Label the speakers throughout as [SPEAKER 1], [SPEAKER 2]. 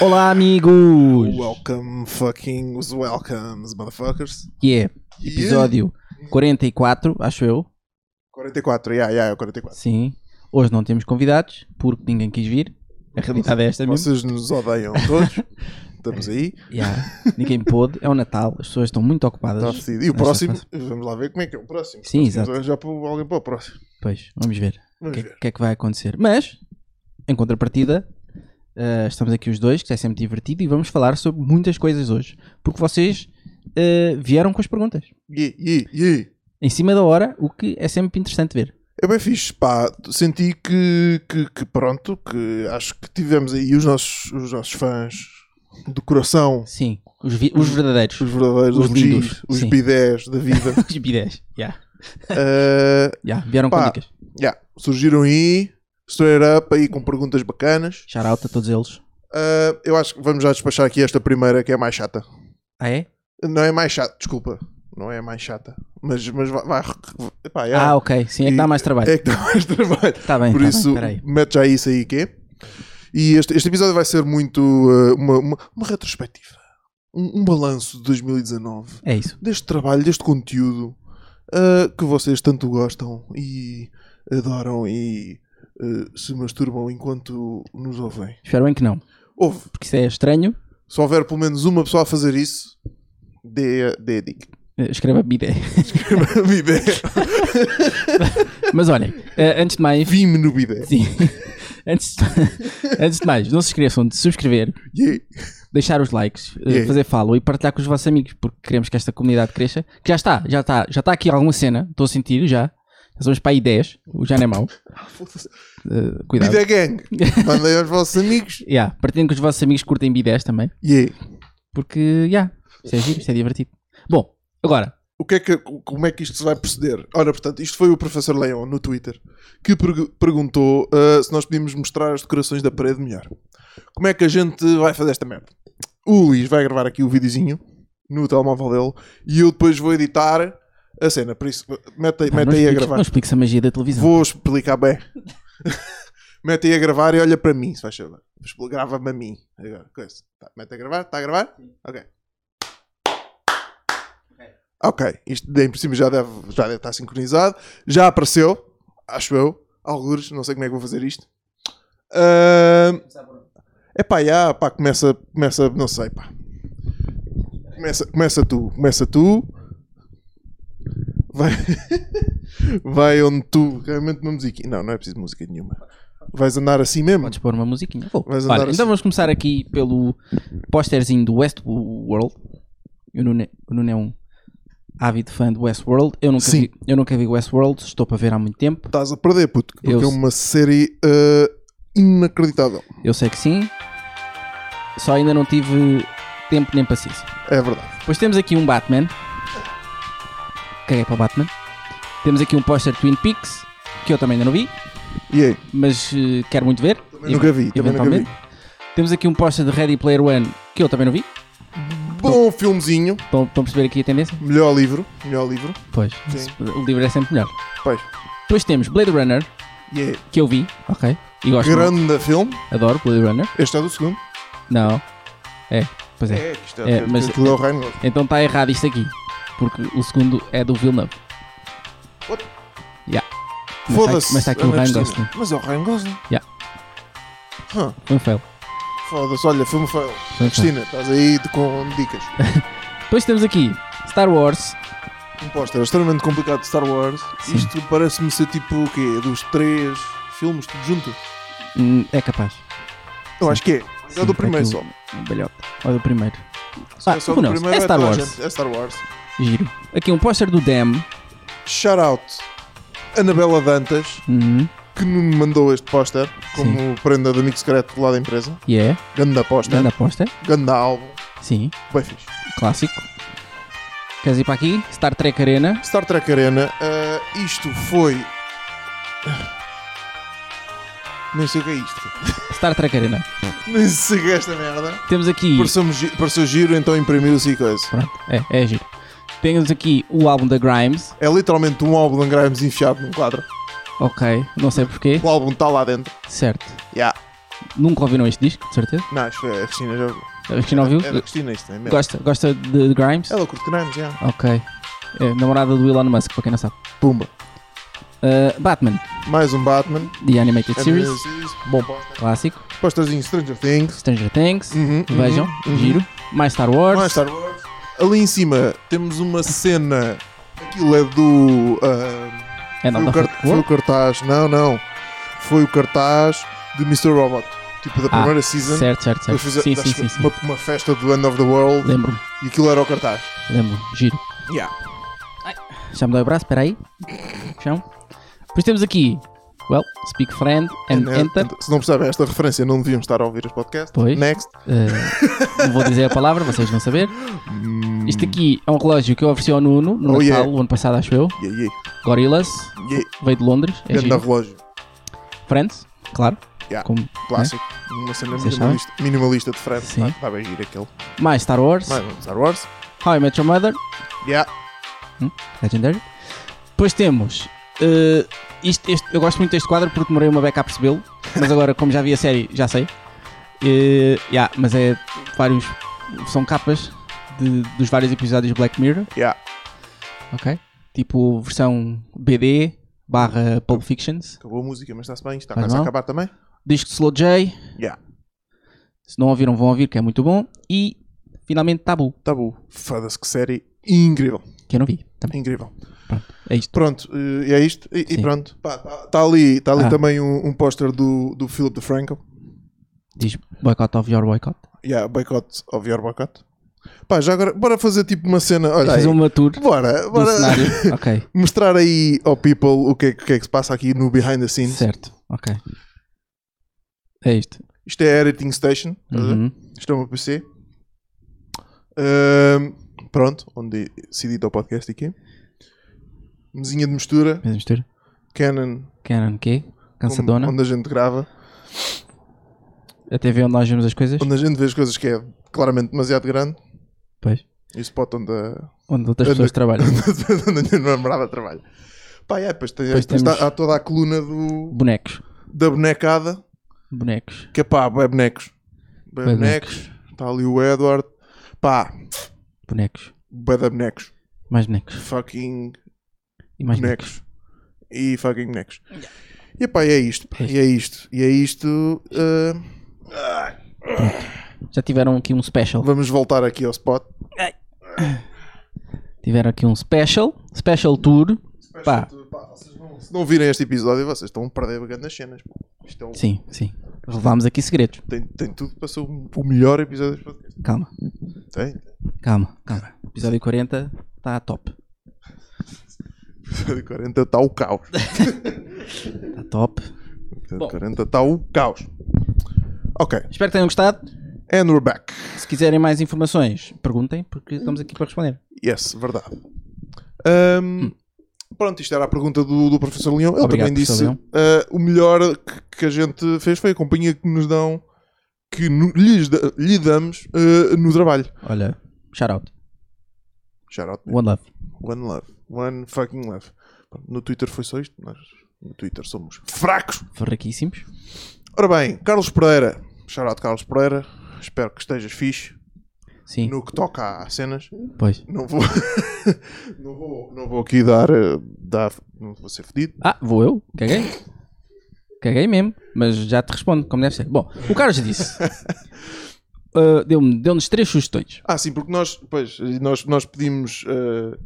[SPEAKER 1] Olá, amigos!
[SPEAKER 2] Welcome, fucking os welcomes, motherfuckers.
[SPEAKER 1] Yeah, é episódio 44, acho eu.
[SPEAKER 2] 44, yeah, yeah, é o 44.
[SPEAKER 1] Sim. Hoje não temos convidados, porque ninguém quis vir. A realidade é esta mesmo.
[SPEAKER 2] Vocês nos odeiam todos. Estamos aí.
[SPEAKER 1] Yeah. Ninguém pôde. É o Natal, as pessoas estão muito ocupadas.
[SPEAKER 2] Está oferecido. E o
[SPEAKER 1] Nesta
[SPEAKER 2] próximo,
[SPEAKER 1] fase.
[SPEAKER 2] vamos lá ver como é que é o próximo.
[SPEAKER 1] Sim,
[SPEAKER 2] Temos
[SPEAKER 1] exato.
[SPEAKER 2] de arranjar para alguém para o próximo.
[SPEAKER 1] Pois, vamos ver o
[SPEAKER 2] Vamos
[SPEAKER 1] que,
[SPEAKER 2] ver.
[SPEAKER 1] que é que vai acontecer. Mas, em contrapartida, eh, estamos aqui os dois, que é sempre divertido, e vamos falar sobre muitas coisas hoje. Porque vocês eh, vieram com as perguntas.
[SPEAKER 2] Yeah, yeah, yeah.
[SPEAKER 1] Em cima da hora, o que é sempre interessante ver.
[SPEAKER 2] É bem fixe, pá. Senti que, que, que pronto, que acho que tivemos aí os nossos, os nossos fãs do coração,
[SPEAKER 1] Sim, os, vi- os verdadeiros.
[SPEAKER 2] os verdadeiros,
[SPEAKER 1] Os
[SPEAKER 2] os,
[SPEAKER 1] lindos,
[SPEAKER 2] Gs, os
[SPEAKER 1] sim.
[SPEAKER 2] bidés da vida.
[SPEAKER 1] Os bidés. Yeah.
[SPEAKER 2] Ah,
[SPEAKER 1] Yeah, vieram com
[SPEAKER 2] Pá.
[SPEAKER 1] dicas.
[SPEAKER 2] yeah, surgiram aí, straight up, aí com perguntas bacanas.
[SPEAKER 1] Shout out a todos eles.
[SPEAKER 2] Ah, eu acho que vamos já despachar aqui esta primeira que é a mais chata.
[SPEAKER 1] Ah, é?
[SPEAKER 2] Não é mais chata, desculpa. Não é a mais chata. Mas, mas vai. vai epá, é,
[SPEAKER 1] Ah, ok. Sim, é que
[SPEAKER 2] E-
[SPEAKER 1] dá mais trabalho.
[SPEAKER 2] é que dá mais trabalho.
[SPEAKER 1] Tá bem,
[SPEAKER 2] Por
[SPEAKER 1] tá
[SPEAKER 2] isso,
[SPEAKER 1] bem. Peraí.
[SPEAKER 2] mete já isso aí que é. E este, este episódio vai ser muito ah, uma, uma, uma retrospectiva. Um, um balanço de 2019.
[SPEAKER 1] É isso.
[SPEAKER 2] Deste trabalho, deste conteúdo ah, que vocês tanto gostam e adoram e ah, se masturbam enquanto nos ouvem.
[SPEAKER 1] Espero bem que não.
[SPEAKER 2] Ouve,
[SPEAKER 1] Porque isso é estranho.
[SPEAKER 2] se houver pelo menos uma pessoa a fazer isso, dê, dê a dica.
[SPEAKER 1] eh, Escreva bidé.
[SPEAKER 2] Bidé.
[SPEAKER 1] Mas olhem, eh, antes de mais.
[SPEAKER 2] Vime no bidé.
[SPEAKER 1] Sim. antes, antes de mais, não se esqueçam de subscrever,
[SPEAKER 2] Yeah.
[SPEAKER 1] deixar os likes, eh,
[SPEAKER 2] Yeah.
[SPEAKER 1] fazer follow e partilhar com os vossos amigos, porque queremos que esta comunidade cresça. Que já está, já está, já está aqui alguma cena, estou a sentir já. Já somos para aí 10, o já não é mau. Eh, cuidado.
[SPEAKER 2] Bidé gang. Mandem aos vossos amigos.
[SPEAKER 1] Yeah, partilhem com os vossos amigos que curtem bidés também,
[SPEAKER 2] Yeah.
[SPEAKER 1] porque já, isto é giro, isto é divertido. Bom, agora,
[SPEAKER 2] O que é que, como é que isto se vai proceder? Ora, portanto, isto foi o professor Leon no Twitter que pergu- perguntou ah, se nós podíamos mostrar as decorações da parede melhor. Como é que a gente vai fazer esta merda? O Luís vai gravar aqui o videozinho no telemóvel dele e eu depois vou editar a cena. Por isso, mete, aí-
[SPEAKER 1] pá,
[SPEAKER 2] Tipo, mete
[SPEAKER 1] não,
[SPEAKER 2] aí a
[SPEAKER 1] expliques,
[SPEAKER 2] gravar.
[SPEAKER 1] não expliques a magia da televisão.
[SPEAKER 2] Vou explicar bem. mete aí a gravar e olha para mim, se faz favor. Expl- Grava-me a mim. Agora, coisa. Tá, mete a gravar, está a gravar? Ok. Ok, isto daí por cima já deve, já deve estar sincronizado. Já apareceu, acho eu. Algures, não sei como é que vou fazer isto. É pá, já, pá, começa, começa, não sei, pá. Começa, começa tu, começa tu. Vai, vai onde tu. Realmente uma musiquinha. Não, não é preciso música nenhuma. Vais andar assim mesmo?
[SPEAKER 1] Podes pôr uma musiquinha. Vou.
[SPEAKER 2] Vais
[SPEAKER 1] Olha,
[SPEAKER 2] andar assim.
[SPEAKER 1] então vamos começar aqui pelo pósterzinho do Westworld. O Nuno é- o Nuno é um ávido fã do Westworld. Eu nunca,
[SPEAKER 2] Sim.
[SPEAKER 1] vi, eu nunca vi Westworld, estou para ver há muito tempo.
[SPEAKER 2] Estás a perder, puto. Porque
[SPEAKER 1] Eu-
[SPEAKER 2] é uma série ah, inacreditável.
[SPEAKER 1] Eu sei que sim, só ainda não tive tempo nem paciência.
[SPEAKER 2] É verdade.
[SPEAKER 1] Depois temos aqui um Batman. Caguei para o Batman. Temos aqui um póster Twin Peaks, que eu também ainda não vi,
[SPEAKER 2] E aí?
[SPEAKER 1] mas eh, quero muito ver.
[SPEAKER 2] Também nunca vi, também nunca vi.
[SPEAKER 1] eventualmente. Temos aqui um póster de Ready Player One, que eu também não vi.
[SPEAKER 2] Bom filmezinho.
[SPEAKER 1] Estão, estão a perceber aqui a tendência?
[SPEAKER 2] Melhor livro. Melhor livro.
[SPEAKER 1] Pois,
[SPEAKER 2] Sim.
[SPEAKER 1] o livro é sempre melhor.
[SPEAKER 2] Pois.
[SPEAKER 1] Depois temos Blade Runner,
[SPEAKER 2] E aí?
[SPEAKER 1] que eu vi, ok, e gosto, muito.
[SPEAKER 2] Grande filme.
[SPEAKER 1] adoro Blade Runner.
[SPEAKER 2] Este é do segundo.
[SPEAKER 1] Não, é, pois é.
[SPEAKER 2] É, que isto
[SPEAKER 1] É,
[SPEAKER 2] é,
[SPEAKER 1] mas-
[SPEAKER 2] mas... tudo é o Reinhold.
[SPEAKER 1] Então está errado isto aqui, porque o segundo é do Villeneuve.
[SPEAKER 2] What?
[SPEAKER 1] Yeah. Mas tá-
[SPEAKER 2] Foda-se.
[SPEAKER 1] Mas está aqui o
[SPEAKER 2] Ana
[SPEAKER 1] Ryan
[SPEAKER 2] Cristina.
[SPEAKER 1] Gosling,
[SPEAKER 2] Mas é o Ryan Gosling.
[SPEAKER 1] Yeah.
[SPEAKER 2] Hã,
[SPEAKER 1] foi um fail.
[SPEAKER 2] Foda-se, olha, filme fail.
[SPEAKER 1] Foi um fail.
[SPEAKER 2] Cristina, estás aí de- com dicas.
[SPEAKER 1] Depois temos aqui Star Wars,
[SPEAKER 2] Um póster extremamente complicado de Star Wars.
[SPEAKER 1] Sim.
[SPEAKER 2] Isto parece-me ser tipo o quê? Dos três filmes tudo junto?
[SPEAKER 1] hum, é capaz.
[SPEAKER 2] Eu acho que é. Mas é
[SPEAKER 1] Sim,
[SPEAKER 2] do primeiro
[SPEAKER 1] tá
[SPEAKER 2] só.
[SPEAKER 1] aqui Um balhote. Ou do primeiro.
[SPEAKER 2] Se
[SPEAKER 1] Ah,
[SPEAKER 2] é só
[SPEAKER 1] como
[SPEAKER 2] do
[SPEAKER 1] não?
[SPEAKER 2] primeiro,
[SPEAKER 1] É Star
[SPEAKER 2] toda a
[SPEAKER 1] Wars.
[SPEAKER 2] gente- É Star Wars.
[SPEAKER 1] Giro. Aqui um póster do Dam.
[SPEAKER 2] Shout out Anabela Dantas,
[SPEAKER 1] Uhum.
[SPEAKER 2] que me mandou este póster como prenda de amigo secreto lá da empresa.
[SPEAKER 1] Yeah,
[SPEAKER 2] Ganda póster,
[SPEAKER 1] é. grande aposta.
[SPEAKER 2] ganda álbum.
[SPEAKER 1] Sim,
[SPEAKER 2] Bem fixe.
[SPEAKER 1] clássico. Queres ir para aqui? Star Trek Arena.
[SPEAKER 2] Star Trek Arena, ah, isto foi. Nem sei o que é isto.
[SPEAKER 1] Star Trek Arena.
[SPEAKER 2] Nem sei o que é esta merda.
[SPEAKER 1] Temos aqui.
[SPEAKER 2] Pareceu-me gi- Pareceu giro, então imprimiu-se e coisa.
[SPEAKER 1] Pronto, é, é giro. Temos aqui o álbum da Grimes.
[SPEAKER 2] É literalmente um álbum de Grimes enfiado num quadro.
[SPEAKER 1] Ok, não sei porquê.
[SPEAKER 2] O álbum está lá dentro.
[SPEAKER 1] Certo.
[SPEAKER 2] Yeah.
[SPEAKER 1] Nunca ouviram este disco, de certeza.
[SPEAKER 2] Não, acho que a Cristina já ouviu.
[SPEAKER 1] A Cristina ouviu?
[SPEAKER 2] É da Cristina isto, é mesmo.
[SPEAKER 1] Gosta, gosta de, de Grimes?
[SPEAKER 2] Ela curte Grimes, já.
[SPEAKER 1] Ok. É, namorada do Elon Musk, para quem não sabe.
[SPEAKER 2] Pumba.
[SPEAKER 1] Uh, Batman,
[SPEAKER 2] Mais um Batman. É
[SPEAKER 1] The Animated Series,
[SPEAKER 2] Animated Series. Bom póster.
[SPEAKER 1] clássico.
[SPEAKER 2] Posterzinho Stranger Things.
[SPEAKER 1] Stranger Things,
[SPEAKER 2] Uhum, uhum,
[SPEAKER 1] vejam,
[SPEAKER 2] uhum.
[SPEAKER 1] giro. Mais Star Wars.
[SPEAKER 2] Mais Star Wars. Ali em cima temos uma cena. Aquilo é do. ah,
[SPEAKER 1] É não,
[SPEAKER 2] foi,
[SPEAKER 1] não
[SPEAKER 2] o
[SPEAKER 1] foi.
[SPEAKER 2] cart- foi o cartaz. Não, não. Foi o cartaz de Mr. Robot. Tipo da
[SPEAKER 1] Ah,
[SPEAKER 2] primeira season.
[SPEAKER 1] Certo, certo, certo.
[SPEAKER 2] Eu fiz, a-
[SPEAKER 1] Sim,
[SPEAKER 2] acho
[SPEAKER 1] sim,
[SPEAKER 2] que
[SPEAKER 1] sim, sim.
[SPEAKER 2] Uma, uma festa do End of the World
[SPEAKER 1] Lembro-me,
[SPEAKER 2] e aquilo era o cartaz.
[SPEAKER 1] lembro-me, giro.
[SPEAKER 2] Yeah.
[SPEAKER 1] Já me dói o braço, espera aí. Chão. Depois temos aqui, well, speak friend and
[SPEAKER 2] Né?
[SPEAKER 1] enter.
[SPEAKER 2] Portanto, Se não percebem esta referência, não deviam estar a ouvir os podcasts.
[SPEAKER 1] Pois.
[SPEAKER 2] Next.
[SPEAKER 1] Uh, não vou dizer a palavra, vocês vão saber. Isto aqui é um relógio que eu ofereci ao Nuno no
[SPEAKER 2] Oh,
[SPEAKER 1] Natal,
[SPEAKER 2] yeah.
[SPEAKER 1] o ano passado, acho eu.
[SPEAKER 2] Yeah, yeah,
[SPEAKER 1] Gorillaz,
[SPEAKER 2] yeah.
[SPEAKER 1] veio de Londres. É
[SPEAKER 2] Grande
[SPEAKER 1] giro.
[SPEAKER 2] relógio.
[SPEAKER 1] Friends, claro.
[SPEAKER 2] Yeah.
[SPEAKER 1] Como-
[SPEAKER 2] Clássico. Uma cena
[SPEAKER 1] É? Vocês
[SPEAKER 2] minimalista, minimalista de Fred.
[SPEAKER 1] Sim.
[SPEAKER 2] Está bem giro aquele.
[SPEAKER 1] Mais Star Wars,
[SPEAKER 2] Mais um Star Wars.
[SPEAKER 1] How I Met Your Mother,
[SPEAKER 2] Yeah.
[SPEAKER 1] Legendary. Depois temos. eh, isto- este- eu gosto muito deste quadro porque demorei uma beca a percebê-lo, mas agora, como já vi a série, já sei. Eh, yeah, mas é vários. São capas de- dos vários episódios de Black Mirror,
[SPEAKER 2] Yeah.
[SPEAKER 1] ok? Tipo versão BD barra Pulp Fictions.
[SPEAKER 2] Acabou a música, mas está-se bem. Está
[SPEAKER 1] Faz
[SPEAKER 2] quase a
[SPEAKER 1] mal?
[SPEAKER 2] acabar também.
[SPEAKER 1] Disco de Slow J.
[SPEAKER 2] Yeah.
[SPEAKER 1] Se não ouviram, vão ouvir, que é muito bom. E finalmente Tabu,
[SPEAKER 2] Tabu. Foda-se que série incrível.
[SPEAKER 1] que eu não vi. Também.
[SPEAKER 2] Incrível.
[SPEAKER 1] É isto.
[SPEAKER 2] Pronto. eh, E é isto. E, e
[SPEAKER 1] Sim.
[SPEAKER 2] pronto. Está ali, tá ali
[SPEAKER 1] Ah.
[SPEAKER 2] também um, um póster do, do Philip DeFranco.
[SPEAKER 1] Diz Boycott of Your Boycott.
[SPEAKER 2] Yeah. Boycott of your boycott. Pá, já agora, bora fazer tipo uma cena. Olha aí.
[SPEAKER 1] Fazer uma tour do
[SPEAKER 2] Bora, bora.
[SPEAKER 1] cenário. ok,
[SPEAKER 2] mostrar aí ao people o que, é, que- o que é que se passa aqui no behind the scenes.
[SPEAKER 1] certo. Ok. É isto.
[SPEAKER 2] Isto é a editing station. estás a ver?
[SPEAKER 1] Uhum.
[SPEAKER 2] Isto é uma PC. Ahm, pronto, onde se edita o podcast aqui. Mesinha de mistura,
[SPEAKER 1] Mesma mistura.
[SPEAKER 2] Canon,
[SPEAKER 1] Canon Q. Cansadona.
[SPEAKER 2] onde a gente grava,
[SPEAKER 1] A TV onde nós vemos as coisas.
[SPEAKER 2] onde a gente vê as coisas que é claramente demasiado grande.
[SPEAKER 1] Pois.
[SPEAKER 2] E o spot onde a,
[SPEAKER 1] Onde outras
[SPEAKER 2] Onde-
[SPEAKER 1] pessoas trabalham.
[SPEAKER 2] onde a minha namorada trabalha. Pá, é, depois, tem,
[SPEAKER 1] Depois
[SPEAKER 2] depois
[SPEAKER 1] temos-
[SPEAKER 2] está- há toda a coluna do,
[SPEAKER 1] Bonecos.
[SPEAKER 2] da bonecada,
[SPEAKER 1] Bonecos.
[SPEAKER 2] que é pá, bué bonecos. Bué
[SPEAKER 1] Bué
[SPEAKER 2] bonecos. Está ali o Edward. Pá,
[SPEAKER 1] Bonecos.
[SPEAKER 2] bué da bonecos.
[SPEAKER 1] Mais bonecos.
[SPEAKER 2] Fucking
[SPEAKER 1] E mais bonecos.
[SPEAKER 2] bonecos e fucking bonecos. E pá, e é isto, pá, e é isto, e é isto. ah,
[SPEAKER 1] Já tiveram aqui um special.
[SPEAKER 2] vamos voltar aqui ao spot.
[SPEAKER 1] Tiveram aqui um special. Special tour. Pá.
[SPEAKER 2] Pá, vocês não- se não virem este episódio, vocês estão a perder grandes cenas. pá. Isto é um-
[SPEAKER 1] Sim, sim. Revelámos aqui segredos.
[SPEAKER 2] tem, tem tudo para ser o o melhor episódio deste podcast.
[SPEAKER 1] Calma.
[SPEAKER 2] Tem,
[SPEAKER 1] Calma, calma. Episódio 40 está top.
[SPEAKER 2] episódio 40 está tá o caos.
[SPEAKER 1] Está top.
[SPEAKER 2] Episódio
[SPEAKER 1] Bom.
[SPEAKER 2] 40 está tá o caos. Ok,
[SPEAKER 1] Espero que tenham gostado.
[SPEAKER 2] and we're back.
[SPEAKER 1] Se quiserem mais informações, perguntem, porque estamos aqui para responder.
[SPEAKER 2] Yes, verdade. Ahm, Pronto, isto era a pergunta do, do professor Leão. Ele
[SPEAKER 1] Hum. Obrigado,
[SPEAKER 2] também disse:
[SPEAKER 1] professor
[SPEAKER 2] ah, o melhor que, que a gente fez foi a companhia que nos dão, que no- lhes da- lhe damos ah, no trabalho.
[SPEAKER 1] Olha, shout out.
[SPEAKER 2] Shout out,
[SPEAKER 1] One love.
[SPEAKER 2] one love, one fucking love. Pronto, No Twitter foi só isto, nós no Twitter somos fracos.
[SPEAKER 1] Ferraquíssimos.
[SPEAKER 2] Ora bem, Carlos Pereira, shout out Carlos Pereira, espero que estejas fixe
[SPEAKER 1] Sim,
[SPEAKER 2] no que toca a cenas.
[SPEAKER 1] pois.
[SPEAKER 2] Não vou, não vou, não vou aqui dar, ah, dar, não vou ser fedido.
[SPEAKER 1] Ah, vou eu? Caguei? Caguei mesmo, mas já te respondo, como deve ser. Bom, o Carlos disse. uh, Deu-me- Deu-nos três sugestões.
[SPEAKER 2] Ah, sim, porque nós, pois, nós, nós pedimos eh,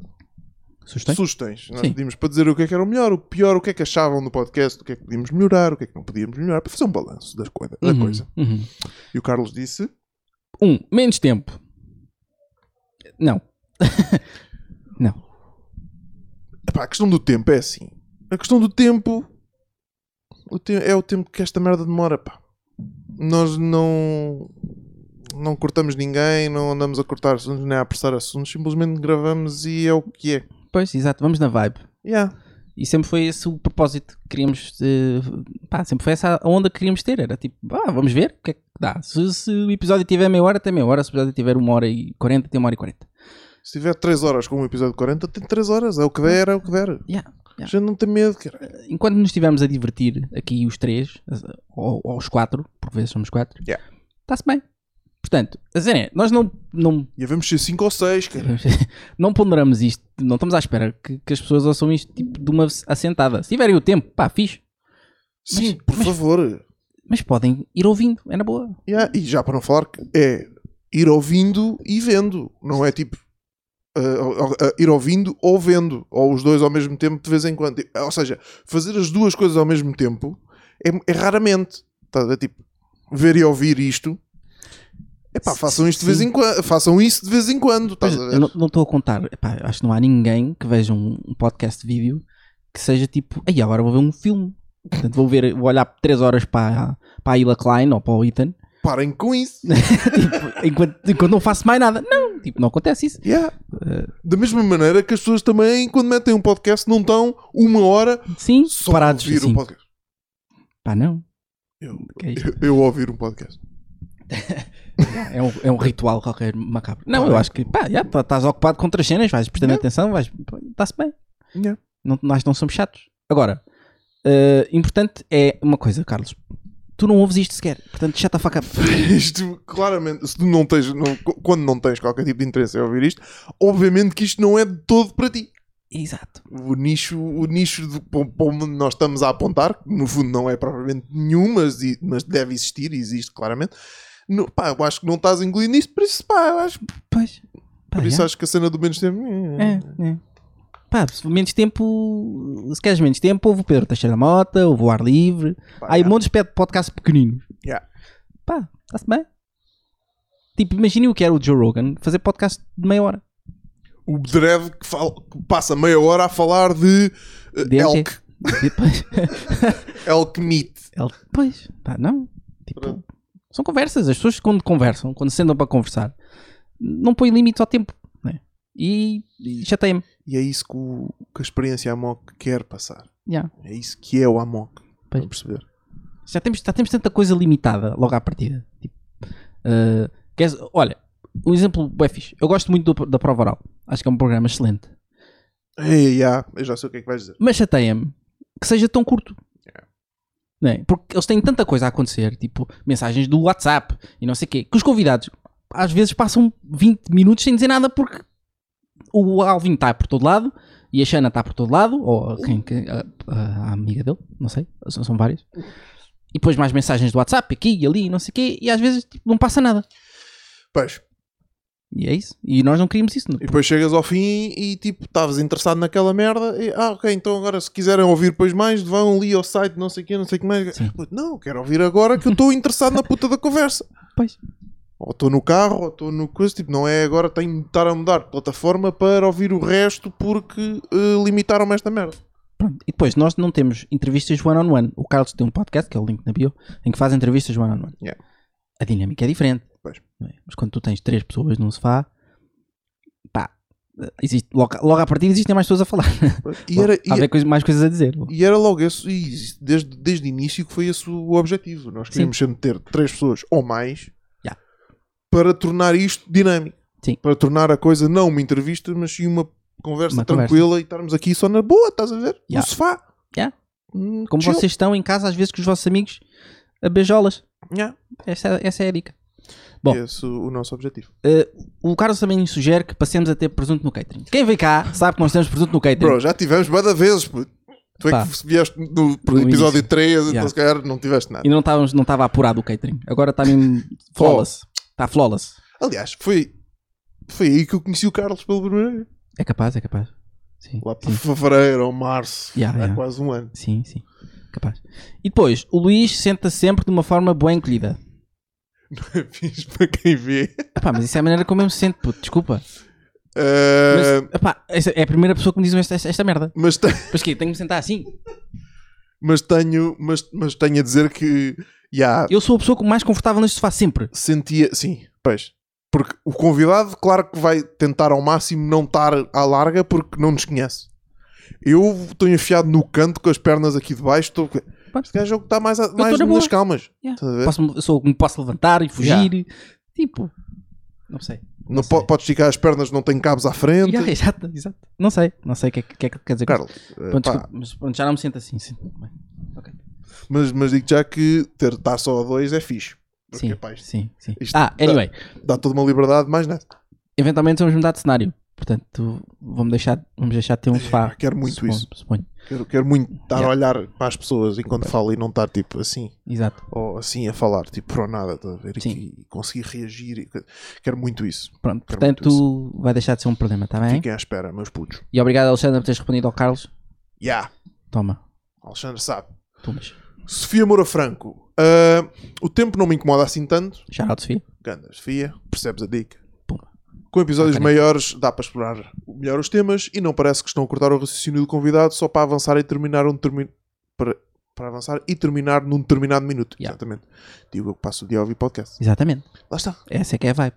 [SPEAKER 1] Sugestões?
[SPEAKER 2] sugestões. Nós
[SPEAKER 1] Sim.
[SPEAKER 2] pedimos para dizer o que é que era o melhor, o pior, o que é que achavam do podcast, o que é que podíamos melhorar, o que é que não podíamos melhorar, para fazer um balanço das coi- da
[SPEAKER 1] Uhum,
[SPEAKER 2] coisa.
[SPEAKER 1] uhum.
[SPEAKER 2] E o Carlos disse:
[SPEAKER 1] Um, menos tempo. Não. Não.
[SPEAKER 2] "Epá, a questão do tempo é assim. A questão do tempo o te- é o tempo que esta merda demora, pá. Nós não. Não cortamos ninguém, não andamos a cortar assuntos, nem a apressar assuntos, simplesmente gravamos e é o que é.
[SPEAKER 1] Pois, exato, vamos na vibe.
[SPEAKER 2] Yeah.
[SPEAKER 1] E sempre foi esse o propósito que queríamos. eh, pá, sempre foi essa a onda que queríamos ter. Era tipo, ah, vamos ver o que é que dá. Se, se o episódio tiver meia hora, tem meia hora. Se o episódio tiver uma hora e quarenta, tem uma hora e quarenta.
[SPEAKER 2] Se tiver 3 horas com um episódio de 40, tem 3 horas, é o que der, é o que der.
[SPEAKER 1] Yeah, yeah.
[SPEAKER 2] Já não tem medo, cara.
[SPEAKER 1] Enquanto nos estivermos a divertir aqui os três, ou, ou os quatro, porque vezes somos quatro.
[SPEAKER 2] Yeah.
[SPEAKER 1] Está-se bem. Portanto, a cena é, nós não, não,
[SPEAKER 2] E vamos ser 5 ou 6, cara.
[SPEAKER 1] não ponderamos isto, não estamos à espera que, que as pessoas ouçam isto tipo, de uma assentada. Se tiverem o tempo, pá, fixe.
[SPEAKER 2] Sim, por
[SPEAKER 1] mas-
[SPEAKER 2] favor.
[SPEAKER 1] Mas podem ir ouvindo, é na boa.
[SPEAKER 2] Yeah, E já para não falar, que é ir ouvindo e vendo. Não é tipo ah, ah, ah, ir ouvindo ou vendo. Ou os dois ao mesmo tempo de vez em quando. Ou seja, fazer as duas coisas ao mesmo tempo é, é raramente. Tá, é tipo, ver e ouvir isto. Epá,
[SPEAKER 1] Sim,
[SPEAKER 2] façam isto de vez
[SPEAKER 1] sim.
[SPEAKER 2] em quando. Façam isso de vez em quando. tá, eh, Estás
[SPEAKER 1] Pois,
[SPEAKER 2] a
[SPEAKER 1] eu
[SPEAKER 2] ver?
[SPEAKER 1] não não estou a contar. Epá, acho que não há ninguém que veja um, um podcast de vídeo que seja tipo, aí agora vou ver um filme. Portanto, vou, ver, vou olhar 3 horas para, para a Ila Klein ou para o Ethan
[SPEAKER 2] Parem com isso.
[SPEAKER 1] tipo, enquanto, enquanto não faço mais nada. Não, tipo, não acontece isso.
[SPEAKER 2] Yeah.
[SPEAKER 1] Eh.
[SPEAKER 2] Da mesma maneira que as pessoas também, quando metem um podcast, não estão uma hora
[SPEAKER 1] Sim,
[SPEAKER 2] só a
[SPEAKER 1] parados
[SPEAKER 2] ouvir
[SPEAKER 1] assim.
[SPEAKER 2] um podcast.
[SPEAKER 1] Pá, não.
[SPEAKER 2] Eu,
[SPEAKER 1] Que é isto?
[SPEAKER 2] eu- eu ouvir um podcast.
[SPEAKER 1] É um, é um ritual qualquer macabro. Não,
[SPEAKER 2] Tá
[SPEAKER 1] eu
[SPEAKER 2] bem.
[SPEAKER 1] acho que, pá, já tá- estás ocupado com outras cenas, vais prestando
[SPEAKER 2] Não.
[SPEAKER 1] atenção, vais. Está-se bem.
[SPEAKER 2] Yeah.
[SPEAKER 1] Não, nós não somos chatos. Agora, eh, importante é uma coisa, Carlos. Tu não ouves isto sequer. Portanto, shut the fuck up.
[SPEAKER 2] Isto, claramente, se tu não tens, não- quando não tens qualquer tipo de interesse em ouvir isto, obviamente que isto não é de todo para ti.
[SPEAKER 1] Exato.
[SPEAKER 2] O nicho, o nicho de, para onde nós estamos a apontar, que no fundo não é propriamente nenhum, mas, e- mas deve existir e existe claramente. No, pá, eu acho que não estás engolindo isto, por isso, pá, eu acho,
[SPEAKER 1] Pois. Pá,
[SPEAKER 2] por isso
[SPEAKER 1] já.
[SPEAKER 2] acho que a cena do menos tempo.
[SPEAKER 1] É, é. Pá, se menos tempo. Se queres menos tempo, ouve o Pedro Teixeira da Mota, ouve o Ar Livre.
[SPEAKER 2] Pá,
[SPEAKER 1] Há aí
[SPEAKER 2] já.
[SPEAKER 1] montes de podcasts pequeninos.
[SPEAKER 2] Yeah.
[SPEAKER 1] Pá, está-se bem. Tipo, imaginem o que era o Joe Rogan fazer podcast de meia hora.
[SPEAKER 2] o Drev que, fala- que passa meia hora a falar de eh,
[SPEAKER 1] DMT.
[SPEAKER 2] elk,
[SPEAKER 1] Depois.
[SPEAKER 2] elk meat.
[SPEAKER 1] Ele, pois, pá, não. Tipo,
[SPEAKER 2] Pronto.
[SPEAKER 1] são conversas. As pessoas, quando conversam, quando sentam para conversar, não põem limites ao tempo. Né? E, e chateia-me.
[SPEAKER 2] E é isso que, o- que a experiência Amok quer passar.
[SPEAKER 1] Yeah.
[SPEAKER 2] É isso que é o Amok.
[SPEAKER 1] Pois.
[SPEAKER 2] Para perceber.
[SPEAKER 1] já temos, já temos tanta coisa limitada logo à partida. Tipo, ah, queres- olha, um exemplo bem fixe. Eu gosto muito do- da prova oral. Acho que é um programa excelente.
[SPEAKER 2] Ei, já, eu já sei o que é que vais dizer.
[SPEAKER 1] Mas chateia-me que seja tão curto.
[SPEAKER 2] Yeah.
[SPEAKER 1] Não é? Porque eles têm tanta coisa a acontecer, tipo mensagens do WhatsApp e não sei o quê, que os convidados às vezes passam 20 minutos sem dizer nada porque o Alvin está por todo lado e a Xana está por todo lado, ou quem, quem- a, a- a amiga dele, não sei, são, são vários. E depois mais mensagens do WhatsApp aqui e ali, e não sei o quê, e às vezes tipo, não passa nada.
[SPEAKER 2] Pois.
[SPEAKER 1] E é isso. E nós não queríamos isso. não- é?
[SPEAKER 2] E depois chegas ao fim e tipo, estavas interessado naquela merda. E, ah, ok, então agora se quiserem ouvir depois mais, vão ali ao site, não sei o que, não sei o que mais.
[SPEAKER 1] Sim.
[SPEAKER 2] Puto, Não, quero ouvir agora que eu estou interessado na puta da conversa.
[SPEAKER 1] Pois.
[SPEAKER 2] Ou estou no carro, ou estou no coisa, tipo, não é agora tenho de estar a mudar de plataforma para ouvir o resto porque eh, limitaram-me esta merda.
[SPEAKER 1] Pronto. E depois, nós não temos entrevistas one-on-one. O Carlos tem um podcast, que é o link na bio, em que faz entrevistas one-on-one.
[SPEAKER 2] Yeah.
[SPEAKER 1] A dinâmica é diferente.
[SPEAKER 2] Pois.
[SPEAKER 1] não é? Mas quando tu tens três pessoas num sofá, pá, existe, logo, logo à partida existem mais pessoas a falar.
[SPEAKER 2] E era,
[SPEAKER 1] Há
[SPEAKER 2] e-
[SPEAKER 1] tá bem coisa- mais coisas a dizer.
[SPEAKER 2] E era logo esse, e desde, desde o início que foi esse o objetivo. Nós queríamos sempre ter três pessoas ou mais
[SPEAKER 1] Ya.
[SPEAKER 2] para tornar isto dinâmico.
[SPEAKER 1] Sim.
[SPEAKER 2] Para tornar a coisa não uma entrevista, mas sim uma conversa
[SPEAKER 1] Uma
[SPEAKER 2] tranquila e estarmos aqui só na boa, estás a ver?
[SPEAKER 1] Ya.
[SPEAKER 2] No sofá.
[SPEAKER 1] Ya.
[SPEAKER 2] Hum,
[SPEAKER 1] Como
[SPEAKER 2] chill.
[SPEAKER 1] vocês estão em casa, às vezes, com os vossos amigos, a beijolas.
[SPEAKER 2] Ya.
[SPEAKER 1] Essa, essa é a dica. Bom.
[SPEAKER 2] Esse o o nosso objetivo.
[SPEAKER 1] O Carlos também sugere que passemos a ter presunto no catering. Quem vem cá sabe que nós temos presunto no catering.
[SPEAKER 2] Bro, já tivemos várias vezes. puto. Tu
[SPEAKER 1] Pá.
[SPEAKER 2] é que vieste no,
[SPEAKER 1] No
[SPEAKER 2] episódio
[SPEAKER 1] início.
[SPEAKER 2] 3,
[SPEAKER 1] Ya.
[SPEAKER 2] então se calhar não tiveste nada.
[SPEAKER 1] E não estávamos- não estava apurado o catering. Agora está mesmo flawless. Está flawless.
[SPEAKER 2] Aliás, foi, foi aí que eu conheci o Carlos pela primeira vez.
[SPEAKER 1] É capaz, é capaz. Sim.
[SPEAKER 2] Lá por
[SPEAKER 1] sim.
[SPEAKER 2] fevereiro ou março.
[SPEAKER 1] Ya,
[SPEAKER 2] há
[SPEAKER 1] ya.
[SPEAKER 2] quase um ano.
[SPEAKER 1] Sim, sim. Capaz. E depois, o Luís senta-se sempre de uma forma boa encolhida.
[SPEAKER 2] fiz para quem vê.
[SPEAKER 1] Epá, mas isso é a maneira como eu me sinto, puto, desculpa.
[SPEAKER 2] Ah,
[SPEAKER 1] Mas, epá, essa é a primeira pessoa que me diz esta, esta- esta merda.
[SPEAKER 2] mas, te-
[SPEAKER 1] Mas que tenho que me sentar assim?
[SPEAKER 2] mas tenho, mas, mas tenho a dizer que já
[SPEAKER 1] Eu sou a pessoa com- mais confortável neste sofá sempre.
[SPEAKER 2] sentia. Sim, pois. Porque o convidado, claro que vai tentar ao máximo não estar à larga porque não nos conhece. Eu estou enfiado no canto com as pernas aqui de baixo. Estou...
[SPEAKER 1] Pronto.
[SPEAKER 2] Este gajo é o que está mais, a- mais
[SPEAKER 1] na
[SPEAKER 2] nas
[SPEAKER 1] boa.
[SPEAKER 2] calmas.
[SPEAKER 1] Yeah.
[SPEAKER 2] Estás a ver?
[SPEAKER 1] Posso, eu sou o que me posso levantar e fugir. Tipo, não sei.
[SPEAKER 2] não
[SPEAKER 1] sei.
[SPEAKER 2] po- pode esticar as pernas, não tem cabos à frente.
[SPEAKER 1] Yeah, exato, exato. Não sei, não sei o que é que que é que quer dizer. com
[SPEAKER 2] Carlos, eh,
[SPEAKER 1] isso. Pronto,
[SPEAKER 2] pá,
[SPEAKER 1] desculpa, mas pronto, já não me sinto assim. Sinto bem. Ok.
[SPEAKER 2] Mas, mas digo já que ter, estar só a dois é fixe. Porque,
[SPEAKER 1] Sim,
[SPEAKER 2] pá, isto
[SPEAKER 1] sim, sim.
[SPEAKER 2] isto
[SPEAKER 1] Ah,
[SPEAKER 2] dá-
[SPEAKER 1] anyway,
[SPEAKER 2] dá toda uma liberdade, mais nada.
[SPEAKER 1] eventualmente vamos mudar de cenário. Portanto, vamos deixar, vamos deixar de ter um sofá.
[SPEAKER 2] É, Quero muito
[SPEAKER 1] suponho,
[SPEAKER 2] isso.
[SPEAKER 1] Suponho.
[SPEAKER 2] Quero, quero muito estar
[SPEAKER 1] Yeah.
[SPEAKER 2] a olhar para as pessoas enquanto falo e não estar tipo assim,
[SPEAKER 1] Exato.
[SPEAKER 2] ou assim a falar, tipo pro nada, estás a ver? E
[SPEAKER 1] Sim.
[SPEAKER 2] que- E conseguir reagir. e coisa. Quero muito isso.
[SPEAKER 1] Pronto,
[SPEAKER 2] Quero muito
[SPEAKER 1] portanto, vai deixar de ser um problema, está bem?
[SPEAKER 2] Fiquem à espera, meus putos.
[SPEAKER 1] E obrigado, Alexandre, por teres respondido ao Carlos.
[SPEAKER 2] Yeah,
[SPEAKER 1] Toma,
[SPEAKER 2] Alexandre sabe.
[SPEAKER 1] tomas.
[SPEAKER 2] Sofia Moura Franco. Ah, o tempo não me incomoda assim tanto.
[SPEAKER 1] Shout out, Sofia.
[SPEAKER 2] Ganda, Sofia, percebes a dica?
[SPEAKER 1] Puma.
[SPEAKER 2] Com episódios
[SPEAKER 1] Bacana.
[SPEAKER 2] maiores dá para explorar melhor os temas e não parece que estão a cortar o raciocínio do convidado só para avançar e terminar um termi... para, para avançar e terminar num determinado minuto.
[SPEAKER 1] Yeah.
[SPEAKER 2] Exatamente. Digo eu que passo o dia a ouvir podcast.
[SPEAKER 1] Exatamente.
[SPEAKER 2] Lá está.
[SPEAKER 1] Essa é que é a vibe.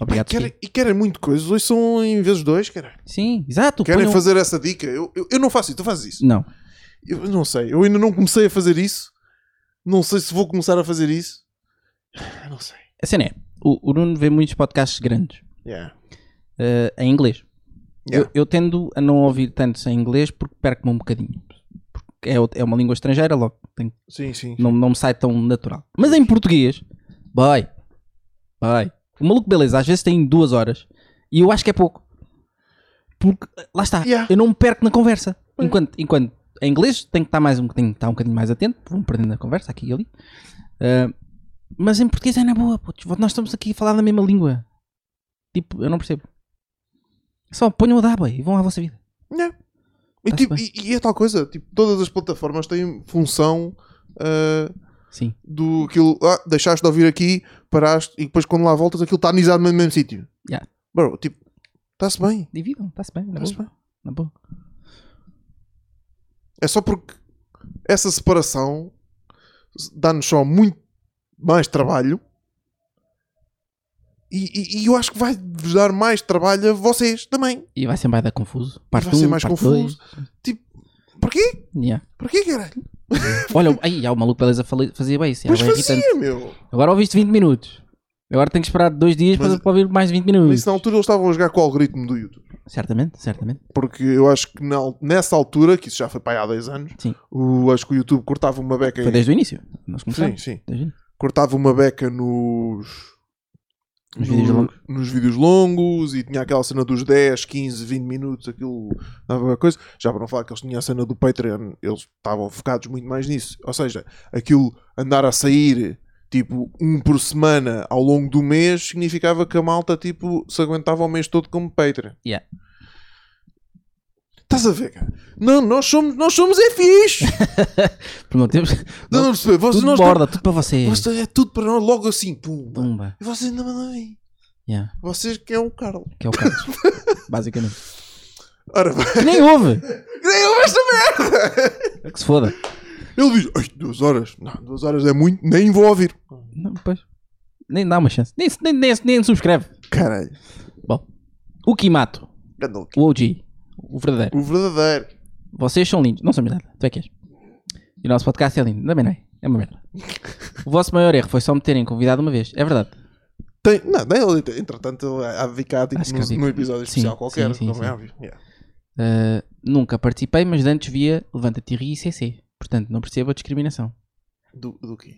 [SPEAKER 1] Obrigado,
[SPEAKER 2] e, querem,
[SPEAKER 1] Sofia.
[SPEAKER 2] e querem muito coisas. Hoje são em vezes dois, caralho.
[SPEAKER 1] Sim, exato.
[SPEAKER 2] Querem
[SPEAKER 1] ponham-
[SPEAKER 2] fazer essa dica? Eu, eu, eu não faço isso, tu fazes isso.
[SPEAKER 1] Não.
[SPEAKER 2] Eu não sei, eu ainda não comecei a fazer isso. Não sei se vou começar a fazer isso. Não sei.
[SPEAKER 1] A cena é, o, o Nuno vê muitos podcasts grandes
[SPEAKER 2] Yeah.
[SPEAKER 1] eh, em inglês.
[SPEAKER 2] Yeah.
[SPEAKER 1] Eu, eu tendo a não ouvir tantos em inglês porque perco-me um bocadinho. Porque é, outra- é uma língua estrangeira, logo tenho-
[SPEAKER 2] Sim, sim.
[SPEAKER 1] não, não me sai tão natural. Mas em português, boy, boy. O maluco, beleza, às vezes tem duas horas e eu acho que é pouco. Porque, eh, lá está,
[SPEAKER 2] Yeah.
[SPEAKER 1] eu não me perco na conversa. Enquanto, enquanto em inglês tenho que estar, mais um, tenho que estar um bocadinho mais atento, vou-me perdendo na conversa aqui e ali. Ah, mas em português é na boa, putos. Nós estamos aqui a falar da mesma língua. Tipo, eu não percebo. Só ponham a dar, boy, e vão à vossa vida.
[SPEAKER 2] Yeah. E,
[SPEAKER 1] Tá-se
[SPEAKER 2] tipo,
[SPEAKER 1] bem.
[SPEAKER 2] e, e é tal coisa, tipo, todas as plataformas têm função ah,
[SPEAKER 1] Sim.
[SPEAKER 2] do aquilo. Ah, deixaste de ouvir aqui, paraste e depois quando lá voltas aquilo está anisado no mesmo sítio.
[SPEAKER 1] Yeah.
[SPEAKER 2] Bro, tipo, está-se bem.
[SPEAKER 1] Dividam, está-se bem, na
[SPEAKER 2] Tá-se
[SPEAKER 1] boa.
[SPEAKER 2] bem.
[SPEAKER 1] Na boa.
[SPEAKER 2] É só porque essa separação dá-nos só muito mais trabalho e, e- e eu acho que vai-vos dar mais trabalho a vocês também.
[SPEAKER 1] E vai ser mais da confuso. Parte
[SPEAKER 2] vai ser
[SPEAKER 1] um,
[SPEAKER 2] mais
[SPEAKER 1] parte
[SPEAKER 2] confuso. Tipo,
[SPEAKER 1] dois.
[SPEAKER 2] Porquê?
[SPEAKER 1] Yeah.
[SPEAKER 2] Porquê, caralho?
[SPEAKER 1] Olha, aí, já, o maluco beleza fale- fazia bem isso. já,
[SPEAKER 2] Pois
[SPEAKER 1] bem é irritante.
[SPEAKER 2] fazia, meu.
[SPEAKER 1] Agora ouviste 20 minutos. Agora tenho que esperar dois dias
[SPEAKER 2] Mas-
[SPEAKER 1] para, para ouvir mais 20 minutos.
[SPEAKER 2] Mas isso na altura eles estavam a jogar com o algoritmo do YouTube.
[SPEAKER 1] Certamente, certamente.
[SPEAKER 2] Porque eu acho que na al- nessa altura, que isso já foi para aí há 10 anos,
[SPEAKER 1] Sim.
[SPEAKER 2] o, acho que o YouTube cortava uma beca.
[SPEAKER 1] Foi
[SPEAKER 2] em-
[SPEAKER 1] desde o início. Nós
[SPEAKER 2] Sim,
[SPEAKER 1] começamos.
[SPEAKER 2] sim.
[SPEAKER 1] Desde o início.
[SPEAKER 2] Cortava uma beca nos.
[SPEAKER 1] Nos
[SPEAKER 2] no-
[SPEAKER 1] vídeos longos.
[SPEAKER 2] nos vídeos longos e tinha aquela cena dos 10, 15, 20 minutos, aquilo dava uma coisa. Já para não falar que eles tinham a cena do Patreon, eles estavam focados muito mais nisso. Ou seja, aquilo andar a sair tipo um por semana ao longo do mês significava que a malta tipo se aguentava o mês todo como Patreon.
[SPEAKER 1] Yeah.
[SPEAKER 2] Estás a ver, cara? Não, nós somos, nós somos é fixe!
[SPEAKER 1] Por meu tempo,
[SPEAKER 2] não, não perceber, vocês
[SPEAKER 1] tudo
[SPEAKER 2] nós
[SPEAKER 1] borda, tudo para vocês.
[SPEAKER 2] vocês- é tudo para nós, logo assim, pumba.
[SPEAKER 1] Pumba.
[SPEAKER 2] E vocês ainda mandam aí.
[SPEAKER 1] Yeah,
[SPEAKER 2] Vocês que é o Carlos.
[SPEAKER 1] que é o Carlos. Basicamente.
[SPEAKER 2] Ora bem.
[SPEAKER 1] Que nem ouve.
[SPEAKER 2] Nem eu esta merda!
[SPEAKER 1] É Que se foda.
[SPEAKER 2] Ele diz: Ai, duas horas. Não, duas horas é muito, nem vou ouvir.
[SPEAKER 1] Não, pois. Nem dá uma chance. Nem, nem, nem, nem subscreve.
[SPEAKER 2] Caralho.
[SPEAKER 1] Bom. O Kimato.
[SPEAKER 2] Ganda louco.
[SPEAKER 1] O OG. O verdadeiro.
[SPEAKER 2] O verdadeiro.
[SPEAKER 1] Vocês são lindos. Não somos nada. Tu é que és. E o nosso podcast é lindo. Também não é. É uma merda. O vosso maior erro foi só me terem convidado uma vez. É verdade.
[SPEAKER 2] Tem, não, nem ele, entretanto, ele há de ficar tipo,
[SPEAKER 1] Acho que
[SPEAKER 2] num,
[SPEAKER 1] eu digo.
[SPEAKER 2] num episódio
[SPEAKER 1] Sim,
[SPEAKER 2] especial qualquer,
[SPEAKER 1] sim, sim,
[SPEAKER 2] como
[SPEAKER 1] sim.
[SPEAKER 2] é óbvio. Yeah.
[SPEAKER 1] Uh, nunca participei, mas de antes via Levanta-te e ri e CC. Portanto, não percebo a discriminação.
[SPEAKER 2] Do, do quê?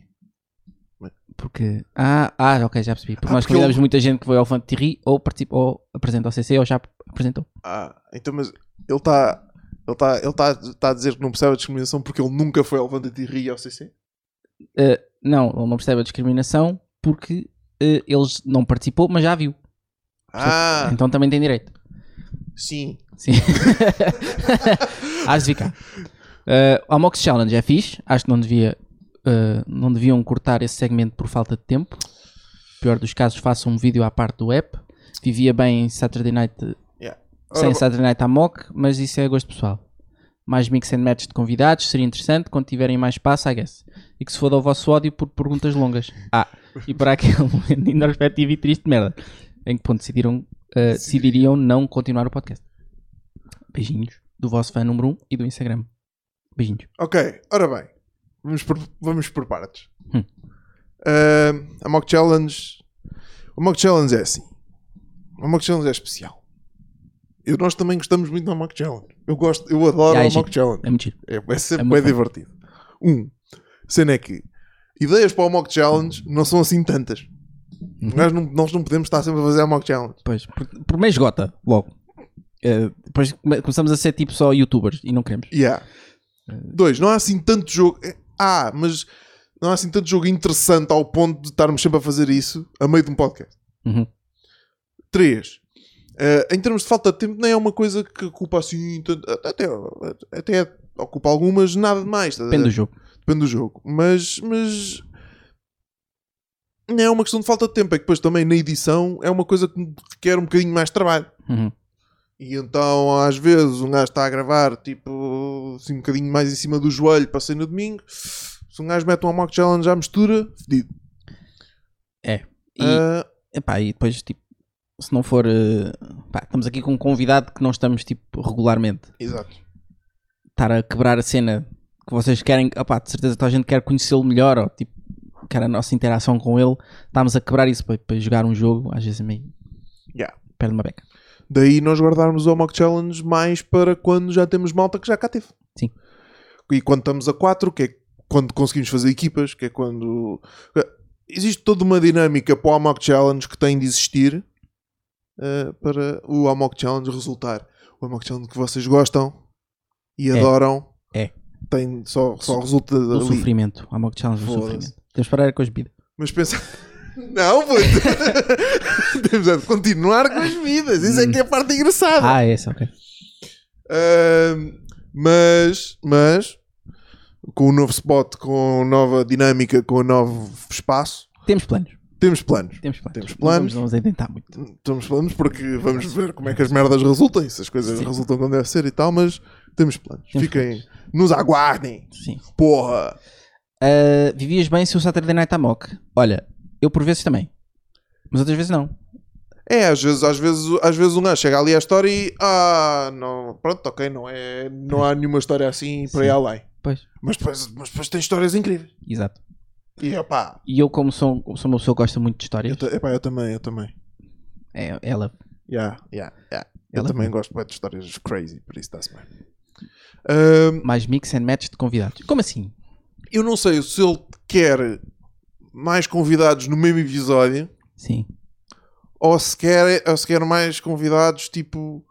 [SPEAKER 1] Porque. Ah, ah ok, já percebi. Porque
[SPEAKER 2] Ah,
[SPEAKER 1] nós
[SPEAKER 2] porque
[SPEAKER 1] convidamos
[SPEAKER 2] ele-
[SPEAKER 1] muita gente que foi ao Levanta-te e ri ou, participa, ou apresenta ao CC ou já apresentou.
[SPEAKER 2] Ah, então, mas ele está. Ele está ele tá, tá a dizer que não percebe a discriminação porque ele nunca foi ao Levanta-te e ri ao CC?
[SPEAKER 1] Não, ele não percebe a discriminação porque uh, eles não participou, mas já viu.
[SPEAKER 2] Ah,
[SPEAKER 1] Então também tem direito. Então,
[SPEAKER 2] sim.
[SPEAKER 1] Sim. Hás de ficar. Uh, a Mox Challenge é fixe. Acho que não, devia, uh, não deviam cortar esse segmento por falta de tempo. Pior dos casos, façam um vídeo à parte do app. Vivia bem em Saturday Night,
[SPEAKER 2] Ora,
[SPEAKER 1] sem Saturday Night Amok, mas isso é gosto pessoal. Mais mix and match de convidados, seria interessante quando tiverem mais espaço, I guess. E que se foda o vosso ódio por perguntas longas. Ah, e para aquele momento introspectivo e triste de merda, em que ponto decidiram, uh, decidiriam não continuar o podcast. Beijinhos do vosso fã número 1 um e do Instagram. Beijinhos.
[SPEAKER 2] Ok, ora bem, vamos por, vamos por partes.
[SPEAKER 1] Hum.
[SPEAKER 2] Ah, a Mock Challenge. A Mock Challenge é assim. A Mock Challenge é especial. Eu, nós também gostamos muito da Mock Challenge. Eu gosto, eu adoro
[SPEAKER 1] Yeah, é
[SPEAKER 2] a
[SPEAKER 1] giro.
[SPEAKER 2] Mock Challenge.
[SPEAKER 1] É mentira.
[SPEAKER 2] É, é sempre
[SPEAKER 1] muito
[SPEAKER 2] bem
[SPEAKER 1] bom.
[SPEAKER 2] divertido. Um. cena é que ideias para o mock challenge não são assim tantas.
[SPEAKER 1] Uhum.
[SPEAKER 2] Nós, não, nós não podemos estar sempre a fazer a mock challenge.
[SPEAKER 1] Pois, por, por meio esgota, logo. Eh, depois come- começamos a ser tipo só youtubers e não queremos.
[SPEAKER 2] Yeah. Dois, não há assim tanto jogo. eh, Ah, mas não há assim tanto jogo interessante ao ponto de estarmos sempre a fazer isso a meio de um podcast.
[SPEAKER 1] Uhum.
[SPEAKER 2] Três, eh, em termos de falta de tempo, nem é uma coisa que ocupa assim. tanto- Até, até é ocupa algumas, nada de mais.
[SPEAKER 1] Depende do jogo.
[SPEAKER 2] Depende do jogo. Mas, mas não é uma questão de falta de tempo. É que depois também na edição é uma coisa que requer um bocadinho mais trabalho.
[SPEAKER 1] Uhum.
[SPEAKER 2] E então, às vezes, um gajo está a gravar, tipo, assim, um bocadinho mais em cima do joelho para sair no domingo. Se um gajo mete um mock challenge à mistura, fedido.
[SPEAKER 1] E,
[SPEAKER 2] Ah,
[SPEAKER 1] epá, e depois, tipo, se não for. eh, pá, estamos aqui com um convidado que não estamos, tipo, regularmente.
[SPEAKER 2] exato.
[SPEAKER 1] Estar a quebrar a cena que vocês querem. Opá, de certeza toda a gente quer conhecê-lo melhor ou, tipo, quer a nossa interação com ele. Estamos a quebrar isso para, para jogar um jogo, às vezes, é meio.
[SPEAKER 2] Yeah.
[SPEAKER 1] Perde uma beca.
[SPEAKER 2] Daí nós guardarmos o mock challenge mais para quando já temos malta que já cá teve.
[SPEAKER 1] Sim.
[SPEAKER 2] E quando estamos a quatro, que é quando conseguimos fazer equipas, que é quando. eh, Existe toda uma dinâmica para o Amok Challenge que tem de existir eh, para o Amok Challenge resultar. O Amok Challenge que vocês gostam e
[SPEAKER 1] É.
[SPEAKER 2] adoram
[SPEAKER 1] É.
[SPEAKER 2] tem só, só resulta
[SPEAKER 1] Do
[SPEAKER 2] ali.
[SPEAKER 1] sofrimento. Há mock challenge do
[SPEAKER 2] Foda-se.
[SPEAKER 1] sofrimento. Temos de parar com as bebidas.
[SPEAKER 2] Mas pensa. Não, puto. Temos de continuar com as vidas. Isso é que é a parte engraçada.
[SPEAKER 1] Hum. Ah, é essa, ok.
[SPEAKER 2] Ahm, mas, mas, com o novo spot, com nova dinâmica, com o novo espaço,
[SPEAKER 1] Temos planos.
[SPEAKER 2] temos planos.
[SPEAKER 1] Temos planos.
[SPEAKER 2] Temos planos. Hum.
[SPEAKER 1] Não vamos adiantar muito.
[SPEAKER 2] Temos planos porque vamos ver como é que as merdas resultam, se as coisas
[SPEAKER 1] Sim.
[SPEAKER 2] resultam como deve ser e tal, mas temos planos.
[SPEAKER 1] Temos
[SPEAKER 2] Fiquem, nos aguardem,
[SPEAKER 1] Sim.
[SPEAKER 2] porra.
[SPEAKER 1] Ah, vivias bem se o Saturday Night Amok. Olha, eu por vezes também. Mas outras vezes não.
[SPEAKER 2] É, às vezes, às vezes, às vezes um gajo chega ali à história e, ah, não, pronto, ok, não, é, não há nenhuma história assim por aí
[SPEAKER 1] Sim.
[SPEAKER 2] além.
[SPEAKER 1] Pois.
[SPEAKER 2] Mas depois, mas depois tem histórias incríveis.
[SPEAKER 1] Exato.
[SPEAKER 2] E, opá,
[SPEAKER 1] E eu, como sou, sou uma pessoa que gosta muito de
[SPEAKER 2] eu,
[SPEAKER 1] histórias,
[SPEAKER 2] ta- epá, eu também, eu também.
[SPEAKER 1] é, ela.
[SPEAKER 2] Yeah, yeah, yeah. Eu
[SPEAKER 1] Ela-
[SPEAKER 2] também gosto bué de histórias crazy, por isso está-se bem. Ahm,
[SPEAKER 1] Mais mix and match de convidados. Como assim?
[SPEAKER 2] eu não sei se ele quer mais convidados no mesmo episódio
[SPEAKER 1] Sim.
[SPEAKER 2] ou se quer, ou se quer mais convidados tipo.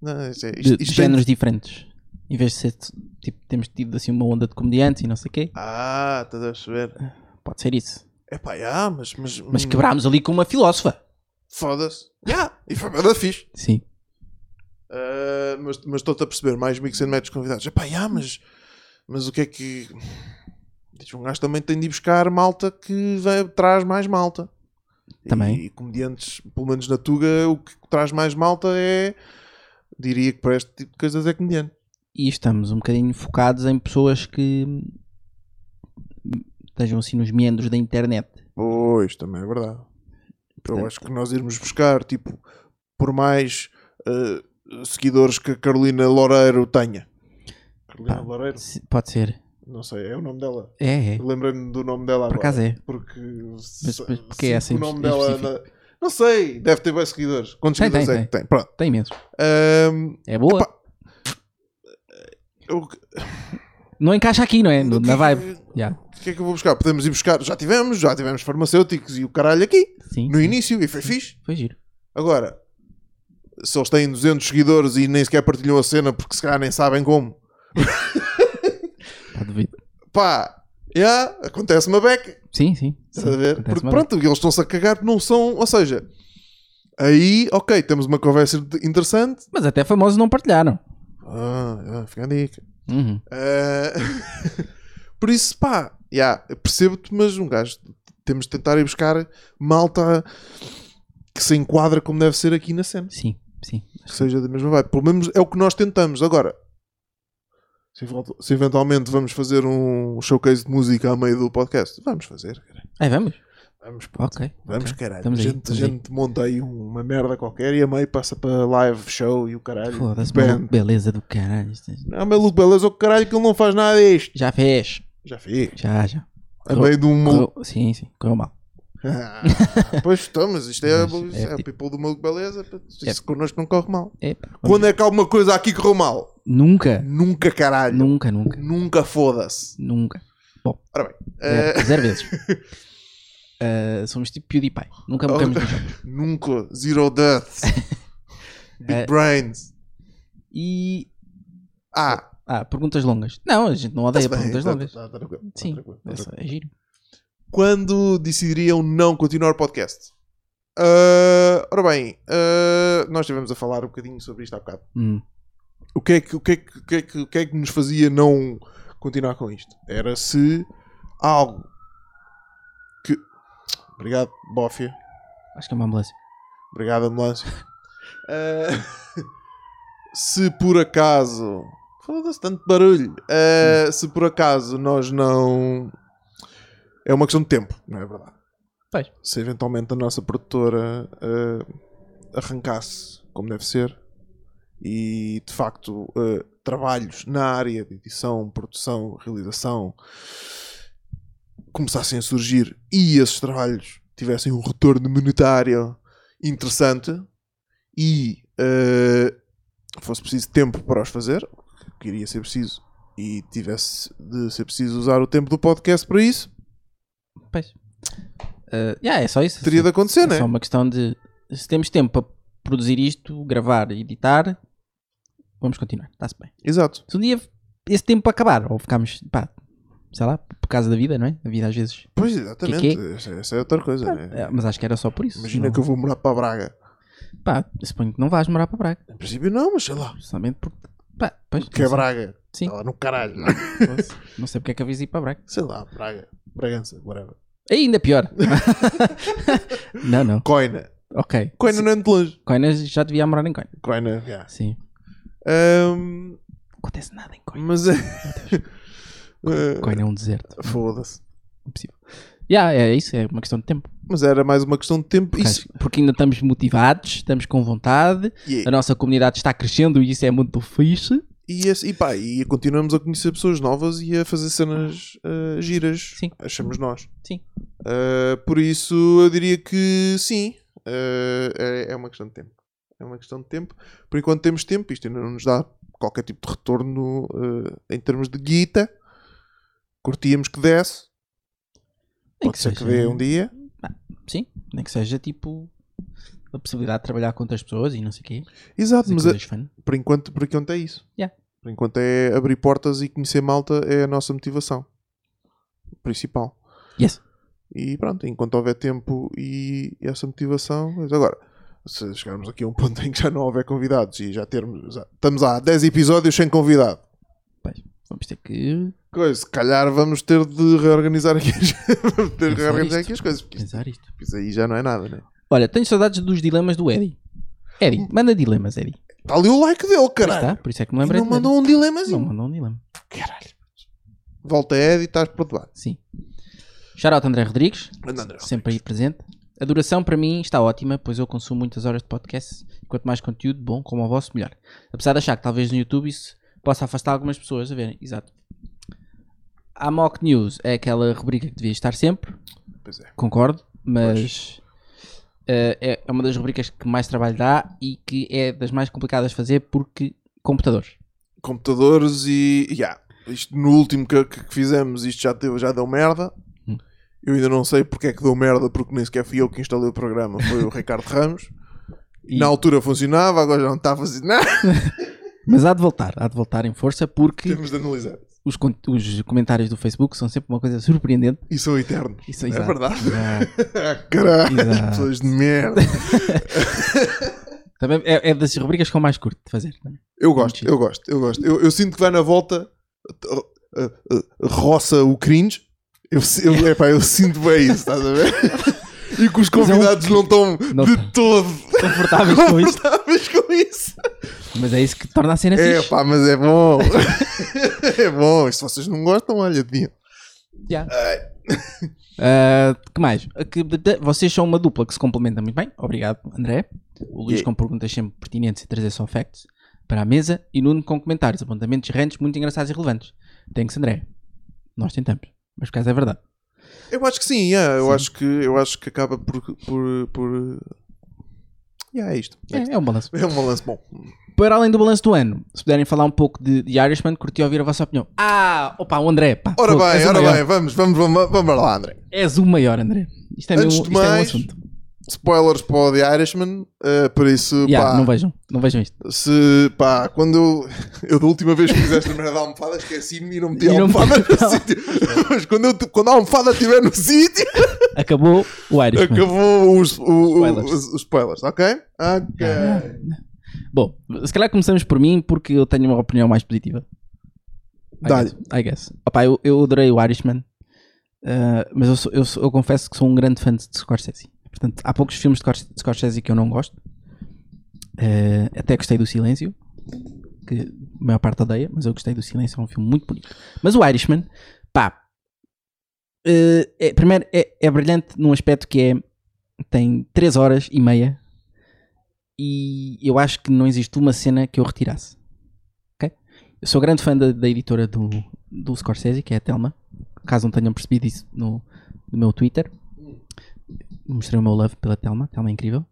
[SPEAKER 2] Não, isto, é-
[SPEAKER 1] De,
[SPEAKER 2] isto-
[SPEAKER 1] de
[SPEAKER 2] isto tem-
[SPEAKER 1] géneros diferentes. Em vez de ser. Tipo, temos tido assim uma onda de comediantes e não sei o quê.
[SPEAKER 2] Ah, estás a perceber?
[SPEAKER 1] Pode ser isso.
[SPEAKER 2] É pá, yeah, mas. Mas,
[SPEAKER 1] Mas
[SPEAKER 2] hum,
[SPEAKER 1] quebrámos ali com uma filósofa.
[SPEAKER 2] Foda-se. Yeah, e foi bem fixe.
[SPEAKER 1] Sim.
[SPEAKER 2] Uh, mas mas estou-te a perceber, mais mix and match convidados. Epá, já, mas, mas o que é que. Diz, um gajo também tem de ir buscar malta que vai- traz mais malta.
[SPEAKER 1] Também.
[SPEAKER 2] E, e comediantes, pelo menos na Tuga, o que traz mais malta é. Diria que para este tipo de coisas é comediante.
[SPEAKER 1] e estamos um bocadinho focados em pessoas que hum, estejam assim nos meandros da internet.
[SPEAKER 2] Pois, também é verdade. Eu
[SPEAKER 1] Portanto-
[SPEAKER 2] acho que nós irmos buscar, tipo, por mais uh, seguidores que a Carolina Loureiro tenha. Carolina
[SPEAKER 1] Pá.
[SPEAKER 2] Loureiro?
[SPEAKER 1] Se- Pode ser.
[SPEAKER 2] Não sei, é o nome dela.
[SPEAKER 1] É, é.
[SPEAKER 2] Lembrei-me do nome dela
[SPEAKER 1] Por
[SPEAKER 2] agora.
[SPEAKER 1] acaso é.
[SPEAKER 2] Porque.
[SPEAKER 1] Mas- mas porque é essa
[SPEAKER 2] sinto que
[SPEAKER 1] em
[SPEAKER 2] o nome
[SPEAKER 1] espe-
[SPEAKER 2] dela.
[SPEAKER 1] em
[SPEAKER 2] anda-
[SPEAKER 1] específico?
[SPEAKER 2] Não sei, deve ter bem seguidores. Quantos
[SPEAKER 1] Tem,
[SPEAKER 2] seguidores
[SPEAKER 1] tem,
[SPEAKER 2] é que tem? Pronto.
[SPEAKER 1] Tem mesmo.
[SPEAKER 2] Ahm,
[SPEAKER 1] É boa.
[SPEAKER 2] Epá. eu- o que-
[SPEAKER 1] Não encaixa aqui, não é? No-
[SPEAKER 2] o que
[SPEAKER 1] Na
[SPEAKER 2] é
[SPEAKER 1] vibe.
[SPEAKER 2] que-
[SPEAKER 1] Yeah.
[SPEAKER 2] O que é que eu vou buscar? Podemos ir buscar. Já tivemos, já tivemos farmacêuticos e o caralho aqui.
[SPEAKER 1] Sim.
[SPEAKER 2] No início, e foi fixe.
[SPEAKER 1] Foi giro.
[SPEAKER 2] Agora, se eles têm 200 seguidores e nem sequer partilham a cena porque se calhar nem sabem como.
[SPEAKER 1] Pá, duvido.
[SPEAKER 2] Pá, yeah, acontece uma beca.
[SPEAKER 1] Sim, sim.
[SPEAKER 2] Estás a
[SPEAKER 1] sim.
[SPEAKER 2] ver?
[SPEAKER 1] Acontece
[SPEAKER 2] Porque
[SPEAKER 1] uma
[SPEAKER 2] pronto, eles estão-se a cagar, não são. Ou seja, aí, ok, temos uma conversa de- interessante.
[SPEAKER 1] vez. Mas até famosos não partilharam.
[SPEAKER 2] Ah, ah, fica a dica.
[SPEAKER 1] Uhum.
[SPEAKER 2] Ah, por isso, pá, já percebo-te, mas um gajo, temos de tentar ir buscar malta que se enquadra como deve ser aqui na cena.
[SPEAKER 1] Sim, sim.
[SPEAKER 2] Que seja da mesma vibe. Pelo menos é o que nós tentamos. Agora, se event- se eventualmente vamos fazer um showcase de música a meio do podcast, vamos fazer. caralho.
[SPEAKER 1] É, vamos?
[SPEAKER 2] Vamos, pô.
[SPEAKER 1] Ok.
[SPEAKER 2] Vamos,
[SPEAKER 1] ok.
[SPEAKER 2] caralho.
[SPEAKER 1] Estamos aí,
[SPEAKER 2] gente,
[SPEAKER 1] estamos aí.
[SPEAKER 2] gente monta aí um, uma merda qualquer e a meio passa para live show e o caralho.
[SPEAKER 1] Foda-se,
[SPEAKER 2] Band.
[SPEAKER 1] maluco, beleza do caralho. Isto é-
[SPEAKER 2] Não, maluco, beleza, o caralho que ele não faz nada disto.
[SPEAKER 1] Já fez.
[SPEAKER 2] Já fiz.
[SPEAKER 1] Já, já.
[SPEAKER 2] A meio de um maluco.
[SPEAKER 1] Correu- Sim, sim. Correu mal.
[SPEAKER 2] Ah, pois estamos, isto é,
[SPEAKER 1] Mas
[SPEAKER 2] é,
[SPEAKER 1] é
[SPEAKER 2] o
[SPEAKER 1] tipo-
[SPEAKER 2] people do maluco, beleza. pá, Isso
[SPEAKER 1] É.
[SPEAKER 2] connosco não corre mal.
[SPEAKER 1] Epá, vamos-
[SPEAKER 2] Quando é que alguma coisa aqui correu mal?
[SPEAKER 1] Nunca.
[SPEAKER 2] Nunca, caralho.
[SPEAKER 1] Nunca, nunca.
[SPEAKER 2] Nunca foda-se.
[SPEAKER 1] Nunca. Bom,
[SPEAKER 2] Ora bem, eh,
[SPEAKER 1] zero, zero vezes. Uh, somos tipo PewDiePie. Nunca morremos nos jogos.
[SPEAKER 2] nunca, zero deaths, big
[SPEAKER 1] Eh,
[SPEAKER 2] brains.
[SPEAKER 1] E.
[SPEAKER 2] Ah,
[SPEAKER 1] Ah, perguntas longas. Não, a gente não odeia
[SPEAKER 2] está-se Tá bem,
[SPEAKER 1] perguntas
[SPEAKER 2] está-
[SPEAKER 1] longas.
[SPEAKER 2] está- está tranquilo, está
[SPEAKER 1] um, Sim,
[SPEAKER 2] tranquilo, tá está
[SPEAKER 1] é, só-
[SPEAKER 2] tranquilo.
[SPEAKER 1] é giro.
[SPEAKER 2] Quando decidiriam não continuar o podcast? Ah, ora bem, ah, nós estivemos a falar um bocadinho sobre isto há bocado.
[SPEAKER 1] Hum.
[SPEAKER 2] o que é que, o que, é que, o que, é que, o que é que nos fazia não continuar com isto? Era se algo que. Obrigado, Bófia.
[SPEAKER 1] Acho que é uma ambulância.
[SPEAKER 2] Obrigado, ambulância. Ah, se por acaso. Foda-se, tanto barulho. Ah, se por acaso nós não. É uma questão de tempo, não é verdade?
[SPEAKER 1] Pois.
[SPEAKER 2] Se eventualmente a nossa produtora ah, arrancasse como deve ser e de facto ah, trabalhos na área de edição, produção, realização começassem a surgir e esses trabalhos tivessem um retorno monetário interessante e eh, fosse preciso tempo para os fazer, que iria ser preciso, e tivesse de ser preciso usar o tempo do podcast para isso,
[SPEAKER 1] Pois. Uh, yeah, é só isso.
[SPEAKER 2] teria de acontecer,
[SPEAKER 1] é
[SPEAKER 2] não
[SPEAKER 1] só
[SPEAKER 2] é?
[SPEAKER 1] uma questão de. Se temos tempo para produzir isto, gravar, editar, vamos continuar. Está-se bem.
[SPEAKER 2] Exato.
[SPEAKER 1] Se um dia esse tempo acabar, ou ficarmos, pá, sei lá, por causa da vida, não é? A vida às vezes.
[SPEAKER 2] Pois, exatamente.
[SPEAKER 1] Que que
[SPEAKER 2] Essa, essa é outra coisa, né?
[SPEAKER 1] É, mas acho que era só por isso.
[SPEAKER 2] Imagina
[SPEAKER 1] não-
[SPEAKER 2] que eu vou morar para Braga.
[SPEAKER 1] Pá, suponho que não vais morar para Braga.
[SPEAKER 2] Em princípio, não, mas sei lá.
[SPEAKER 1] Justamente porque. Pá, pois.
[SPEAKER 2] Que é
[SPEAKER 1] não sei.
[SPEAKER 2] Braga.
[SPEAKER 1] Sim.
[SPEAKER 2] Está lá no caralho.
[SPEAKER 1] Não sei porque é que avisei para Braga.
[SPEAKER 2] Sei lá, Braga. Bragança, whatever.
[SPEAKER 1] Ainda pior. não, não.
[SPEAKER 2] Coina.
[SPEAKER 1] Ok.
[SPEAKER 2] Coina não é muito longe.
[SPEAKER 1] Coinas já devia morar em Coinas.
[SPEAKER 2] Coina, yeah.
[SPEAKER 1] Sim.
[SPEAKER 2] Ahm,
[SPEAKER 1] Acontece nada em Coinas.
[SPEAKER 2] mas é. Eh,
[SPEAKER 1] Coinas é um deserto.
[SPEAKER 2] Foda-se.
[SPEAKER 1] Impossível. Yeah, é isso, é uma questão de tempo.
[SPEAKER 2] Mas era mais uma questão de tempo. Isso,
[SPEAKER 1] Porque- Porque ainda estamos motivados, estamos com vontade,
[SPEAKER 2] e, é,
[SPEAKER 1] a nossa comunidade está crescendo e isso é muito fixe.
[SPEAKER 2] e, esse- e pá, e continuamos a conhecer pessoas novas e a fazer cenas eh, giras.
[SPEAKER 1] Sim.
[SPEAKER 2] Achamos nós.
[SPEAKER 1] Sim.
[SPEAKER 2] Eh, por isso, eu diria que sim. eh, é, é uma questão de tempo. É uma questão de tempo. Por enquanto temos tempo, isto ainda não nos dá qualquer tipo de retorno eh, em termos de guita. Curtíamos que desse.
[SPEAKER 1] Nem
[SPEAKER 2] Pode ser que dê um dia.
[SPEAKER 1] Sim, nem que seja tipo a possibilidade de trabalhar com outras pessoas e não sei o quê.
[SPEAKER 2] Exato,
[SPEAKER 1] Fazer
[SPEAKER 2] mas a-
[SPEAKER 1] coisas fun.
[SPEAKER 2] por enquanto, por enquanto é isso.
[SPEAKER 1] Yeah.
[SPEAKER 2] Por enquanto é abrir portas e conhecer malta é a nossa motivação principal.
[SPEAKER 1] Yes.
[SPEAKER 2] E pronto, enquanto houver tempo e essa motivação. Mas agora, se chegarmos aqui a um ponto em que já não houver convidados e já termos. já- estamos há 10 episódios sem convidado.
[SPEAKER 1] Pois, vamos ter que
[SPEAKER 2] Coisa, se calhar vamos ter de reorganizar aqui as, vamos ter de
[SPEAKER 1] Pensar
[SPEAKER 2] reorganizar
[SPEAKER 1] é isto.
[SPEAKER 2] aqui as coisas, porque isto-
[SPEAKER 1] pensar isto.
[SPEAKER 2] isso aí já não é nada, né?
[SPEAKER 1] Olha, tenho saudades dos dilemas do Eddie. Eddie, manda dilemas, Eddie.
[SPEAKER 2] Está Tá ali o like dele,
[SPEAKER 1] Aí Está,
[SPEAKER 2] Hum. caralho.
[SPEAKER 1] por isso é que me
[SPEAKER 2] E
[SPEAKER 1] lembrei.
[SPEAKER 2] não
[SPEAKER 1] de ler.
[SPEAKER 2] mandou um
[SPEAKER 1] não
[SPEAKER 2] dilemazinho.
[SPEAKER 1] mandou um dilema.
[SPEAKER 2] Caralho. Volta a Ed e estás por debate.
[SPEAKER 1] Sim. Shoutout André Rodrigues,
[SPEAKER 2] André
[SPEAKER 1] sempre aí presente. A duração para mim está ótima, pois eu consumo muitas horas de podcast. Quanto mais conteúdo bom como o vosso, melhor. Apesar de achar que talvez no YouTube isso possa afastar algumas pessoas a verem. Exato. A Mock News é aquela rubrica que devia estar sempre,
[SPEAKER 2] Pois é.
[SPEAKER 1] concordo, mas eh, é é uma das rubricas que mais trabalho dá e que é das mais complicadas de fazer porque computadores.
[SPEAKER 2] Computadores e. Yeah. Isto no último que, que- que fizemos, isto já, teve, já deu merda.
[SPEAKER 1] Hum.
[SPEAKER 2] Eu ainda não sei porque é que deu merda, porque nem sequer fui eu que instalei o programa, foi o Ricardo Ramos.
[SPEAKER 1] E-
[SPEAKER 2] Na altura funcionava, agora já não está a fazer nada.
[SPEAKER 1] Mas há de voltar, há de voltar em força porque
[SPEAKER 2] Temos de analisar.
[SPEAKER 1] os, con- os comentários do Facebook são sempre uma coisa surpreendente.
[SPEAKER 2] E são eternos.
[SPEAKER 1] Isso
[SPEAKER 2] é
[SPEAKER 1] exato,
[SPEAKER 2] verdade.
[SPEAKER 1] exato.
[SPEAKER 2] Caralho,
[SPEAKER 1] Exato.
[SPEAKER 2] pessoas de merda.
[SPEAKER 1] Também é, é das rubricas que eu mais curto de fazer. também.
[SPEAKER 2] Eu gosto, eu gosto, eu gosto. Eu, eu sinto que vai na volta, uh, uh, uh, roça o cringe. Eu, si- eu, epá, eu sinto bem isso, estás a ver? E que os
[SPEAKER 1] Mas é um
[SPEAKER 2] convidados não estão
[SPEAKER 1] Não
[SPEAKER 2] de
[SPEAKER 1] tá.
[SPEAKER 2] todo
[SPEAKER 1] Confortáveis com isto,
[SPEAKER 2] confortáveis com isso.
[SPEAKER 1] mas é isso que torna a cena
[SPEAKER 2] É
[SPEAKER 1] fixe.
[SPEAKER 2] pá, mas é bom. é bom. E se vocês não gostam, olha, deviam.
[SPEAKER 1] Yeah. Ah, que mais? Que de- de- vocês são uma dupla que se complementa muito bem. Obrigado, André. O Luís
[SPEAKER 2] Yeah.
[SPEAKER 1] com perguntas sempre pertinentes e trazer só facts para a mesa. E Nuno com comentários, apontamentos rentes muito engraçados e relevantes. Tem que ser André. Nós tentamos. Mas por causa é verdade.
[SPEAKER 2] Eu acho que sim, yeah, Eu,
[SPEAKER 1] Sim.
[SPEAKER 2] acho que, eu acho que acaba por. por, por... Yeah, é isto.
[SPEAKER 1] É, é um balanço.
[SPEAKER 2] É um lance bom.
[SPEAKER 1] Para além do balanço do ano, se puderem falar um pouco de, de Irishman, curti ouvir a vossa opinião. Ah, opa, o André, pá.
[SPEAKER 2] Ora
[SPEAKER 1] pô, és
[SPEAKER 2] bem,
[SPEAKER 1] o
[SPEAKER 2] ora
[SPEAKER 1] maior.
[SPEAKER 2] bem, vamos, vamos, vamos, vamos lá, André.
[SPEAKER 1] És o maior, André. Isto é, meu,
[SPEAKER 2] Antes de
[SPEAKER 1] isto é um
[SPEAKER 2] mais,
[SPEAKER 1] assunto.
[SPEAKER 2] spoilers para o The Irishman, eh, por isso,
[SPEAKER 1] Yeah,
[SPEAKER 2] pá,
[SPEAKER 1] não vejam, não vejam isto.
[SPEAKER 2] se, pá, quando eu, eu da última vez que fiz esta merda da almofada, esqueci-me e não meti a
[SPEAKER 1] E não
[SPEAKER 2] almofada
[SPEAKER 1] meteu.
[SPEAKER 2] no sítio. Mas quando, eu- quando a almofada estiver no sítio,
[SPEAKER 1] Acabou o
[SPEAKER 2] É
[SPEAKER 1] Irishman.
[SPEAKER 2] acabou os, o- o-
[SPEAKER 1] Spoilers.
[SPEAKER 2] os- os spoilers, ok? Ok.
[SPEAKER 1] Bom, se calhar começamos por mim porque eu tenho uma opinião mais positiva. I
[SPEAKER 2] Dá-lhe.
[SPEAKER 1] guess. I guess. Opa, eu, eu adorei o Irishman, eh, mas eu, sou- eu sou- eu confesso que sou um grande fã de Scorsese. Portanto, há poucos filmes de Cor- de Scorsese que eu não gosto. Eh, até gostei do Silêncio, que a maior parte odeia, mas eu gostei do Silêncio, é um filme muito bonito. Mas o Irishman, pá, eh, é- primeiro é, é brilhante num aspecto que é tem 3 horas e meia e eu acho que não existe uma cena que eu retirasse. Ok? Eu sou grande fã da, da editora do, do Scorsese, que é a Thelma. Caso não tenham percebido isso no, no meu Twitter, mostrei o meu love pela Thelma. a Thelma é incrível.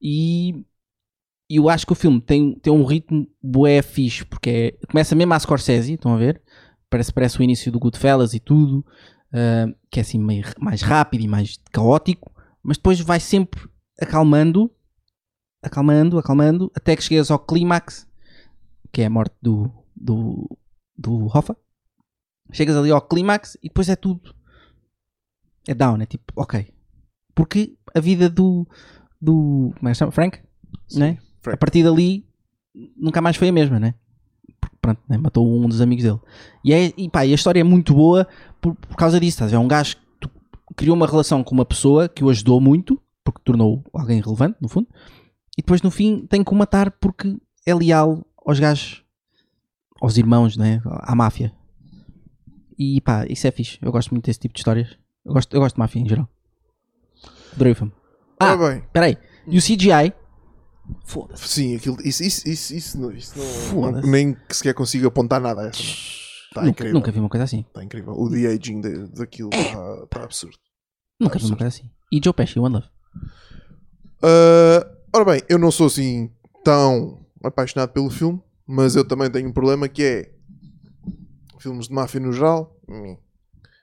[SPEAKER 1] E e eu acho que o filme tem, tem um ritmo bué fixe, porque é- começa mesmo a Scorsese, estão a ver? Parece, parece o início do Goodfellas e tudo, ah, que é assim meio, r- mais rápido e mais caótico, mas depois vai sempre acalmando, acalmando, acalmando, até que chegas ao clímax, que é a morte do, do, do Hoffa. Chegas ali ao clímax e depois é tudo. É down, é tipo, ok. Porque a vida do. do como é que se chama? Frank? Né? a
[SPEAKER 2] Frank.
[SPEAKER 1] partir dali nunca mais foi a mesma, né? Porque, pronto, né? matou um dos amigos dele. E, é, e, pá, e a história é muito boa por, por causa disso. Estás a ver? É um gajo que tu- criou uma relação com uma pessoa que o ajudou muito, porque tornou alguém relevante, no fundo, e depois no fim tem que o matar porque é leal aos gajos, aos irmãos, né? à máfia. E pá, isso é fixe. Eu gosto muito desse tipo de histórias. Eu gosto, eu gosto de máfia em geral. Adorei o filme. Ah,
[SPEAKER 2] Ora bem,
[SPEAKER 1] Peraí, e o CGI? Foda-se.
[SPEAKER 2] sim, aquilo, isso, isso, isso, isso, não- isso não,
[SPEAKER 1] Foda-se.
[SPEAKER 2] não- nem que sequer consigo apontar nada a essa. Tá
[SPEAKER 1] nunca,
[SPEAKER 2] incrível.
[SPEAKER 1] nunca É. vi uma coisa assim.
[SPEAKER 2] Está incrível. O de aging de- daquilo está absurdo.
[SPEAKER 1] Nunca vi uma coisa assim. E Joe Pesci, One Love.
[SPEAKER 2] Ah, ora bem, eu não sou assim tão apaixonado pelo filme, mas eu também tenho um problema que é filmes de máfia no geral hum,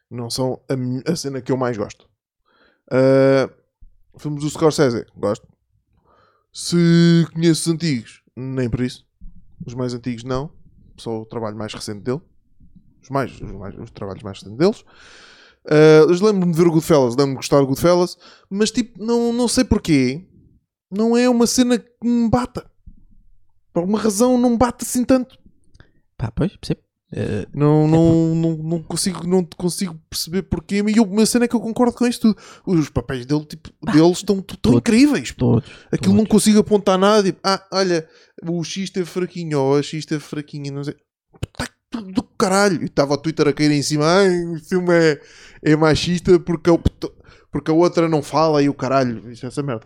[SPEAKER 2] não são a, mi- a cena que eu mais gosto. Ah, filmes do Scorsese, gosto. Se conheço os antigos, nem por isso. Os mais antigos não, só o trabalho mais recente dele. Os, mais, os, mais- os trabalhos mais recentes deles. Ah, mas lembro-me de ver o Goodfellas, lembro-me de gostar do Goodfellas, mas tipo, não, não sei porquê, não é uma cena que me bata. Por alguma razão não me bate assim tanto.
[SPEAKER 1] Pá, pois, percebo. Eh,
[SPEAKER 2] Não, não, não, não consigo, não te consigo perceber porquê. E eu- a cena é que eu concordo com isto tudo. Os papéis dele, tipo, deles estão t- tão
[SPEAKER 1] todos,
[SPEAKER 2] incríveis. pá.
[SPEAKER 1] todos.
[SPEAKER 2] Aquilo não
[SPEAKER 1] todos.
[SPEAKER 2] consigo apontar nada. Tipo, ah, olha, o X esteve fraquinho, ou a X esteve fraquinha, não sei. Tá tudo do caralho. E estava o Twitter a cair em cima. Ai, o filme é, é machista porque, a- porque a outra não fala e o caralho. Isso é essa merda.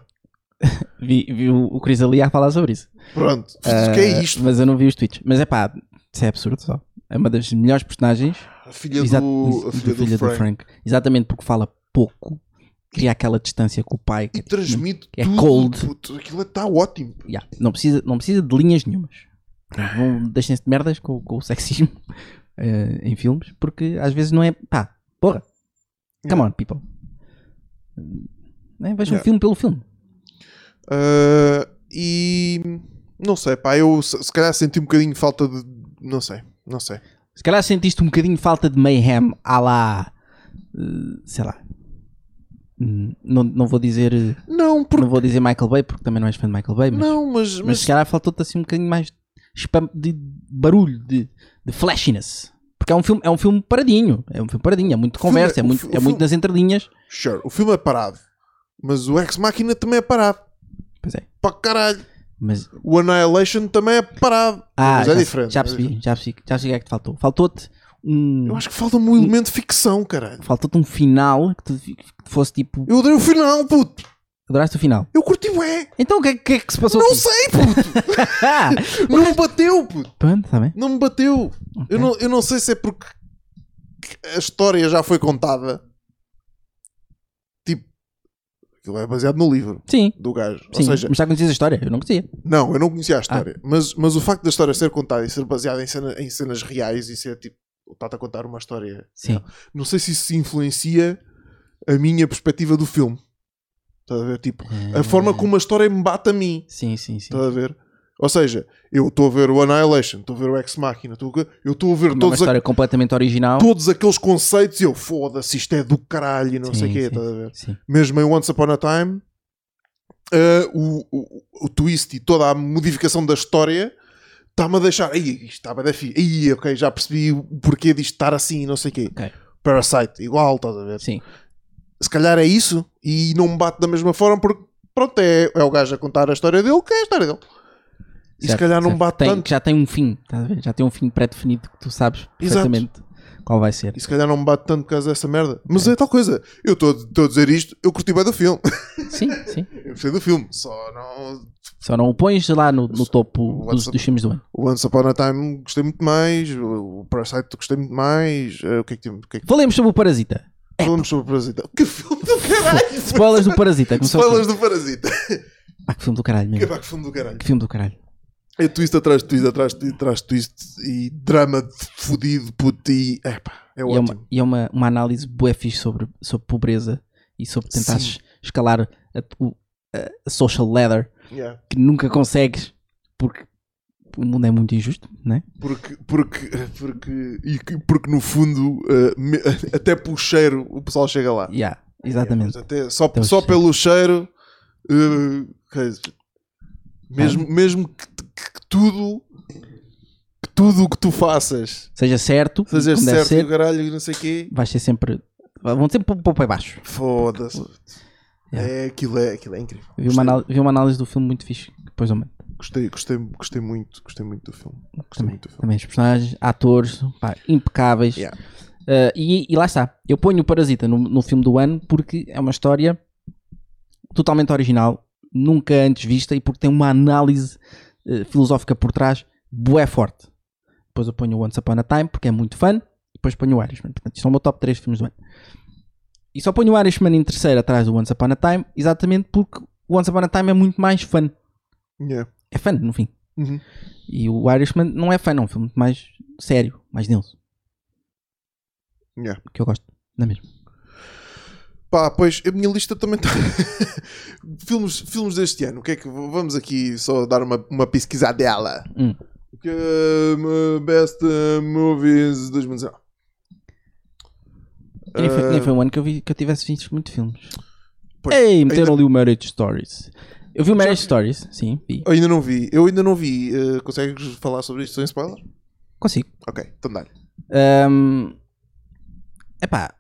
[SPEAKER 1] Vi, vi o, o Chris ali a falar sobre isso.
[SPEAKER 2] Pronto. o que é
[SPEAKER 1] Eh,
[SPEAKER 2] isto?
[SPEAKER 1] Mas eu não vi os tweets. Mas é pá, isso é absurdo só. É uma das melhores personagens.
[SPEAKER 2] A filha
[SPEAKER 1] Exa-
[SPEAKER 2] do, a
[SPEAKER 1] do-
[SPEAKER 2] filha do,
[SPEAKER 1] filha
[SPEAKER 2] Frank.
[SPEAKER 1] Exatamente porque fala pouco. Cria aquela distância com o pai. que
[SPEAKER 2] E
[SPEAKER 1] é tipo,
[SPEAKER 2] transmite
[SPEAKER 1] É
[SPEAKER 2] tudo.
[SPEAKER 1] cold.
[SPEAKER 2] puto. Aquilo está ótimo.
[SPEAKER 1] Yeah, não, precisa, não precisa de linhas nenhumas. Não Deixem-se de merdas com, com o sexismo eh, em filmes, porque às vezes não é. Pá, porra. Come on, people. Né, Vejam
[SPEAKER 2] Yeah.
[SPEAKER 1] o filme pelo filme.
[SPEAKER 2] Ah, e não sei, pá, eu se, se calhar senti um bocadinho falta de. Não sei, não sei.
[SPEAKER 1] Se calhar sentiste um bocadinho falta de mayhem à lá. eh, sei lá. Hum, Não, não vou dizer. eh,
[SPEAKER 2] Não, por...
[SPEAKER 1] Não vou dizer Michael Bay, porque também não és fã de Michael Bay, mas,
[SPEAKER 2] não mas,
[SPEAKER 1] mas
[SPEAKER 2] mas,
[SPEAKER 1] se calhar faltou-te assim um bocadinho mais spam de barulho, de, de flashiness. Porque é um, filme, é um filme paradinho. É um filme paradinho, é muito
[SPEAKER 2] filme-
[SPEAKER 1] conversa, é,
[SPEAKER 2] o
[SPEAKER 1] muito,
[SPEAKER 2] fi- o
[SPEAKER 1] é muito
[SPEAKER 2] filme-
[SPEAKER 1] nas entrelinhas.
[SPEAKER 2] sure, o filme é parado, mas o Ex Machina também é parado.
[SPEAKER 1] Pois é.
[SPEAKER 2] Pá, caralho.
[SPEAKER 1] Mas
[SPEAKER 2] O Annihilation também é parado.
[SPEAKER 1] ah,
[SPEAKER 2] mas é
[SPEAKER 1] já,
[SPEAKER 2] diferente.
[SPEAKER 1] já
[SPEAKER 2] é diferente.
[SPEAKER 1] percebi, já percebi, já percebi o que é que te faltou. Faltou-te um.
[SPEAKER 2] Eu acho que falta-me um elemento de ficção, caralho.
[SPEAKER 1] Faltou-te um final que, tu, que fosse tipo.
[SPEAKER 2] Eu odeio o final, puto.
[SPEAKER 1] Adoraste o final.
[SPEAKER 2] Eu curti o é.
[SPEAKER 1] Então o que, é- o que é que se passou?
[SPEAKER 2] Não
[SPEAKER 1] aqui? Ah!
[SPEAKER 2] sei, puto. não me bateu, puto.
[SPEAKER 1] Pronto, tá bem.
[SPEAKER 2] Não me bateu. Eu, não, eu não sei se é porque a história já foi contada. Tipo, Aquilo é baseado no livro
[SPEAKER 1] Sim.
[SPEAKER 2] do gajo. Ou
[SPEAKER 1] Sim, Ah.
[SPEAKER 2] seja,
[SPEAKER 1] mas já conhecias a história? Eu não conhecia.
[SPEAKER 2] não, eu não conhecia a história. Mas, mas o facto da história ser contada e ser baseada em, cena- em cenas reais e ser tipo. Está-te a contar uma história.
[SPEAKER 1] Sim.
[SPEAKER 2] Não sei se isso influencia a minha perspectiva do filme. Estás a ver? Tipo, a forma como a história me bate a mim.
[SPEAKER 1] Sim, sim, sim.
[SPEAKER 2] Estás a ver? Ou seja, eu estou a ver o Annihilation, estou a ver o Ex Machina, estou a- eu estou a
[SPEAKER 1] é
[SPEAKER 2] ver
[SPEAKER 1] Uma
[SPEAKER 2] todos, a-
[SPEAKER 1] história completamente original.
[SPEAKER 2] todos aqueles conceitos e eu foda-se, isto é do caralho e não
[SPEAKER 1] Sim,
[SPEAKER 2] sei o quê,
[SPEAKER 1] sim.
[SPEAKER 2] estás a ver?
[SPEAKER 1] Sim.
[SPEAKER 2] Mesmo em Once Upon a Time, eh, o, o- o twist e toda a modificação da história está-me a deixar. Aí, isto está bem da fi. Aí, ok, já percebi o porquê disto estar assim e não sei o quê.
[SPEAKER 1] Ok.
[SPEAKER 2] Parasite, igual, estás a ver?
[SPEAKER 1] Sim.
[SPEAKER 2] se calhar é isso e não me bate da mesma forma porque pronto, é, é o gajo a contar a história dele que é a história dele. E se
[SPEAKER 1] Certo,
[SPEAKER 2] calhar não
[SPEAKER 1] certo.
[SPEAKER 2] bate
[SPEAKER 1] Tem-
[SPEAKER 2] tanto.
[SPEAKER 1] Já tem um fim, estás a ver? Já tem um fim pré-definido que tu sabes
[SPEAKER 2] Exato.
[SPEAKER 1] perfeitamente qual vai ser.
[SPEAKER 2] E se calhar não me bate tanto por causa dessa merda. Mas é, tal coisa. Eu estou a dizer isto, eu curti bem do filme.
[SPEAKER 1] Sim, sim.
[SPEAKER 2] eu gostei do filme. Só não.
[SPEAKER 1] Só não o pões lá no, no topo
[SPEAKER 2] What's
[SPEAKER 1] dos,
[SPEAKER 2] up?
[SPEAKER 1] dos filmes do ano.
[SPEAKER 2] O Once Upon a Time gostei muito mais. O o Parasite gostei muito mais. eh, o que é que temos? O que é que
[SPEAKER 1] Falemos sobre o Parasita.
[SPEAKER 2] falamos sobre o Parasita? Que filme do caralho!
[SPEAKER 1] Spoilers do Parasita. Começou
[SPEAKER 2] Spoilers do Parasita.
[SPEAKER 1] aqui. Ah, que filme do caralho
[SPEAKER 2] Que
[SPEAKER 1] mesmo.
[SPEAKER 2] pá, que filme do caralho.
[SPEAKER 1] Que filme do caralho.
[SPEAKER 2] É twist atrás de twist, atrás de twist, atrás de twist e drama de fudido, puto e. Epá,
[SPEAKER 1] E
[SPEAKER 2] é
[SPEAKER 1] é,
[SPEAKER 2] ótimo.
[SPEAKER 1] uma, e é uma, uma análise bué fixe sobre, sobre pobreza e sobre tentar
[SPEAKER 2] Sim.
[SPEAKER 1] escalar a, o- a- a social ladder
[SPEAKER 2] Yeah.
[SPEAKER 1] que nunca consegues porque o mundo é muito injusto, né?
[SPEAKER 2] Porque, porque, porque, e que- porque no fundo, eh, me- até pelo cheiro, o pessoal chega lá.
[SPEAKER 1] Yeah,
[SPEAKER 2] é,
[SPEAKER 1] exatamente.
[SPEAKER 2] Yeah, até- só
[SPEAKER 1] Então,
[SPEAKER 2] só
[SPEAKER 1] sim.
[SPEAKER 2] pelo cheiro, eh, quer dizer, mesmo, mesmo que, que- que tudo, que tudo o que tu faças,
[SPEAKER 1] Seja certo,
[SPEAKER 2] fazer
[SPEAKER 1] como deve
[SPEAKER 2] certo e
[SPEAKER 1] ser,
[SPEAKER 2] o caralho e não sei o quê,
[SPEAKER 1] vai ser sempre. Vão sempre para para baixo.
[SPEAKER 2] foda-se.
[SPEAKER 1] Yeah.
[SPEAKER 2] É, aquilo é, aquilo é incrível.
[SPEAKER 1] Vi uma, anal- vi uma análise do filme muito fixe. que Depois eu mando.
[SPEAKER 2] Gostei, gostei, gostei muito, gostei muito do filme. Gostei
[SPEAKER 1] Também,
[SPEAKER 2] muito do filme.
[SPEAKER 1] também os personagens, atores, pá, impecáveis.
[SPEAKER 2] Yeah.
[SPEAKER 1] Uh, e, e lá está. Eu ponho o Parasita no, no filme do ano porque é uma história totalmente original, nunca antes vista e porque tem uma análise uh, filosófica por trás bué forte. Depois eu ponho o Once Upon a Time porque é muito fã. Depois ponho o Irishman. Portanto, isto é o meu top 3 filmes do ano. E só ponho o Irishman em terceiro atrás do Once Upon a Time exatamente porque o Once Upon a Time é muito mais fã.
[SPEAKER 2] Yeah.
[SPEAKER 1] É fã, no fim.
[SPEAKER 2] Uhum.
[SPEAKER 1] E o Irishman não é fã, não. É um filme mais sério, mais denso.
[SPEAKER 2] Yeah.
[SPEAKER 1] Que eu gosto. Não é mesmo?
[SPEAKER 2] Pá, pois a minha lista também está. filmes, filmes deste ano, o que é que. Vamos aqui só dar uma, uma pesquisadela.
[SPEAKER 1] Hum.
[SPEAKER 2] O que é, uh, Best uh, Movies 2019.
[SPEAKER 1] E Nem foi, nem
[SPEAKER 2] Uh,
[SPEAKER 1] foi um ano que eu, vi, que eu tivesse visto muito filmes.
[SPEAKER 2] Pois,
[SPEAKER 1] Ei, meteram
[SPEAKER 2] ainda-
[SPEAKER 1] ali o Marriage Stories. Eu vi o Marriage Stories, sim, vi.
[SPEAKER 2] Eu ainda não vi, eu ainda não vi. Uh, consegues falar sobre isto sem spoiler?
[SPEAKER 1] Consigo.
[SPEAKER 2] Ok, então dá-lhe.
[SPEAKER 1] Ahm, Epá,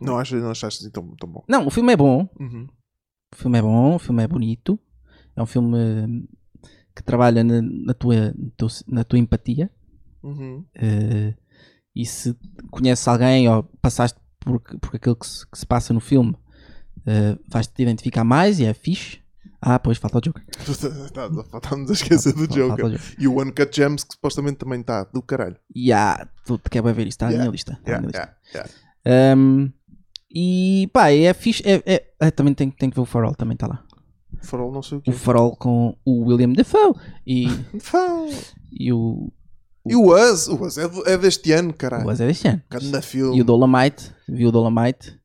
[SPEAKER 2] Não, achas, não achaste assim tão, tão bom.
[SPEAKER 1] não, o filme é bom.
[SPEAKER 2] Uhum.
[SPEAKER 1] O filme é bom, o filme é bonito. É um filme hum, que trabalha na, na tua, no teu- na tua empatia.
[SPEAKER 2] Uhum.
[SPEAKER 1] Eh, e se conheces alguém ou passaste por, por aquilo que se, que se passa no filme, eh, vais-te identificar mais e é fixe. Ah, pois falta o Joker.
[SPEAKER 2] tá, Faltamos a esquecer é do
[SPEAKER 1] Falta- falta
[SPEAKER 2] Joker.
[SPEAKER 1] o Joker.
[SPEAKER 2] E o Uncut Gems, que supostamente também está do caralho.
[SPEAKER 1] E há, tu te quer bem ver isto, está na
[SPEAKER 2] Yeah,
[SPEAKER 1] minha lista. tá na
[SPEAKER 2] Yeah,
[SPEAKER 1] minha lista.
[SPEAKER 2] yeah, yeah.
[SPEAKER 1] Ahm, e pá, é fixe. É, é- ah, também tem, tem que ver o farol, também está lá.
[SPEAKER 2] Farol, não sei o
[SPEAKER 1] O
[SPEAKER 2] quê.
[SPEAKER 1] farol com o William Defoe e,
[SPEAKER 2] Fão.
[SPEAKER 1] e o.
[SPEAKER 2] E o Us? O Us é, do- é deste ano, caralho.
[SPEAKER 1] O Asa deste ano.
[SPEAKER 2] Ganda filme.
[SPEAKER 1] E o Dolomite, vi o Dolomite.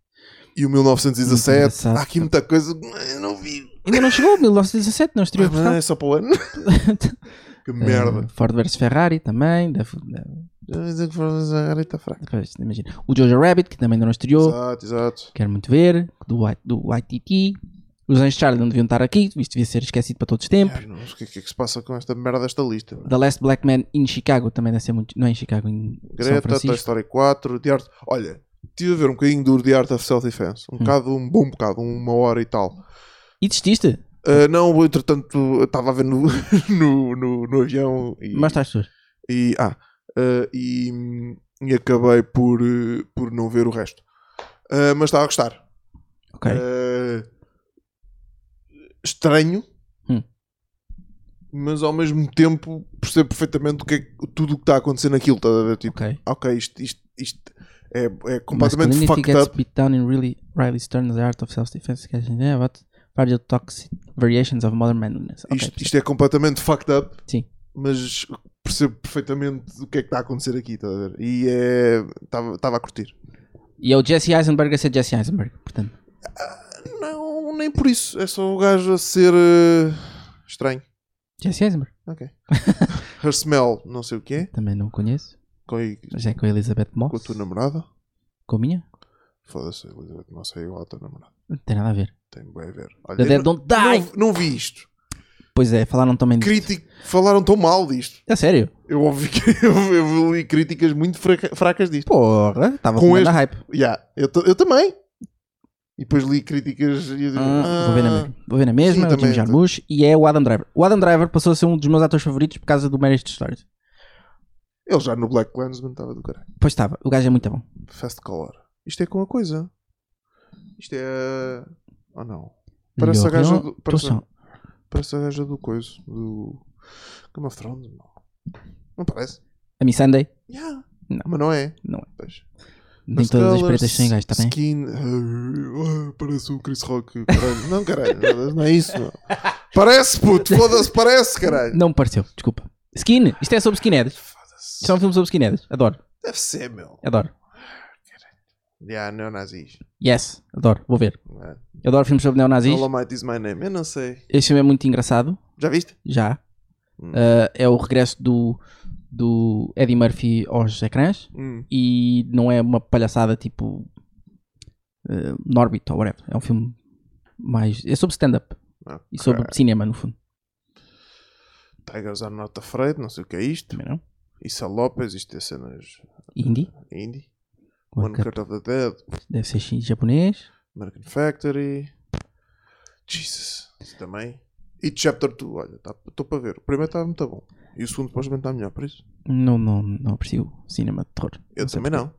[SPEAKER 2] E o 1917.
[SPEAKER 1] 1917.
[SPEAKER 2] Há aqui muita coisa que eu não vi.
[SPEAKER 1] Ainda não chegou, 1917, não estreou
[SPEAKER 2] Ah,
[SPEAKER 1] por cá.
[SPEAKER 2] é só para o ano. que
[SPEAKER 1] Eh,
[SPEAKER 2] merda.
[SPEAKER 1] Ford versus Ferrari também. deve- deve-
[SPEAKER 2] Agora está fraco.
[SPEAKER 1] depois, imagina. O Jojo Rabbit, que também ainda não estreou.
[SPEAKER 2] Exato, exato.
[SPEAKER 1] Quero muito ver. Do, White- do ITT. Os Anjos de Charlie não deviam estar aqui. Isto devia ser esquecido para todos os tempos.
[SPEAKER 2] Ai, não, mas O que, o que é que se passa com esta merda desta lista? mano?
[SPEAKER 1] The Last Black Man in Chicago também deve ser muito. Não é em Chicago, em São
[SPEAKER 2] Greta, Toy
[SPEAKER 1] Francisco.
[SPEAKER 2] Story 4, The Art... Olha, estive a ver um bocadinho do The Art of Self-Defense.
[SPEAKER 1] Hum.
[SPEAKER 2] Um bocado, um bom bocado, uma hora e tal.
[SPEAKER 1] E desististe?
[SPEAKER 2] Ah, não, entretanto, eu estava a ver no, no, no, no avião e...
[SPEAKER 1] Mas estás tu.
[SPEAKER 2] E, ah, eh, e, e acabei por, eh, por não ver o resto. Eh, mas estava a gostar.
[SPEAKER 1] Ok.
[SPEAKER 2] Eh, estranho,
[SPEAKER 1] Hum.
[SPEAKER 2] mas ao mesmo tempo percebo perfeitamente o que é que- tudo o que está a acontecer naquilo. Estás a ver? Tipo,
[SPEAKER 1] ok.
[SPEAKER 2] ok, isto, isto, isto É, é completamente
[SPEAKER 1] Masculinity
[SPEAKER 2] fucked
[SPEAKER 1] gets
[SPEAKER 2] up.
[SPEAKER 1] beat down in really Riley Stern, The Art of Self-Defense, yeah, but various toxic variations of modern manliness. Ok,
[SPEAKER 2] Isto, isto é completamente fucked up.
[SPEAKER 1] Sim.
[SPEAKER 2] Mas percebo perfeitamente o que é que está a acontecer aqui, estás a ver? E é. Estava a curtir.
[SPEAKER 1] E é o Jesse Eisenberg a ser Jesse Eisenberg, portanto.
[SPEAKER 2] Não, nem por isso. É só o gajo a ser. eh, estranho.
[SPEAKER 1] Jesse Eisenberg,
[SPEAKER 2] Ok. Her smell, não sei o que é.
[SPEAKER 1] também não o conheço,
[SPEAKER 2] Com,
[SPEAKER 1] mas é com a Elizabeth Moss,
[SPEAKER 2] com a tua namorada.
[SPEAKER 1] com a minha,
[SPEAKER 2] Foda-se, Elizabeth, não sei igual a tua namorada.
[SPEAKER 1] não tem nada a ver.
[SPEAKER 2] Tem bem a ver. Olha,
[SPEAKER 1] The
[SPEAKER 2] eu
[SPEAKER 1] Dead
[SPEAKER 2] não,
[SPEAKER 1] Don't Die!
[SPEAKER 2] não, não vi isto.
[SPEAKER 1] Pois é, falaram também disso.
[SPEAKER 2] Crítico, falaram tão mal disto.
[SPEAKER 1] É sério?
[SPEAKER 2] Eu ouvi que eu, eu li críticas muito fraca- fracas disto.
[SPEAKER 1] Porra, estava
[SPEAKER 2] Com
[SPEAKER 1] com
[SPEAKER 2] este-
[SPEAKER 1] este... hype.
[SPEAKER 2] Yeah, eu, ta- eu também. E depois li críticas e eu digo,
[SPEAKER 1] Ah, vou ver na
[SPEAKER 2] "Ah,
[SPEAKER 1] mesma. Vou ver na mesma,
[SPEAKER 2] Sim,
[SPEAKER 1] é o Jim
[SPEAKER 2] também,
[SPEAKER 1] Jarmusch e é o Adam Driver. O Adam Driver passou a ser um dos meus atores favoritos por causa do Marriage Stories.
[SPEAKER 2] Ele já no Black Klansman estava do caralho.
[SPEAKER 1] Pois estava, o gajo é muito bom.
[SPEAKER 2] Fast Color. Isto é com a coisa. Isto é. Ou não? Parece a
[SPEAKER 1] Melhor
[SPEAKER 2] gaja
[SPEAKER 1] não,
[SPEAKER 2] do.
[SPEAKER 1] tu
[SPEAKER 2] Parece,
[SPEAKER 1] só-
[SPEAKER 2] parece a gaja do coisa. Do. Game of Thrones, não. Não parece?
[SPEAKER 1] A Miss Sunday,
[SPEAKER 2] Yeah.
[SPEAKER 1] Não.
[SPEAKER 2] Mas não é.
[SPEAKER 1] Não é.
[SPEAKER 2] Pois.
[SPEAKER 1] nem
[SPEAKER 2] Fast
[SPEAKER 1] todas as
[SPEAKER 2] Color,
[SPEAKER 1] pretas têm gajo, está bem?
[SPEAKER 2] Skin. ah, ah, parece o Chris Rock. Caralho. Não, caralho. Não é isso, não. Parece, puto. Foda-se, parece, caralho.
[SPEAKER 1] Não me pareceu, desculpa. Skin, isto é sobre skinheads.
[SPEAKER 2] Foda-se.
[SPEAKER 1] Isto é um filme sobre skinheads. Adoro,
[SPEAKER 2] Deve ser, meu.
[SPEAKER 1] adoro.
[SPEAKER 2] Yeah, neonazis.
[SPEAKER 1] Yes, adoro, vou ver.
[SPEAKER 2] É.
[SPEAKER 1] Adoro filmes sobre neonazis.
[SPEAKER 2] All Might is my name. Eu não sei.
[SPEAKER 1] Este filme é muito engraçado,
[SPEAKER 2] Já viste?
[SPEAKER 1] já.
[SPEAKER 2] Hum.
[SPEAKER 1] Ah, é o regresso do, do Eddie Murphy aos ecrãs.
[SPEAKER 2] Hum.
[SPEAKER 1] e não é uma palhaçada tipo eh, Norbit ou whatever. É um filme mais. É sobre stand-up e sobre cinema, no fundo.
[SPEAKER 2] Tigers are not afraid. Não sei o que é isto.
[SPEAKER 1] Também não?
[SPEAKER 2] Issa Lopez. Isto é cenas
[SPEAKER 1] Indie.
[SPEAKER 2] indie.
[SPEAKER 1] One
[SPEAKER 2] One Cut of the Dead.
[SPEAKER 1] Deve ser chi- japonês.
[SPEAKER 2] American Factory. Jesus. Isso também. E Chapter 2. Olha, estou para ver. O primeiro estava muito bom. E o segundo supostamente está melhor, por isso.
[SPEAKER 1] Não, não, não aprecio cinema de terror.
[SPEAKER 2] Eu
[SPEAKER 1] sei
[SPEAKER 2] também
[SPEAKER 1] porquê.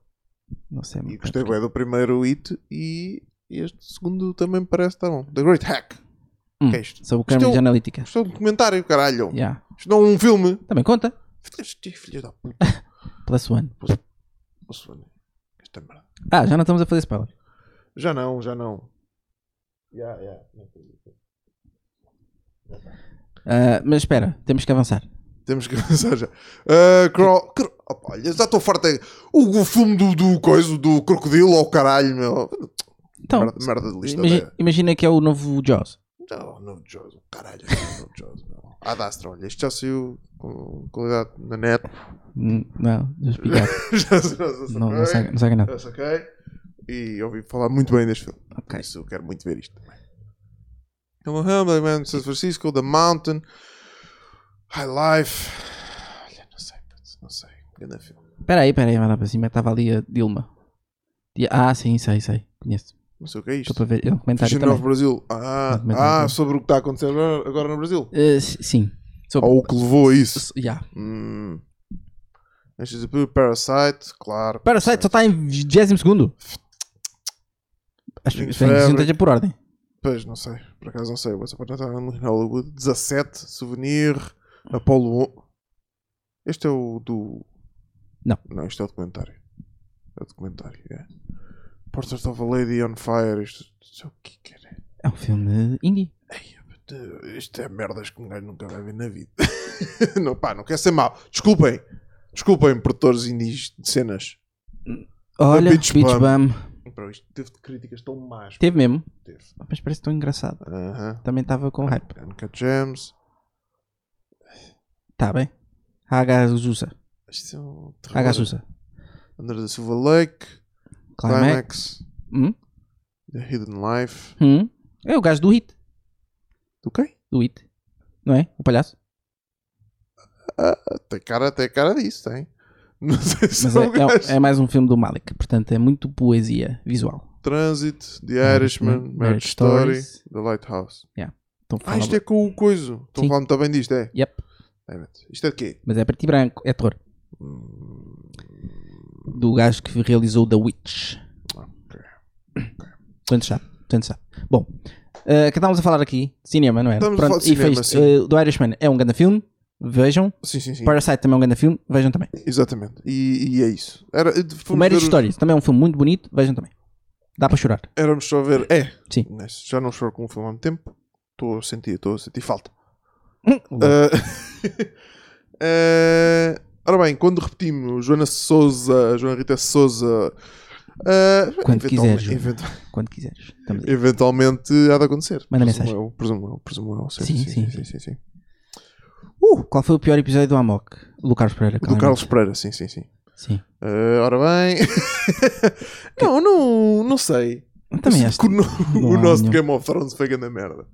[SPEAKER 2] não.
[SPEAKER 1] Não sei.
[SPEAKER 2] E
[SPEAKER 1] muito
[SPEAKER 2] gostei
[SPEAKER 1] porquê.
[SPEAKER 2] bem do primeiro It. E este segundo também me parece que está bom. The Great Hack.
[SPEAKER 1] Hum.
[SPEAKER 2] Que é isto?
[SPEAKER 1] Sobre o
[SPEAKER 2] Isto é
[SPEAKER 1] Cambridge
[SPEAKER 2] um-
[SPEAKER 1] Analytica.
[SPEAKER 2] Isto é um documentário, caralho.
[SPEAKER 1] Yeah.
[SPEAKER 2] Isto não é um filme.
[SPEAKER 1] Também conta.
[SPEAKER 2] Filhos filho da puta.
[SPEAKER 1] Plus One.
[SPEAKER 2] Posso ver? Esta merda.
[SPEAKER 1] Ah, já não estamos a fazer spoiler.
[SPEAKER 2] Já não, já não.
[SPEAKER 1] Ah, mas espera, temos que avançar.
[SPEAKER 2] Temos que avançar já. Ah, cro... cro- Opa, olha, já estou farto. aí. O, o filme do, do coisa, do crocodilo ao caralho, meu.
[SPEAKER 1] Então,
[SPEAKER 2] merda, merda de lista.
[SPEAKER 1] imagi-
[SPEAKER 2] Imagina...
[SPEAKER 1] imagina que é o novo Jaws.
[SPEAKER 2] Não, não Jaws, caralho. é Não Jaws, não. Ah, dá olha, isto já saiu com qualidade na net.
[SPEAKER 1] Hum, Não, já explicado.
[SPEAKER 2] já, já, já
[SPEAKER 1] não, não, saca, não saca nada.
[SPEAKER 2] Já saquei. E ouvi falar muito bem deste filme.
[SPEAKER 1] Ok.
[SPEAKER 2] Isso, eu quero muito ver isto também. Oklahoma, Man, San Francisco, The Mountain, High Life. Olha, não sei, putz, não sei. Grande filme.
[SPEAKER 1] Espera aí, espera aí, vai lá para cima. Estava ali a Dilma. Di- Ah, sim, sei, sei. Conheço.
[SPEAKER 2] Não sei o que é
[SPEAKER 1] Estou
[SPEAKER 2] isto.
[SPEAKER 1] para ver. É um comentário
[SPEAKER 2] Fugindo
[SPEAKER 1] também.
[SPEAKER 2] ao Brasil. Ah,
[SPEAKER 1] Documentário.
[SPEAKER 2] ah, sobre o que está a acontecer agora agora no Brasil.
[SPEAKER 1] Eh, s- sim. Sobre...
[SPEAKER 2] Ou o que levou a isso.
[SPEAKER 1] s- yeah.
[SPEAKER 2] Hum. Antes de tudo, Parasite, claro.
[SPEAKER 1] Parasite só está em 22 segundo. Acho que
[SPEAKER 2] Rings
[SPEAKER 1] tem que
[SPEAKER 2] Forever.
[SPEAKER 1] seja por ordem.
[SPEAKER 2] Pois, não sei. Por acaso não sei. What's Up Night in Hollywood. 17, Souvenir, Apollo 1. Este é o do...
[SPEAKER 1] Não.
[SPEAKER 2] Não, este é o documentário. É o documentário, é. Portrait of a Lady on Fire. Isto, isto é o que que é?
[SPEAKER 1] É um filme indie.
[SPEAKER 2] Ei, Isto é merdas que um gajo nunca vai ver na vida. não, pá, não quer ser mau. Desculpem. Desculpem, produtores indies de cenas.
[SPEAKER 1] Olha,
[SPEAKER 2] Beach
[SPEAKER 1] Ah, Beach, Bum.
[SPEAKER 2] Para isto teve críticas tão más.
[SPEAKER 1] Teve mesmo.
[SPEAKER 2] Teve.
[SPEAKER 1] Ah, Mas parece tão engraçado.
[SPEAKER 2] Aham.
[SPEAKER 1] Também estava com hype.
[SPEAKER 2] Uncut Gems.
[SPEAKER 1] Tá bem. H. Susa.
[SPEAKER 2] Isto é um
[SPEAKER 1] H.
[SPEAKER 2] terror.
[SPEAKER 1] Susa.
[SPEAKER 2] André da Silva Lake.
[SPEAKER 1] Climax.
[SPEAKER 2] Climax.
[SPEAKER 1] Hum?
[SPEAKER 2] The Hidden Life.
[SPEAKER 1] Hum? É o gajo do Hit.
[SPEAKER 2] Do quê?
[SPEAKER 1] Do Hit. Não é? O palhaço.
[SPEAKER 2] Tem cara, tem cara disso, tem. Não sei se
[SPEAKER 1] Mas
[SPEAKER 2] são
[SPEAKER 1] é,
[SPEAKER 2] gajos.
[SPEAKER 1] é, é mais um filme do Malik. Portanto, é muito poesia visual.
[SPEAKER 2] Transit, The Irishman,
[SPEAKER 1] Irishman,
[SPEAKER 2] Marriage
[SPEAKER 1] um- Hum, Marriage
[SPEAKER 2] Story,
[SPEAKER 1] Stories.
[SPEAKER 2] The Lighthouse.
[SPEAKER 1] Então,
[SPEAKER 2] Ah,
[SPEAKER 1] fala-
[SPEAKER 2] isto é com o coiso. Estão a
[SPEAKER 1] Sim.
[SPEAKER 2] falar muito bem disto, é?
[SPEAKER 1] Yep.
[SPEAKER 2] Damn it. Isto é de quê?
[SPEAKER 1] Mas é preto e branco, é ator.
[SPEAKER 2] Hum.
[SPEAKER 1] Do gajo que realizou The Witch.
[SPEAKER 2] Ok.
[SPEAKER 1] Tanto sabe, tanto sabe. Bom, eh, que estávamos a falar aqui de cinema, não é?
[SPEAKER 2] Estamos a falar de
[SPEAKER 1] e
[SPEAKER 2] cinema,
[SPEAKER 1] fez,
[SPEAKER 2] sim.
[SPEAKER 1] eh, do Irishman é um grande filme. Vejam.
[SPEAKER 2] Sim, sim, sim.
[SPEAKER 1] Parasite também é um grande filme. Vejam também.
[SPEAKER 2] Exatamente. E, e é isso. Era,
[SPEAKER 1] O Marriage
[SPEAKER 2] ver-
[SPEAKER 1] Stories também é um filme muito bonito. Vejam também. Dá para chorar.
[SPEAKER 2] Éramos só ver. É.
[SPEAKER 1] Sim.
[SPEAKER 2] Mas Já não choro com um filme há muito tempo. Estou a sentir, estou a sentir falta.
[SPEAKER 1] Uh,
[SPEAKER 2] Eh, ora bem, quando repetimos Joana Souza, Joana Rita Souza. eh,
[SPEAKER 1] Quando quiseres, Joana.
[SPEAKER 2] eventualmente,
[SPEAKER 1] Quando quiseres. Estamos aí.
[SPEAKER 2] eventualmente há de acontecer.
[SPEAKER 1] Manda
[SPEAKER 2] Presumo
[SPEAKER 1] mensagem.
[SPEAKER 2] eu, presumo eu, presumo eu. Sim,
[SPEAKER 1] Sim,
[SPEAKER 2] sim, sim.
[SPEAKER 1] sim.
[SPEAKER 2] sim, sim, sim.
[SPEAKER 1] Uh, Qual foi o pior episódio do Amok? Do Carlos Pereira.
[SPEAKER 2] Do
[SPEAKER 1] claramente.
[SPEAKER 2] Carlos Pereira, sim, sim, sim.
[SPEAKER 1] Sim.
[SPEAKER 2] Eh, ora bem. não, não, não sei.
[SPEAKER 1] Eu Também
[SPEAKER 2] Eu tipo,
[SPEAKER 1] acho.
[SPEAKER 2] sinto que o, no-
[SPEAKER 1] não
[SPEAKER 2] o
[SPEAKER 1] há
[SPEAKER 2] nosso
[SPEAKER 1] nenhum.
[SPEAKER 2] Game of Thrones foi grande merda.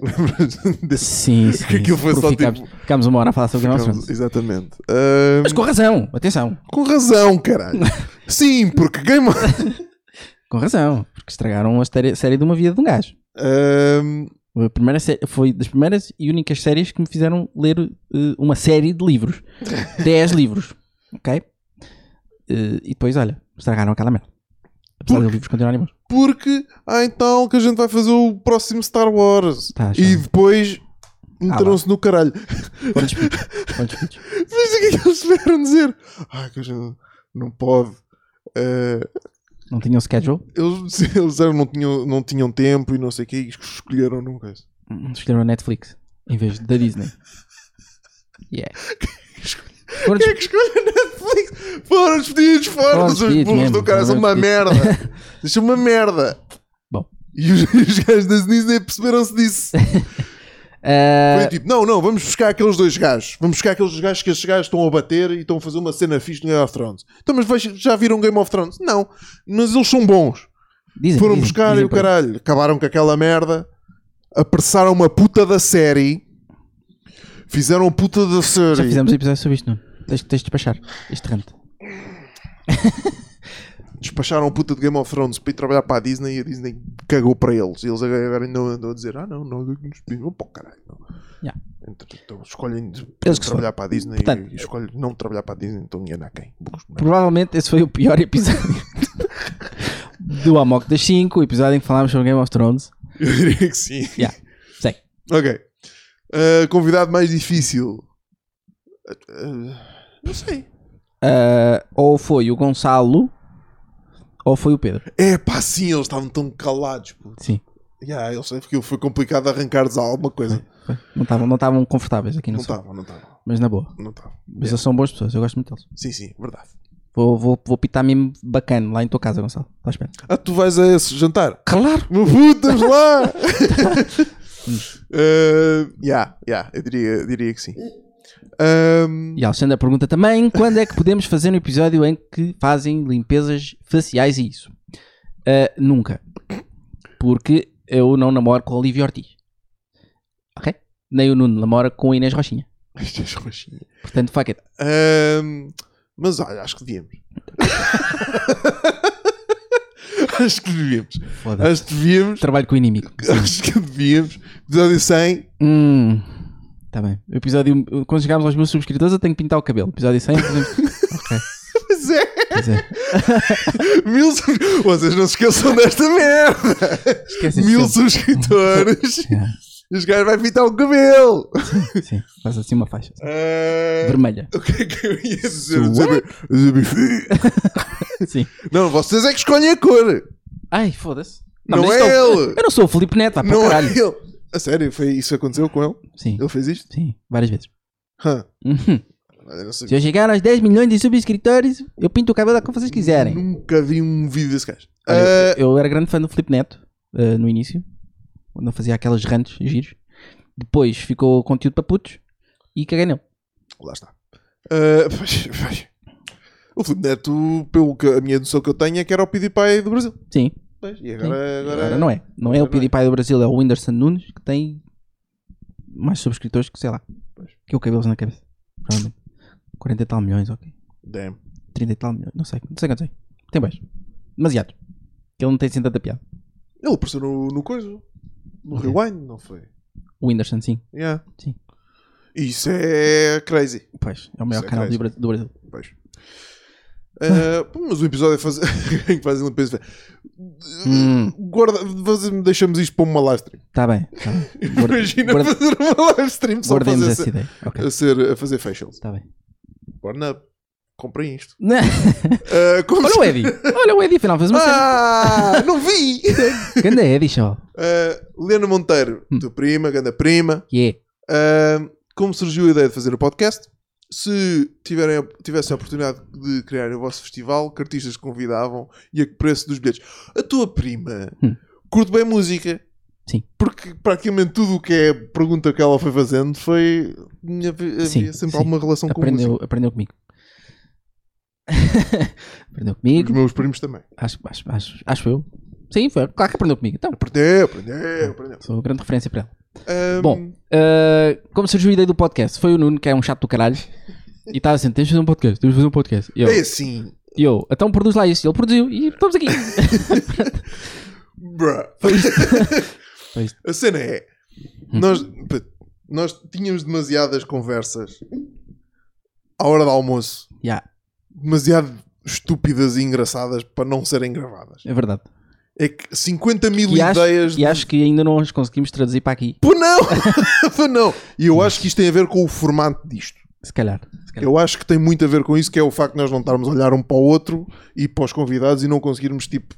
[SPEAKER 2] Lembras desse?
[SPEAKER 1] Sim, sim.
[SPEAKER 2] Que aquilo foi
[SPEAKER 1] Porque
[SPEAKER 2] só
[SPEAKER 1] ficámos,
[SPEAKER 2] tipo-
[SPEAKER 1] ficámos uma hora a falar sobre o nosso
[SPEAKER 2] Exatamente. Eh,
[SPEAKER 1] Mas com razão. Atenção.
[SPEAKER 2] Com razão, caralho. Sim, porque Game of...
[SPEAKER 1] Com razão. Porque estragaram a série série de uma vida de um gajo.
[SPEAKER 2] Ahm,
[SPEAKER 1] Foi A primeira sé- foi das primeiras e únicas séries que me fizeram ler eh, uma série de livros. 10 livros. Ok? Eh, e depois, olha, estragaram aquela merda. Apesar dos livros continuarem bons.
[SPEAKER 2] porque, ah, então que a gente vai fazer o próximo Star Wars.
[SPEAKER 1] Tá,
[SPEAKER 2] e
[SPEAKER 1] já. Ah,
[SPEAKER 2] depois meteram-se no caralho.
[SPEAKER 1] Pontos pitos. Pontos pitos.
[SPEAKER 2] Mas o que é que eles vieram dizer? Ah, que a gente não pode. Ah,
[SPEAKER 1] Não tinham schedule.
[SPEAKER 2] eles eles eram, não, tinham, não tinham tempo e não sei o que, e escolheram nunca.
[SPEAKER 1] Hum, Escolheram a Netflix em vez da Disney. Yeah. Foram des-
[SPEAKER 2] Quem é que escolhe a Netflix? Foram despedidos fora,
[SPEAKER 1] Foram
[SPEAKER 2] os
[SPEAKER 1] despedidos
[SPEAKER 2] burros
[SPEAKER 1] mesmo,
[SPEAKER 2] do cara são
[SPEAKER 1] foram
[SPEAKER 2] uma merda. Deixa uma merda.
[SPEAKER 1] Bom.
[SPEAKER 2] E os, os gajos da Disney perceberam-se disso. Foi
[SPEAKER 1] Ah,
[SPEAKER 2] tipo, não, não, vamos buscar aqueles dois gajos. Vamos buscar aqueles gajos que esses gajos estão a bater e estão a fazer uma cena fixe no Game of Thrones. Então, mas vais- já viram Game of Thrones? Não, mas eles são bons.
[SPEAKER 1] dizem,
[SPEAKER 2] Foram
[SPEAKER 1] dizem,
[SPEAKER 2] buscar
[SPEAKER 1] dizem
[SPEAKER 2] e o
[SPEAKER 1] por aí.
[SPEAKER 2] caralho. Acabaram com aquela merda. Apressaram uma puta da série. Fizeram a puta da série.
[SPEAKER 1] Já fizemos episódio sobre isto, não? Tens, tens de despachar este rante.
[SPEAKER 2] despacharam o puta de Game of Thrones para ir trabalhar para a Disney e a Disney cagou para eles. E eles agora ainda andam a dizer: Ah, não, nós é que nos pedimos. Pô, caralho. Não.
[SPEAKER 1] Yeah.
[SPEAKER 2] Então, então escolhem de
[SPEAKER 1] Eles que
[SPEAKER 2] trabalhar para a Disney
[SPEAKER 1] Portanto-
[SPEAKER 2] e escolhem não trabalhar para a Disney. Então enganar quem? Burros de merda.
[SPEAKER 1] Provavelmente esse foi o pior episódio do Amok das 5, o episódio em que falámos sobre Game of Thrones.
[SPEAKER 2] Eu diria que sim.
[SPEAKER 1] Yeah. Sei.
[SPEAKER 2] Ok. Ah, convidado mais difícil. Ah, ah, não sei.
[SPEAKER 1] Ah, ou foi o Gonçalo, ou foi o Pedro.
[SPEAKER 2] É pá, sim, eles estavam tão calados. Pô.
[SPEAKER 1] Sim.
[SPEAKER 2] Yeah, eu sei porque foi complicado arrancar-lhes alguma coisa.
[SPEAKER 1] Foi. Não estavam não estavam confortáveis aqui no
[SPEAKER 2] Não tá.
[SPEAKER 1] som.
[SPEAKER 2] estavam, não estavam.
[SPEAKER 1] Mas na boa.
[SPEAKER 2] Não estavam.
[SPEAKER 1] Mas eles são boas pessoas, eu gosto muito deles.
[SPEAKER 2] Sim, sim, verdade.
[SPEAKER 1] Vou, vou, vou pitar mesmo bacana lá em tua casa, Gonçalo. Está à espera.
[SPEAKER 2] Ah, tu vais a esse jantar?
[SPEAKER 1] Claro!
[SPEAKER 2] Meu puto, estamos lá! uh, yeah, yeah, eu diria, diria que sim. Um,
[SPEAKER 1] E a Alexandra pergunta também quando é que podemos fazer um episódio em que fazem limpezas faciais e isso? Ah, nunca. Porque eu não namoro com a Olivia Ortiz. Ok? Nem o Nuno namora com a Inês Rochinha.
[SPEAKER 2] isto é roxinho.
[SPEAKER 1] Portanto, fuck it.
[SPEAKER 2] Um, mas olha, acho que devíamos. acho que devíamos.
[SPEAKER 1] Foda-se.
[SPEAKER 2] Acho que devíamos.
[SPEAKER 1] Trabalho com o inimigo.
[SPEAKER 2] Acho que devíamos. Episódio 100.
[SPEAKER 1] Hum. Tá bem. O episódio. Quando chegarmos aos meus subscritores, eu tenho que pintar o cabelo. Episódio 100. fazemos- ok.
[SPEAKER 2] Pois é,
[SPEAKER 1] Pois é.
[SPEAKER 2] mil sub- Vocês não se esqueçam desta merda.
[SPEAKER 1] Esquece
[SPEAKER 2] Mil subscritores. Os gajos vai pintar o cabelo.
[SPEAKER 1] Sim. Faz assim uma faixa.
[SPEAKER 2] Uh,
[SPEAKER 1] Vermelha.
[SPEAKER 2] O que é que eu ia dizer?
[SPEAKER 1] Sua-
[SPEAKER 2] Dizer- dizer bife.
[SPEAKER 1] Sim.
[SPEAKER 2] Não, vocês é que escolhem a cor.
[SPEAKER 1] Ai, foda-se.
[SPEAKER 2] Não
[SPEAKER 1] mas
[SPEAKER 2] é
[SPEAKER 1] isto o-
[SPEAKER 2] ele.
[SPEAKER 1] Eu não sou o Felipe Neto, vai para
[SPEAKER 2] não
[SPEAKER 1] caralho.
[SPEAKER 2] é ele. A sério, foi isso que aconteceu com ele?
[SPEAKER 1] Sim,
[SPEAKER 2] Ele fez isto?
[SPEAKER 1] sim, várias vezes.
[SPEAKER 2] Hã.
[SPEAKER 1] Uhum.
[SPEAKER 2] Olha, não
[SPEAKER 1] Se
[SPEAKER 2] sabia.
[SPEAKER 1] eu chegar aos 10 milhões de subscritores, eu pinto o cabelo como vocês quiserem.
[SPEAKER 2] Nunca vi um vídeo desse gajo.
[SPEAKER 1] Olha,
[SPEAKER 2] Ah,
[SPEAKER 1] eu, eu era grande fã do Felipe Neto eh, no início, quando eu fazia aquelas rantes giros. Depois ficou conteúdo para putos e caguei nele.
[SPEAKER 2] Lá está. Ah, pois, pois. O Filipe Neto, pelo que a minha noção que eu tenho, é que era o PewDiePie do Brasil.
[SPEAKER 1] Sim,
[SPEAKER 2] Pois, e
[SPEAKER 1] sim.
[SPEAKER 2] agora, agora...
[SPEAKER 1] Agora não é. Não é o
[SPEAKER 2] agora não é.
[SPEAKER 1] PewDiePie do Brasil, é o Whindersson Nunes que tem mais subscritores que sei lá. Que eu cabelos na cabeça. Provavelmente. 40 e tal milhões, ok.
[SPEAKER 2] Damn.
[SPEAKER 1] 30 e tal milhões, não sei, não sei quanto tem. Tem mais. Demasiado. Que ele não tem assim tanta piada.
[SPEAKER 2] Ele apareceu no, no coiso. No
[SPEAKER 1] Ok.
[SPEAKER 2] Rewind, não foi?
[SPEAKER 1] O Whindersson, sim.
[SPEAKER 2] Yeah.
[SPEAKER 1] Sim.
[SPEAKER 2] Isso é crazy.
[SPEAKER 1] Pois, é o maior
[SPEAKER 2] Isso é
[SPEAKER 1] canal do
[SPEAKER 2] crazy.
[SPEAKER 1] Bra- do Brasil.
[SPEAKER 2] Pois. Ah, pô, mas o episódio é fazer... em que fazem limpeza.
[SPEAKER 1] Hum,
[SPEAKER 2] Guarda... faz- Deixamos isto para uma live stream.
[SPEAKER 1] tá bem. Tá bem. Guarda-
[SPEAKER 2] Imagina
[SPEAKER 1] guarda-
[SPEAKER 2] fazer uma live stream só a
[SPEAKER 1] guardemos
[SPEAKER 2] fazer,
[SPEAKER 1] essa ideia. Ok.
[SPEAKER 2] a, ser, a fazer facials.
[SPEAKER 1] Tá bem.
[SPEAKER 2] Born up. Comprem isto.
[SPEAKER 1] Não.
[SPEAKER 2] Ah, como
[SPEAKER 1] Olha
[SPEAKER 2] se-
[SPEAKER 1] o Eddie. Olha o Eddie, afinal, fez uma cena.
[SPEAKER 2] Ah, não vi!
[SPEAKER 1] Ganda Eddie, show.
[SPEAKER 2] Uh, Lena Monteiro,
[SPEAKER 1] Hum.
[SPEAKER 2] tua prima, grande prima.
[SPEAKER 1] Yeah.
[SPEAKER 2] Uh, como surgiu a ideia de fazer o podcast? Se tiverem, tivessem a oportunidade de criar o vosso festival, que artistas convidavam e a que preço dos bilhetes? A tua prima
[SPEAKER 1] Hum.
[SPEAKER 2] curte bem música.
[SPEAKER 1] Sim.
[SPEAKER 2] Porque praticamente tudo o que é pergunta que ela foi fazendo foi. tinha- Havia
[SPEAKER 1] Sim,
[SPEAKER 2] sempre
[SPEAKER 1] sim.
[SPEAKER 2] alguma relação com
[SPEAKER 1] Aprendeu, aprendeu comigo. aprendeu comigo.
[SPEAKER 2] música. Os meus primos também.
[SPEAKER 1] Acho, acho, acho, acho eu. Sim, foi. Claro que aprendeu comigo. Então,
[SPEAKER 2] Aprendeu, aprendeu, aprendeu.
[SPEAKER 1] sou grande referência para ela.
[SPEAKER 2] Um,
[SPEAKER 1] Bom. Uh, como surgiu a ideia do podcast? Foi o Nuno, que é um chato do caralho. E estava assim: temos de fazer um podcast, temos de fazer um podcast. E eu,
[SPEAKER 2] É assim,
[SPEAKER 1] e eu, então produz lá isso. Ele produziu e estamos aqui.
[SPEAKER 2] bruh.
[SPEAKER 1] Foi isto.
[SPEAKER 2] A cena é. Nós, pá, nós tínhamos demasiadas conversas à hora do almoço.
[SPEAKER 1] Ya,
[SPEAKER 2] Demasiado estúpidas e engraçadas para não serem gravadas.
[SPEAKER 1] é verdade.
[SPEAKER 2] É que 50 mil
[SPEAKER 1] E acho,
[SPEAKER 2] ideias.
[SPEAKER 1] e acho que ainda não as conseguimos traduzir para aqui.
[SPEAKER 2] Pô, não! Pô, não! E eu acho que isto tem a ver com o formato disto.
[SPEAKER 1] Se calhar. Se calhar.
[SPEAKER 2] Eu acho que tem muito a ver com isso, que é o facto de nós não estarmos a olhar um para o outro e para os convidados e não conseguirmos, tipo.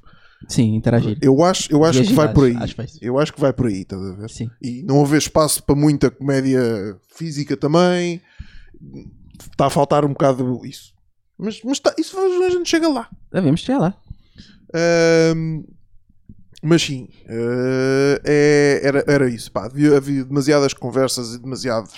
[SPEAKER 1] Sim, interagir.
[SPEAKER 2] Eu acho, eu acho que
[SPEAKER 1] Reagir
[SPEAKER 2] vai por aí.
[SPEAKER 1] às- às faces.
[SPEAKER 2] Eu acho que vai por aí, estás a ver?
[SPEAKER 1] Sim.
[SPEAKER 2] e não haver espaço para muita comédia física também. Está a faltar um bocado isso. Mas, mas tá- isso a gente chega lá.
[SPEAKER 1] Ah, vemos chegar lá.
[SPEAKER 2] Ahm, mas sim, ah, é- era, era isso. Pá. Havia, havia demasiadas conversas e demasiados,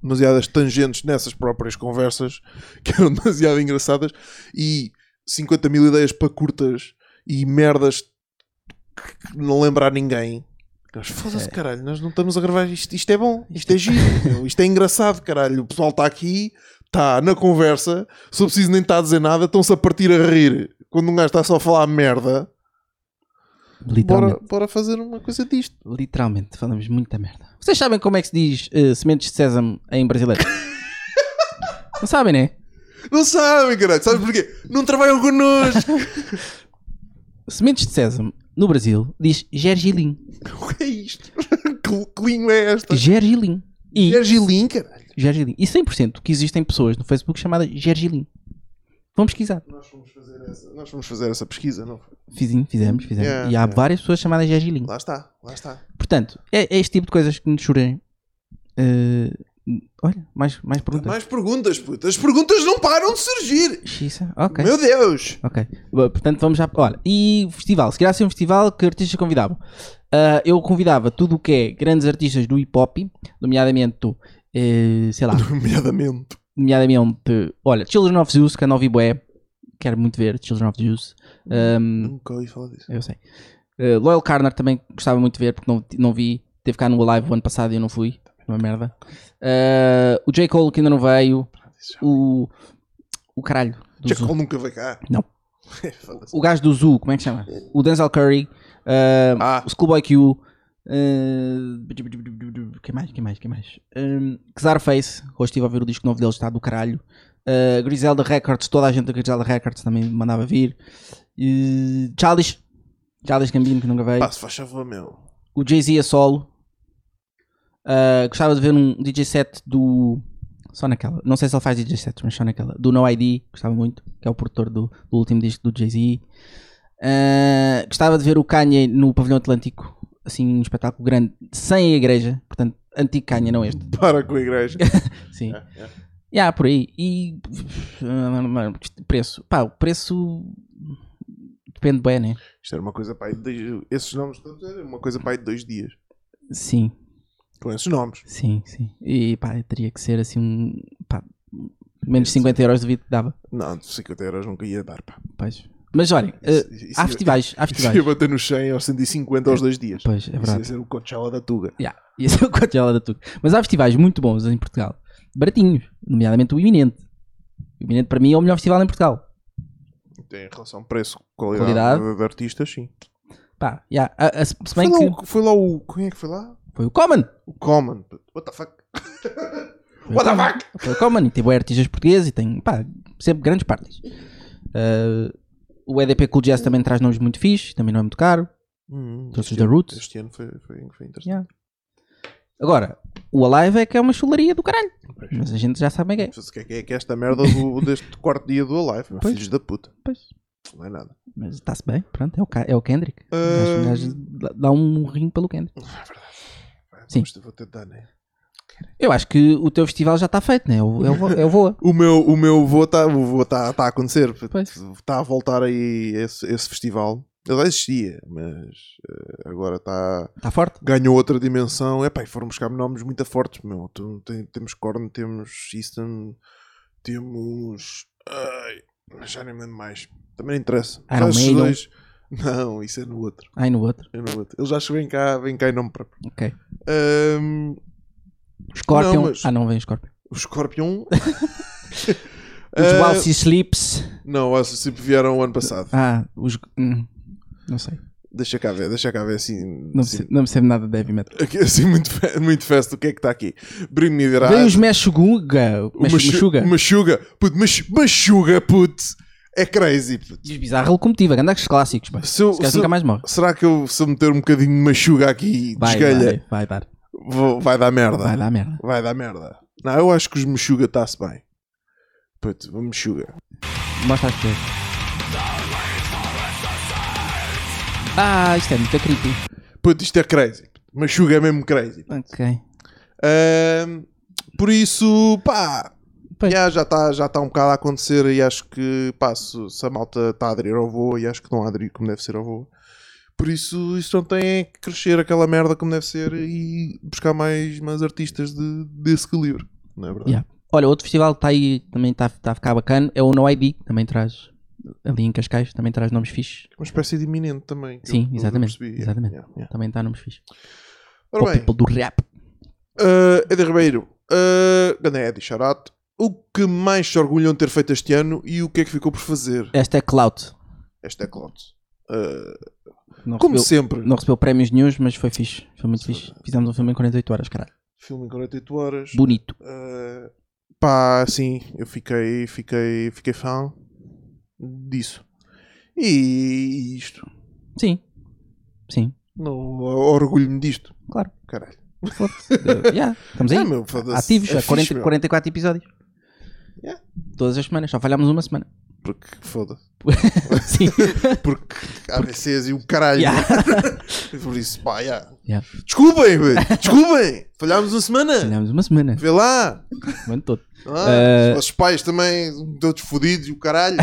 [SPEAKER 2] demasiadas tangentes nessas próprias conversas que eram demasiado engraçadas e 50 mil ideias para curtas e merdas que não lembrar ninguém. Mas Foda-se, caralho, nós não estamos a gravar isto. Isto é bom, isto é giro, meu, isto é engraçado, caralho. O pessoal está aqui, está na conversa, se eu preciso nem estar a dizer nada, estão-se a partir a rir. Quando um gajo está só a falar merda, bora,
[SPEAKER 1] Literalmente.
[SPEAKER 2] bora fazer uma coisa disto.
[SPEAKER 1] Literalmente. Falamos muita merda. Vocês sabem como é que se diz eh, sementes de sésamo em brasileiro? não sabem, né?
[SPEAKER 2] Não sabem, caralho, sabes porquê? Não trabalham connosco.
[SPEAKER 1] Sementes de sésamo no Brasil diz gergelim.
[SPEAKER 2] o que é isto? que, que língua é esta?
[SPEAKER 1] Gergelim. E,
[SPEAKER 2] Gergelim, caralho.
[SPEAKER 1] gergelim. e 100% que existem pessoas no Facebook chamadas gergelim. Vamos pesquisar.
[SPEAKER 2] Nós fomos fazer essa, nós fomos fazer essa pesquisa, não?
[SPEAKER 1] Fizem- Fizemos, fizemos.
[SPEAKER 2] Yeah,
[SPEAKER 1] e há
[SPEAKER 2] yeah.
[SPEAKER 1] várias pessoas chamadas gergelim.
[SPEAKER 2] Lá está, lá está.
[SPEAKER 1] Portanto, é, é este tipo de coisas que nos surgem. Eh, olha, mais, mais perguntas.
[SPEAKER 2] Mais perguntas, puto. As perguntas não param de surgir.
[SPEAKER 1] Xiça, ok.
[SPEAKER 2] Meu Deus!
[SPEAKER 1] Ok. Bom, Portanto, vamos já. Olha, e festival. Se calhar ser um festival que artistas convidavam. Ah, eu convidava tudo o que é grandes artistas do hip hop, nomeadamente, eh, sei lá,
[SPEAKER 2] Nomeadamente.
[SPEAKER 1] nomeadamente, olha, Children of Zeus, que eu não vi bué. Quero muito ver Children of Zeus. Ehm, Ahm,
[SPEAKER 2] Nunca ouvi falar disso.
[SPEAKER 1] eu sei. Uh, Loyal Carner também gostava muito de ver, porque não, não vi. Teve cá no Alive o ano passado e eu não fui. É Uma merda. Uh, o J. Cole que ainda não veio. O. O caralho. do
[SPEAKER 2] Jack
[SPEAKER 1] Zoo.
[SPEAKER 2] Hall nunca veio cá. É,
[SPEAKER 1] Não.
[SPEAKER 2] Foda-se.
[SPEAKER 1] O gajo do Zoo, como é que chama? O Denzel Curry. uh,
[SPEAKER 2] ah,
[SPEAKER 1] O Schoolboy Q. Uh, quem mais? Quem mais? Quem mais? Um, Xarface. Hoje estive a ver o disco novo deles, está do caralho. Uh, Griselda Records. Toda a gente da Griselda Records também me mandava vir. Uh, Childish. Childish Gambino que nunca veio.
[SPEAKER 2] pá, se faz favor, meu.
[SPEAKER 1] O Jay-Z a solo. Ah, gostava de ver um DJ set do. Só naquela. Não sei se ele faz DJ set, mas só naquela. Do No ID, gostava muito, que é o produtor do, do último disco do Jay-Z. Ah, gostava de ver o Kanye no Pavilhão Atlântico. Assim, um espetáculo grande, sem a igreja. Portanto, antigo Kanye, não este.
[SPEAKER 2] Para com a igreja.
[SPEAKER 1] Sim.
[SPEAKER 2] É, é.
[SPEAKER 1] Yeah, por aí. E. ah, Preço. Pá, o preço. Depende bem, né?
[SPEAKER 2] Isto era uma coisa para aí de dois... Esses nomes todos eram uma coisa para aí de dois dias.
[SPEAKER 1] Sim.
[SPEAKER 2] Com esses nomes.
[SPEAKER 1] Sim, sim. E pá, teria que ser assim um. Pá, menos de 50 euros duvido que dava.
[SPEAKER 2] Não, de 50 euros nunca ia dar, pá.
[SPEAKER 1] Pois. Mas olhem, eh,
[SPEAKER 2] Isso- isso
[SPEAKER 1] há
[SPEAKER 2] ia-
[SPEAKER 1] festivais, há
[SPEAKER 2] Isso ia
[SPEAKER 1] festivais.
[SPEAKER 2] bater nos 100 aos 150 aos dois dias.
[SPEAKER 1] Pois, é
[SPEAKER 2] Isso ia
[SPEAKER 1] verdade.
[SPEAKER 2] ser o Coachella da Tuga.
[SPEAKER 1] Yeah. E esse é o Coachella da Tuga. Mas há festivais muito bons em Portugal. Baratinhos. Nomeadamente o Iminente. O Iminente para mim é o melhor festival em Portugal.
[SPEAKER 2] Em relação preço, qualidade,
[SPEAKER 1] Qualidade.
[SPEAKER 2] de, de artistas, sim.
[SPEAKER 1] Pá, yeah. a, a, se
[SPEAKER 2] Foi
[SPEAKER 1] bem
[SPEAKER 2] lá,
[SPEAKER 1] que
[SPEAKER 2] o, foi lá o... Quem é que foi lá?
[SPEAKER 1] foi o Common.
[SPEAKER 2] O Common. What the fuck?
[SPEAKER 1] Foi o
[SPEAKER 2] What the
[SPEAKER 1] Common.
[SPEAKER 2] fuck?
[SPEAKER 1] Foi o Common e teve artistas portugueses e tem, pá, sempre grandes partes. Uh, o EDP Cool Jazz também traz nomes muito fixe, também não é muito caro.
[SPEAKER 2] Hum,
[SPEAKER 1] Trouxe
[SPEAKER 2] este
[SPEAKER 1] os da
[SPEAKER 2] ano-
[SPEAKER 1] Roots.
[SPEAKER 2] Este ano foi, foi, foi interessante.
[SPEAKER 1] Yeah. Agora, o Alive é que é uma chularia do caralho.
[SPEAKER 2] Pois.
[SPEAKER 1] Mas a gente já sabe bem que é.
[SPEAKER 2] Não sei o que é que é que é esta merda do- deste quarto dia do Alive, meu
[SPEAKER 1] Pois.
[SPEAKER 2] filhos da puta.
[SPEAKER 1] Pois.
[SPEAKER 2] Não é nada.
[SPEAKER 1] Mas está-se bem, pronto, é o, Ca- é o Kendrick. O
[SPEAKER 2] Ah.
[SPEAKER 1] gajo- o gajo dá- dá um rim pelo Kendrick.
[SPEAKER 2] Vai,
[SPEAKER 1] Sim.
[SPEAKER 2] mas eu Vou tentar, né?
[SPEAKER 1] Eu acho que o teu festival já está feito, né? Eu, eu, vou- eu vou.
[SPEAKER 2] O meu, o meu voo está tá, tá a acontecer.
[SPEAKER 1] Pois.
[SPEAKER 2] Está a voltar aí esse, esse festival. Ele já existia, mas eh, agora está.
[SPEAKER 1] Está forte?
[SPEAKER 2] Ganhou outra dimensão. Epá, e foram buscar nomes muito fortes, meu. Tu- tem- temos Korn, temos Easton, temos. Ai, já nem me lembro mais. Também não interessa.
[SPEAKER 1] Iron
[SPEAKER 2] Já esses
[SPEAKER 1] Maiden.
[SPEAKER 2] dois- Não, isso é no outro. é
[SPEAKER 1] Ai, no outro.
[SPEAKER 2] Eu não bato. Eles acham que vem cá, vem cá em nome próprio.
[SPEAKER 1] Ok.
[SPEAKER 2] Ahm,
[SPEAKER 1] Scorpion.
[SPEAKER 2] Não, mas-
[SPEAKER 1] Ah, não vem o Scorpion.
[SPEAKER 2] o Scorpion.
[SPEAKER 1] Os
[SPEAKER 2] Ah,
[SPEAKER 1] Walsy Sleeps.
[SPEAKER 2] Não, acho que sempre vieram o ano passado.
[SPEAKER 1] Ah, os. hum, não sei.
[SPEAKER 2] Deixa cá ver, deixa cá ver assim.
[SPEAKER 1] Não,
[SPEAKER 2] assim,
[SPEAKER 1] percebo, não percebo nada de heavy metal.
[SPEAKER 2] aqui, assim muito, fe- muito festa. O que é que está aqui? Bring me the
[SPEAKER 1] Vem
[SPEAKER 2] horizon.
[SPEAKER 1] os Meshuga.
[SPEAKER 2] Ah. O Machu-
[SPEAKER 1] Meshuga.
[SPEAKER 2] Machuga. Puto, mach- Machuga, puto. É crazy, puto.
[SPEAKER 1] E os Bizarro Locomotiva. Grandes clássicos. pá.
[SPEAKER 2] Se eu-
[SPEAKER 1] Esse gajo
[SPEAKER 2] se-
[SPEAKER 1] nunca mais morre.
[SPEAKER 2] Será que eu, se eu meter um bocadinho de machuga aqui e
[SPEAKER 1] Vai,
[SPEAKER 2] desgalha,
[SPEAKER 1] vai, vai dar.
[SPEAKER 2] vou- vai dar merda?
[SPEAKER 1] Vai dar merda.
[SPEAKER 2] Vai dar merda. Não, eu acho que os Meshuga está-se bem. Puto, o Meshuga.
[SPEAKER 1] Mostra as pessoas. Ah, isto é muito creepy.
[SPEAKER 2] Puto, isto é crazy. Meshuga é mesmo crazy.
[SPEAKER 1] Ok.
[SPEAKER 2] Ahm, por isso, pá.
[SPEAKER 1] Pois.
[SPEAKER 2] já- já está já tá um bocado a acontecer e acho que, pá, se, se a malta está a aderir ao voo e acho que não a aderir como deve ser ao voo. Por isso, isto não tem que crescer aquela merda como deve ser e buscar mais, mais artistas de, desse calibre. Não é verdade?
[SPEAKER 1] Yeah. Olha, outro festival que está aí também está tá a ficar bacana é o No ID, que também traz ali em Cascais, também traz nomes fixes.
[SPEAKER 2] Uma espécie de iminente também. que eu-
[SPEAKER 1] Sim,
[SPEAKER 2] que eu
[SPEAKER 1] exatamente,
[SPEAKER 2] percebi.
[SPEAKER 1] exatamente.
[SPEAKER 2] Yeah, yeah.
[SPEAKER 1] Também está nomes fixes.
[SPEAKER 2] Ora
[SPEAKER 1] o
[SPEAKER 2] bem,
[SPEAKER 1] people do rap.
[SPEAKER 2] Uh, Eder Ribeiro, uh, Ganda Eddie Charato, o que mais se orgulham de ter feito este ano e o que é que ficou por fazer?
[SPEAKER 1] Esta é Clout.
[SPEAKER 2] Esta é Clout. Uh,
[SPEAKER 1] Não
[SPEAKER 2] como assim?
[SPEAKER 1] recebeu,
[SPEAKER 2] sempre,
[SPEAKER 1] não recebeu prémios nenhum, mas foi fixe. Foi muito fixe. Fizemos um filme em 48 horas, caralho.
[SPEAKER 2] filme em 48 horas.
[SPEAKER 1] Bonito.
[SPEAKER 2] Uh, pá, sim, eu fiquei, fiquei, fiquei fã disso. E isto,
[SPEAKER 1] Sim. Sim.
[SPEAKER 2] não orgulho-me disto.
[SPEAKER 1] Claro.
[SPEAKER 2] Caralho.
[SPEAKER 1] Foda-se. Eh, yeah, estamos aí.
[SPEAKER 2] Ah, meu, foda-se.
[SPEAKER 1] Ativos,
[SPEAKER 2] É
[SPEAKER 1] já
[SPEAKER 2] fixe,
[SPEAKER 1] 40
[SPEAKER 2] meu,
[SPEAKER 1] 44 episódios.
[SPEAKER 2] Yeah.
[SPEAKER 1] Todas as semanas, só falhámos uma semana.
[SPEAKER 2] Porque, foda-se.
[SPEAKER 1] Sim.
[SPEAKER 2] Porque ABCs e o caralho.
[SPEAKER 1] Yeah.
[SPEAKER 2] Por isso, pá, yeah.
[SPEAKER 1] Yeah.
[SPEAKER 2] Desculpem, velho. Desculpem. Falhámos uma semana.
[SPEAKER 1] Falhámos uma semana.
[SPEAKER 2] Vê lá.
[SPEAKER 1] o ano todo. Eh,
[SPEAKER 2] Ah, Os vossos pais também, todos fodidos e o caralho.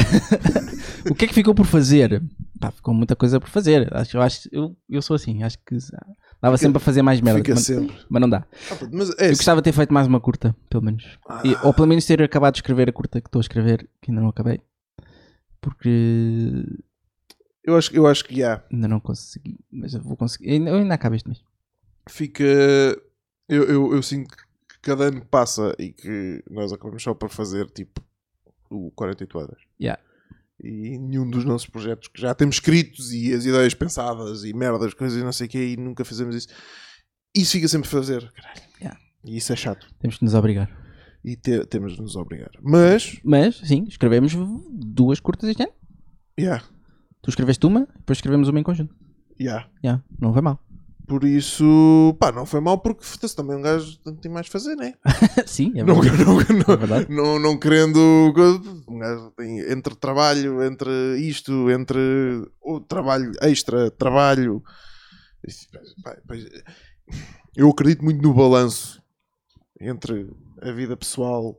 [SPEAKER 1] O que é que ficou por fazer? Pá, ficou muita coisa por fazer. Acho, eu, acho, eu, eu sou assim, acho que ah, dava sempre a fazer mais merda.
[SPEAKER 2] Fica
[SPEAKER 1] mas,
[SPEAKER 2] sempre.
[SPEAKER 1] mas não dá.
[SPEAKER 2] Ah, puto, mas é Ah,
[SPEAKER 1] Eu
[SPEAKER 2] assim.
[SPEAKER 1] gostava de ter feito mais uma curta, pelo menos. E- ou pelo menos ter acabado de escrever a curta que estou a escrever, que ainda não acabei. Porque
[SPEAKER 2] eu, acho, eu acho que já.
[SPEAKER 1] ainda não consegui. Mas eu vou conseguir. Ainda- Eu ainda acabo este mês.
[SPEAKER 2] Fica. Eu, eu, eu sinto que cada ano que passa e que nós acabamos só por fazer tipo o 48 horas.
[SPEAKER 1] Yeah.
[SPEAKER 2] E nenhum dos nossos projetos que já temos escritos e as ideias pensadas e merdas, coisas e não sei o quê, e nunca fazemos isso. Isso fica sempre a fazer. Caralho.
[SPEAKER 1] Yeah.
[SPEAKER 2] E isso é chato.
[SPEAKER 1] Temos que nos obrigar.
[SPEAKER 2] e te- temos de nos obrigar. Mas,
[SPEAKER 1] Mas, sim, escrevemos duas curtas este ano.
[SPEAKER 2] yeah,
[SPEAKER 1] Tu escreveste uma, depois escrevemos uma em conjunto.
[SPEAKER 2] yeah.
[SPEAKER 1] Yeah, não vai mal.
[SPEAKER 2] Por isso, pá, não foi mal porque foda-se, também um gajo não tem mais a fazer, né?
[SPEAKER 1] sim, é
[SPEAKER 2] Não,
[SPEAKER 1] verdade. É
[SPEAKER 2] não, não,
[SPEAKER 1] verdade.
[SPEAKER 2] não, não querendo. co- Um gajo tem entre trabalho, entre isto, entre o trabalho extra, trabalho. Isso, pá, pois, Eu acredito muito no balanço entre a vida pessoal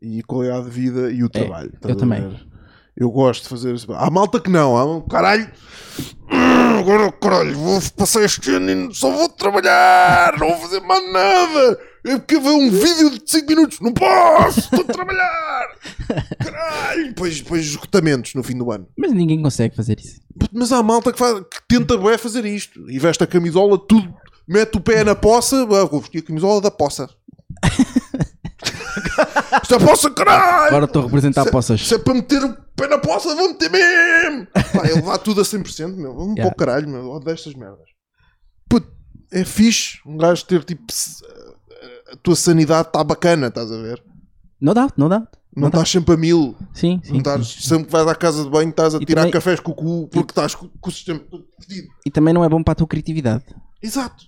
[SPEAKER 2] e a qualidade de vida e o trabalho. estás a
[SPEAKER 1] também.
[SPEAKER 2] ver? Eu gosto de fazer isso. Há malta que não, há um caralho. Hum, Agora, caralho, vou passar este ano e só vou trabalhar, não vou fazer mais nada. Eu quero ver um vídeo de 5 minutos, não posso, estou a trabalhar. Caralho, depois, depois esgotamentos no fim do ano.
[SPEAKER 1] Mas ninguém consegue fazer isso.
[SPEAKER 2] Puto, Mas há malta que, faz- que tenta bué fazer isto e veste a camisola, tudo, mete o pé na poça, ah, vou vestir a camisola da poça. Isto é poça, caralho!
[SPEAKER 1] Agora estou a representar poças.
[SPEAKER 2] Se é para meter o pé na poça, vou meter mesmo! Pá, ele dá tudo a 100%, meu. Vamos
[SPEAKER 1] Yeah.
[SPEAKER 2] para o caralho, meu. Eu Odeio estas merdas. Puto, é fixe um gajo ter tipo. se- a- A tua sanidade está tá bacana, estás a ver?
[SPEAKER 1] No doubt, no doubt.
[SPEAKER 2] Não estás sempre a mil.
[SPEAKER 1] tá. Sim, sim.
[SPEAKER 2] Não estás,
[SPEAKER 1] sim.
[SPEAKER 2] sempre que vais à casa de banho estás a
[SPEAKER 1] E
[SPEAKER 2] tirar
[SPEAKER 1] também-
[SPEAKER 2] cafés com o cu porque estás com, com o sistema todo fedido.
[SPEAKER 1] E também não é bom para a tua criatividade.
[SPEAKER 2] Exato.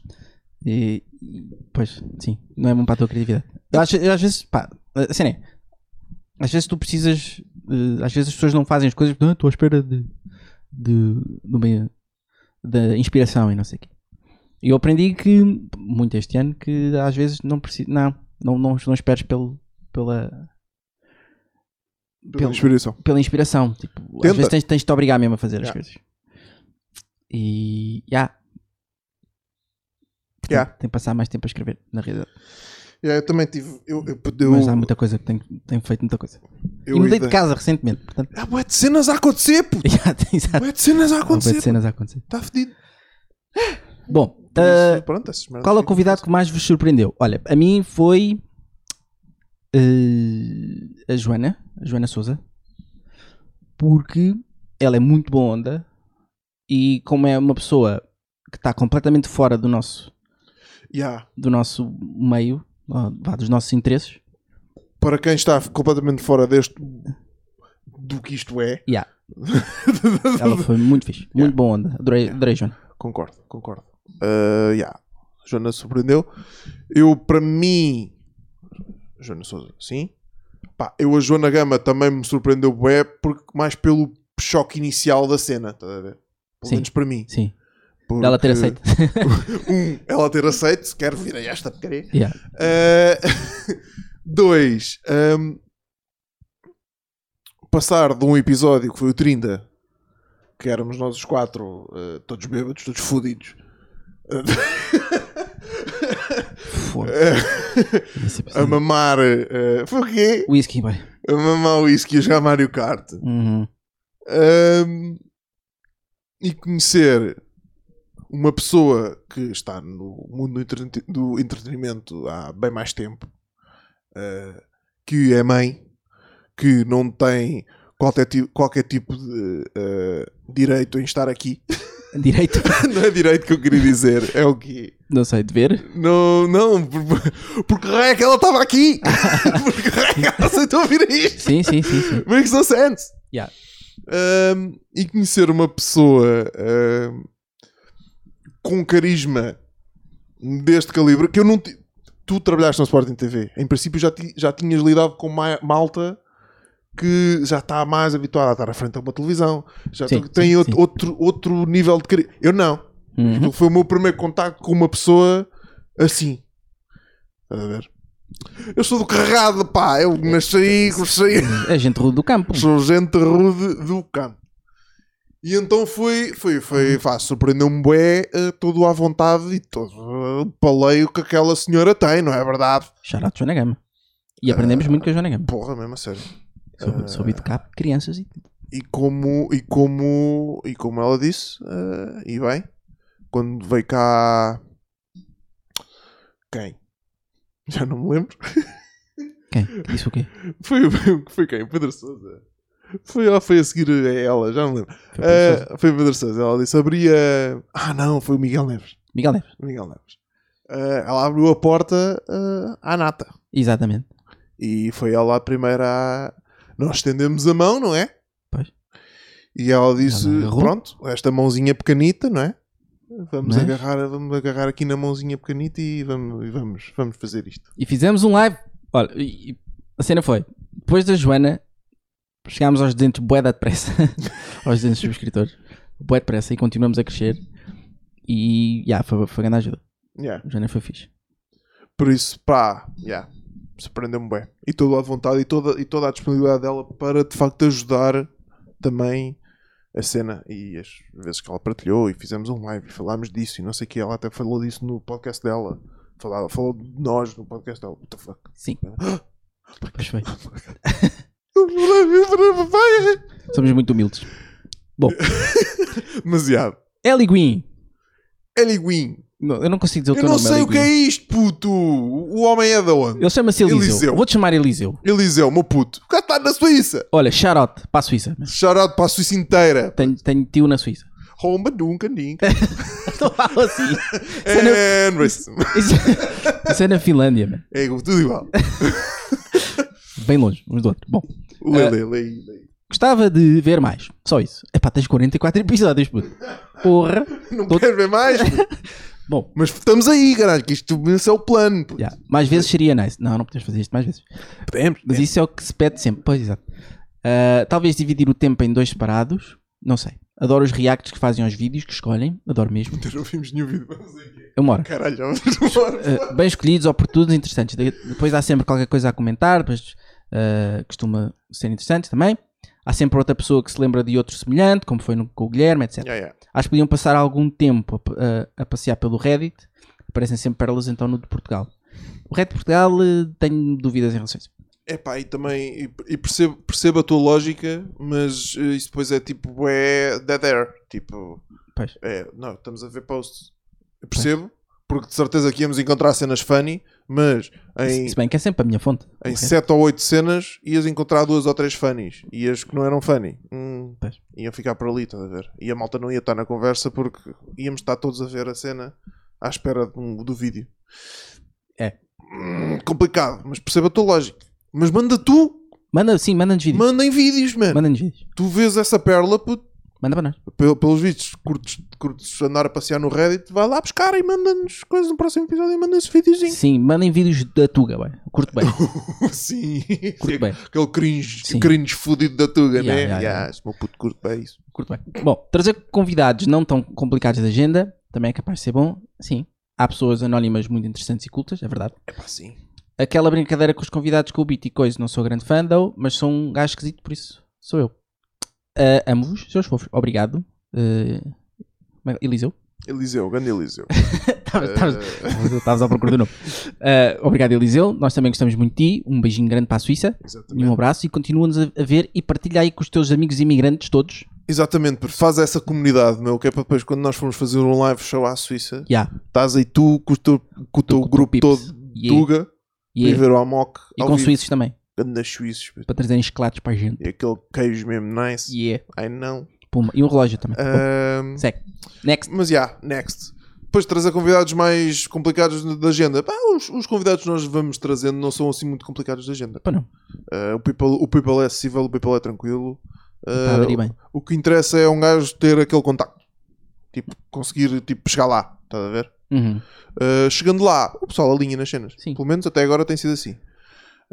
[SPEAKER 1] E, e- pois, sim, não é bom para a tua criatividade. Eu acho- eu às vezes, pá, a cena é, às vezes tu precisas, eh, às vezes as pessoas não fazem as coisas porque "Ah, estou à espera de, de, de uma- da inspiração e não sei o quê. E eu aprendi que, muito este ano, que às vezes não preciso, não, não, não, não esperes pelo, pela,
[SPEAKER 2] Pela inspiração.
[SPEAKER 1] pela inspiração. Tipo,
[SPEAKER 2] Tenta.
[SPEAKER 1] às vezes tens, tens de te obrigar mesmo a fazer as
[SPEAKER 2] Yeah.
[SPEAKER 1] coisas. E, já,
[SPEAKER 2] Yeah.
[SPEAKER 1] tem que passar mais tempo a escrever, na realidade.
[SPEAKER 2] Yeah, eu também tive. Eu, eu, eu,
[SPEAKER 1] Mas há muita coisa que tenho, tenho feito, muita coisa.
[SPEAKER 2] eu
[SPEAKER 1] e mudei
[SPEAKER 2] ainda-
[SPEAKER 1] de casa recentemente, portanto.
[SPEAKER 2] Ah, bué de cenas a acontecer, puto.
[SPEAKER 1] já, Exato.
[SPEAKER 2] Bué de cenas
[SPEAKER 1] Há
[SPEAKER 2] a
[SPEAKER 1] bué Ah, de
[SPEAKER 2] acontecer.
[SPEAKER 1] cenas a acontecer.
[SPEAKER 2] Está fedido.
[SPEAKER 1] Bom,
[SPEAKER 2] Por
[SPEAKER 1] ah,
[SPEAKER 2] isso, pronto, essas merdas
[SPEAKER 1] qual é o
[SPEAKER 2] ficam.
[SPEAKER 1] convidado que mais vos surpreendeu? Olha, a mim foi eh, a Joana, a Joana Souza, porque ela é muito boa onda e como é uma pessoa que está completamente fora do nosso,
[SPEAKER 2] Yeah.
[SPEAKER 1] do nosso meio, ó, vá, dos nossos interesses,
[SPEAKER 2] Para quem está completamente fora deste. do que isto é.
[SPEAKER 1] yeah, ela foi muito fixe, muito boa onda. Adorei, adorei Joana.
[SPEAKER 2] Concordo, concordo. Uh, yeah. Joana surpreendeu. Eu, para mim. Joana Souza, sim. Pá, eu, a Joana Gama também me surpreendeu, bué, porque mais pelo choque inicial da cena, estás a ver? Pelo
[SPEAKER 1] Sim.
[SPEAKER 2] menos para mim.
[SPEAKER 1] Sim, dela ter
[SPEAKER 2] Porque,
[SPEAKER 1] aceito.
[SPEAKER 2] Um, ela ter aceito, se quer vir a esta porcaria.
[SPEAKER 1] Yeah.
[SPEAKER 2] Uh, dois, um, passar de um episódio que foi o 30, que éramos nós os quatro, uh, todos bêbados, todos fodidos.
[SPEAKER 1] Foda-se.
[SPEAKER 2] Ah,
[SPEAKER 1] Esse
[SPEAKER 2] a
[SPEAKER 1] episódio.
[SPEAKER 2] mamar. uh, foi o quê?
[SPEAKER 1] Whisky, vai.
[SPEAKER 2] A mamar o whisky e a jogar Mario Kart.
[SPEAKER 1] Uhum.
[SPEAKER 2] Um, e conhecer uma pessoa que está no mundo do entrete- do entretenimento há bem mais tempo, uh, que é mãe, que não tem qualquer, ti- qualquer tipo de uh, direito em estar aqui.
[SPEAKER 1] Direito?
[SPEAKER 2] não é direito que eu queria dizer, é o quê?
[SPEAKER 1] Não sei, dever?
[SPEAKER 2] Não, não, por- porque raio é que ela estava aqui? porque raio é que ela aceitou vir a isto?
[SPEAKER 1] Sim, sim, sim. sim.
[SPEAKER 2] Makes no sense.
[SPEAKER 1] Yeah.
[SPEAKER 2] Um, e conhecer uma pessoa um, com carisma deste calibre que eu não. ti- Tu trabalhaste na Sporting TV. Em princípio já, ti- já tinhas lidado com ma- malta que já está mais habituada a estar à frente de uma televisão. Já
[SPEAKER 1] Sim,
[SPEAKER 2] tu- tem
[SPEAKER 1] sim,
[SPEAKER 2] outro,
[SPEAKER 1] sim.
[SPEAKER 2] Outro, outro nível de carisma. Eu não. Então,
[SPEAKER 1] Uhum.
[SPEAKER 2] Foi o meu primeiro contacto com uma pessoa assim. Estás a ver? Eu sou do carregado, pá. Eu nasci, cresci.
[SPEAKER 1] É gente rude do campo.
[SPEAKER 2] Sou gente rude do campo. E então foi, foi, foi, pá, surpreendeu-me bué, eh, todo à vontade e todo eh, o paleio que aquela senhora tem, não é verdade?
[SPEAKER 1] Charato Joana Gama. E aprendemos muito com a Joana Gama.
[SPEAKER 2] Porra, mesmo a sério. Ah.
[SPEAKER 1] Soube, soube de cabo, crianças e.
[SPEAKER 2] E como, e como, e como ela disse, eh, e bem, quando veio cá... Quem? Já não me lembro.
[SPEAKER 1] Quem? Que Disse o quê?
[SPEAKER 2] Foi, foi, foi quem? Pedro Sousa. Foi, ou foi a seguir a ela, já não me lembro.
[SPEAKER 1] Foi o professor.
[SPEAKER 2] Ah, Foi o Pedro Sousa. Ela disse: abria. Ah, não, foi o Miguel Neves.
[SPEAKER 1] Miguel Neves.
[SPEAKER 2] O Miguel Neves. Ah, ela abriu a porta ah, à nata.
[SPEAKER 1] Exatamente.
[SPEAKER 2] E foi ela a primeira a. Nós estendemos a mão, não é?
[SPEAKER 1] Pois.
[SPEAKER 2] E ela disse:
[SPEAKER 1] Ela agarrou.
[SPEAKER 2] pronto, esta mãozinha pequenita, não é? Vamos,
[SPEAKER 1] Mas-
[SPEAKER 2] agarrar, vamos agarrar aqui na mãozinha pequenita e vamos, e vamos, vamos fazer isto.
[SPEAKER 1] E fizemos um live. Olha, e- e a cena foi. Depois da Joana, chegámos aos 200 bué da depressa. aos 200 subscritores. Bué depressa e continuamos a crescer. E, já, foi, foi grande ajuda.
[SPEAKER 2] Yeah.
[SPEAKER 1] A Joana foi fixe.
[SPEAKER 2] Por isso, pá, yeah, surpreendeu-me bem. E toda a vontade e toda, e toda a disponibilidade dela para de facto ajudar também a cena e as vezes que ela partilhou e fizemos um live e falámos disso e não sei o que. Ela até falou disso no podcast dela. Falava, falou de nós no podcast dela. What the fuck?
[SPEAKER 1] Sim. Pois foi. Somos muito humildes.
[SPEAKER 2] Demasiado.
[SPEAKER 1] Ellie Guin.
[SPEAKER 2] Ellie Guin.
[SPEAKER 1] Não, eu não consigo dizer o
[SPEAKER 2] é Eu
[SPEAKER 1] teu
[SPEAKER 2] não
[SPEAKER 1] nome.
[SPEAKER 2] sei
[SPEAKER 1] Ellie
[SPEAKER 2] o que é
[SPEAKER 1] Guin.
[SPEAKER 2] isto, puto. O homem é da onde?
[SPEAKER 1] Ele chama-se Eliseu.
[SPEAKER 2] Eliseu.
[SPEAKER 1] Vou-te chamar Eliseu.
[SPEAKER 2] Eliseu, meu puto. O cara está na Suíça.
[SPEAKER 1] Olha, shoutout para a Suíça. mas
[SPEAKER 2] Shout out para a Suíça inteira.
[SPEAKER 1] Tenho, tenho tio na Suíça.
[SPEAKER 2] Romba nunca, ninguém.
[SPEAKER 1] Não fala assim. Isso é, na,
[SPEAKER 2] And racism.
[SPEAKER 1] é isso- isso é na Finlândia, mano.
[SPEAKER 2] É igual, tudo igual.
[SPEAKER 1] bem longe uns do outro. Bom, Ah,
[SPEAKER 2] Lê, lê, lê, lê.
[SPEAKER 1] gostava de ver mais. Só isso. Epá, tens 44 episódios, puto. Porra.
[SPEAKER 2] Não
[SPEAKER 1] Todo-
[SPEAKER 2] quero ver mais. puto.
[SPEAKER 1] Bom.
[SPEAKER 2] Mas estamos aí, caralho, que isto esse é o plano. puto.
[SPEAKER 1] já. Mais vezes seria nice. Não, não podemos fazer isto mais vezes.
[SPEAKER 2] Podemos,
[SPEAKER 1] Mas isso é o que se pede sempre. Pois, exato. Ah, talvez dividir o tempo em dois separados. Não sei. Adoro os reacts que fazem aos vídeos que escolhem. Adoro mesmo.
[SPEAKER 2] podemos. Não ouvimos nenhum vídeo. Vamos aqui.
[SPEAKER 1] Eu moro.
[SPEAKER 2] Caralho, já vamos embora.
[SPEAKER 1] Uh, bem escolhidos, oportunos, interessantes. De- Depois há sempre qualquer coisa a comentar, depois uh, costuma ser interessante também. Há sempre outra pessoa que se lembra de outro semelhante, como foi no, com o Guilherme, etc.
[SPEAKER 2] Yeah, yeah.
[SPEAKER 1] Acho que podiam passar algum tempo a, p- a- a passear pelo Reddit. Aparecem sempre pérolas, então, no de Portugal. O Reddit de Portugal, uh, tenho dúvidas em relação a isso.
[SPEAKER 2] Epá, e também e- e percebo, percebo a tua lógica, mas eh, isso depois é tipo, é dead air. Tipo,
[SPEAKER 1] Pois.
[SPEAKER 2] é, não, estamos a ver posts. Eu percebo, porque de certeza que íamos encontrar cenas funny, mas em,
[SPEAKER 1] Se bem que é sempre a minha fonte. o
[SPEAKER 2] em
[SPEAKER 1] Reddit.
[SPEAKER 2] 7 ou 8 cenas ias encontrar duas ou três funnies e as que não eram funny hum,
[SPEAKER 1] Pois.
[SPEAKER 2] iam ficar por ali, estás a ver? E a malta não ia estar na conversa porque íamos estar todos a ver a cena à espera de um- do vídeo.
[SPEAKER 1] É.
[SPEAKER 2] Hum, complicado, mas perceba a tua lógica. Mas manda tu
[SPEAKER 1] Manda, sim, manda-nos vídeos.
[SPEAKER 2] Mandem vídeos, mano.
[SPEAKER 1] Manda-nos vídeos.
[SPEAKER 2] Tu vês essa perla, puto,
[SPEAKER 1] Manda para nós.
[SPEAKER 2] pe- pelos vídeos, curtes, curtes andar a passear no Reddit, vai lá buscar e manda-nos coisas no próximo episódio e manda-nos videozinho.
[SPEAKER 1] Sim, mandem vídeos da Tuga, bem. Curto bem.
[SPEAKER 2] Sim.
[SPEAKER 1] Curto bem.
[SPEAKER 2] Aquele cringe,
[SPEAKER 1] Sim.
[SPEAKER 2] cringe fudido da Tuga,
[SPEAKER 1] Yeah,
[SPEAKER 2] né?
[SPEAKER 1] yeah,
[SPEAKER 2] Yeah,
[SPEAKER 1] yeah.
[SPEAKER 2] Esse meu puto curto bem isso.
[SPEAKER 1] Curto bem. Bom, trazer convidados não tão complicados de agenda também é capaz de ser bom. Sim, há pessoas anónimas muito interessantes e cultas, é verdade.
[SPEAKER 2] É pá, sim.
[SPEAKER 1] Aquela brincadeira com os convidados com o Beat e coisa, não sou grande fã, though, mas sou um gajo esquisito, por isso sou eu. Ah, Amo-vos, seus fofos. Obrigado. Ah, como é- Eliseu?
[SPEAKER 2] Eliseu, grande Eliseu.
[SPEAKER 1] Estavas- Estavas estavas à procura do nome. Ah, obrigado, Eliseu. Nós também gostamos muito de ti. Um beijinho grande para a Suíça. E
[SPEAKER 2] Exatamente.
[SPEAKER 1] um abraço. E continua-nos a a ver e partilha aí com os teus amigos imigrantes todos.
[SPEAKER 2] Exatamente, porque faz essa comunidade, meu, que é para depois, quando nós formos fazer um live show à Suíça,
[SPEAKER 1] Yeah.
[SPEAKER 2] estás aí tu com o teu, com o teu
[SPEAKER 1] com o teu
[SPEAKER 2] grupo
[SPEAKER 1] pips.
[SPEAKER 2] todo de
[SPEAKER 1] Yeah.
[SPEAKER 2] Tuga,
[SPEAKER 1] E,
[SPEAKER 2] e ver o Amok
[SPEAKER 1] e
[SPEAKER 2] ao
[SPEAKER 1] com
[SPEAKER 2] vivo.
[SPEAKER 1] suíços também.
[SPEAKER 2] Ganda suíços, puto.
[SPEAKER 1] Para trazerem chocolates para a gente.
[SPEAKER 2] E aquele queijo mesmo nice.
[SPEAKER 1] E é
[SPEAKER 2] Ai não.
[SPEAKER 1] Puma. E um relógio também.
[SPEAKER 2] Ah, Ahm,
[SPEAKER 1] Segue. Next.
[SPEAKER 2] mas já, next. Depois trazer convidados mais complicados da agenda. Pá, os, os convidados que nós vamos trazendo não são assim muito complicados da agenda.
[SPEAKER 1] Pá, não.
[SPEAKER 2] Ah, o, people, o people é acessível, o people é tranquilo.
[SPEAKER 1] Está
[SPEAKER 2] Ah,
[SPEAKER 1] Tá a aderir bem.
[SPEAKER 2] o que interessa é um gajo ter aquele contacto. Tipo, conseguir tipo, chegar lá. Estás a ver?
[SPEAKER 1] Uhum.
[SPEAKER 2] Ah, chegando lá, o pessoal alinha nas cenas.
[SPEAKER 1] Sim. É
[SPEAKER 2] Pelo menos até agora tem sido assim.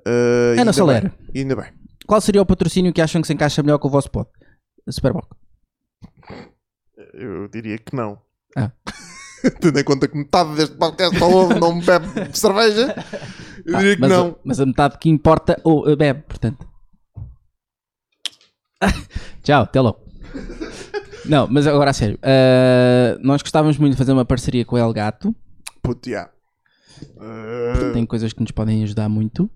[SPEAKER 2] Ah, e
[SPEAKER 1] Ana
[SPEAKER 2] ainda
[SPEAKER 1] Soler,
[SPEAKER 2] bem. E ainda bem.
[SPEAKER 1] qual seria o patrocínio que acham que se encaixa melhor com o vosso pod? Superboc.
[SPEAKER 2] Eu diria que não.
[SPEAKER 1] Ah.
[SPEAKER 2] Tendo em conta que metade deste podcast só ouve, não bebe cerveja, eu diria que
[SPEAKER 1] Ah, mas,
[SPEAKER 2] não.
[SPEAKER 1] A, mas a metade que importa ou a bebe, portanto. Tchau, até logo. Não, mas agora a sério. Ah, nós gostávamos muito de fazer uma parceria com o El Gato.
[SPEAKER 2] Puto, já. Uh,
[SPEAKER 1] Tem coisas que nos podem ajudar muito.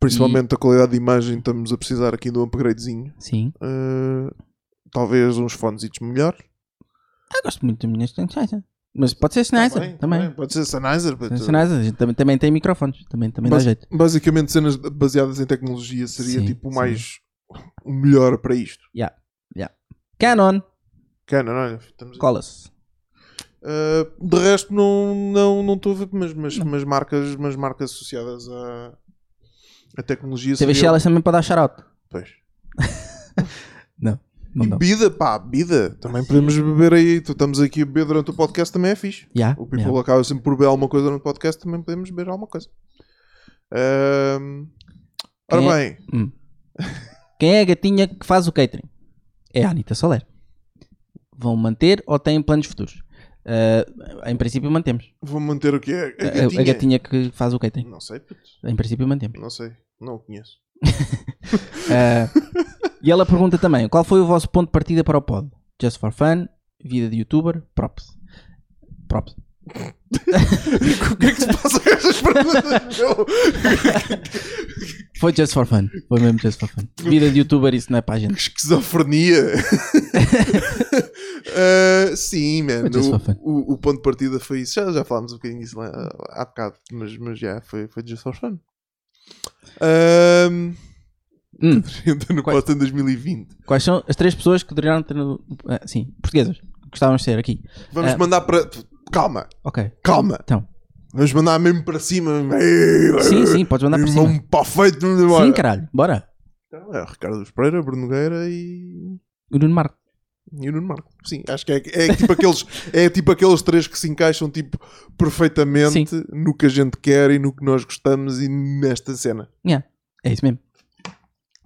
[SPEAKER 2] principalmente a qualidade de imagem, estamos a precisar aqui de um upgradezinho.
[SPEAKER 1] Sim.
[SPEAKER 2] Uh, talvez uns fonesitos melhores.
[SPEAKER 1] Ah, gosto muito de minhas Sennheiser. Mas pode ser Sennheiser também.
[SPEAKER 2] Pode ser Sennheiser. eh, pode ser-
[SPEAKER 1] Sennheiser, a gente também, também tem microfones. Também, também dá
[SPEAKER 2] Bas-
[SPEAKER 1] jeito.
[SPEAKER 2] Basicamente, cenas baseadas em tecnologia seria
[SPEAKER 1] Sim,
[SPEAKER 2] tipo o
[SPEAKER 1] sim.
[SPEAKER 2] mais. o melhor para isto.
[SPEAKER 1] Canon,
[SPEAKER 2] Canon, olha, é? estamos
[SPEAKER 1] cola-se.
[SPEAKER 2] Uh, de resto não não não estou a ver mas, mas, mas marcas mas marcas associadas à, à tecnologia
[SPEAKER 1] TV
[SPEAKER 2] seriam-
[SPEAKER 1] Shellas também pode dar shout-out.
[SPEAKER 2] Pois.
[SPEAKER 1] Não
[SPEAKER 2] e
[SPEAKER 1] dá.
[SPEAKER 2] bebida pá bebida também podemos beber aí tu estamos aqui a beber durante o podcast também é fixe
[SPEAKER 1] Yeah,
[SPEAKER 2] o people
[SPEAKER 1] yeah.
[SPEAKER 2] acaba sempre por beber alguma coisa durante o podcast também podemos beber alguma coisa Ahm,
[SPEAKER 1] Quem
[SPEAKER 2] ora
[SPEAKER 1] é-
[SPEAKER 2] bem
[SPEAKER 1] Quem é a gatinha que faz o catering? É a Anitta Soler. Vão manter ou têm planos futuros? Ah, em princípio mantemos. Eh,
[SPEAKER 2] vou manter o que é
[SPEAKER 1] A- A, a gatinha que faz o catering.
[SPEAKER 2] não sei puto.
[SPEAKER 1] Em princípio mantemos.
[SPEAKER 2] não sei não o conheço
[SPEAKER 1] Ah, e ela pergunta também: qual foi o vosso ponto de partida para o pod? Just for fun, vida de youtuber, props. Props.
[SPEAKER 2] o que é que se passa com estas perguntas meu?
[SPEAKER 1] Foi just for fun. Foi mesmo just for fun. Vida de youtuber, isso não é para a gente.
[SPEAKER 2] Esquizofrenia. Ah, sim, mano.
[SPEAKER 1] Mas isso foi fun.
[SPEAKER 2] O, o ponto de partida foi isso. Já, já falámos um bocadinho disso lá, há bocado, mas, mas já foi, foi just for fun. Ahm,
[SPEAKER 1] Hum.
[SPEAKER 2] Entra no
[SPEAKER 1] Quais-
[SPEAKER 2] Potan 2020.
[SPEAKER 1] Quais são as três pessoas que poderiam ter. no- ah, sim, portuguesas. que Gostávamos de ser aqui.
[SPEAKER 2] Vamos
[SPEAKER 1] Ah.
[SPEAKER 2] mandar para. Calma,
[SPEAKER 1] Ok.
[SPEAKER 2] calma.
[SPEAKER 1] Então,
[SPEAKER 2] Vamos mandar mesmo para cima. mesmo.
[SPEAKER 1] Sim, sim, podes mandar por
[SPEAKER 2] Mesmo
[SPEAKER 1] cima.
[SPEAKER 2] para feito.
[SPEAKER 1] Sim, caralho, bora.
[SPEAKER 2] Então, é Ricardo Pereira, Bruno Nogueira e.
[SPEAKER 1] O Nuno Marco.
[SPEAKER 2] E o Nuno Marco. Sim, acho que é, é tipo aqueles, é tipo aqueles três que se encaixam tipo, perfeitamente no que a gente quer e no que nós gostamos e nesta cena.
[SPEAKER 1] Yeah, É isso mesmo.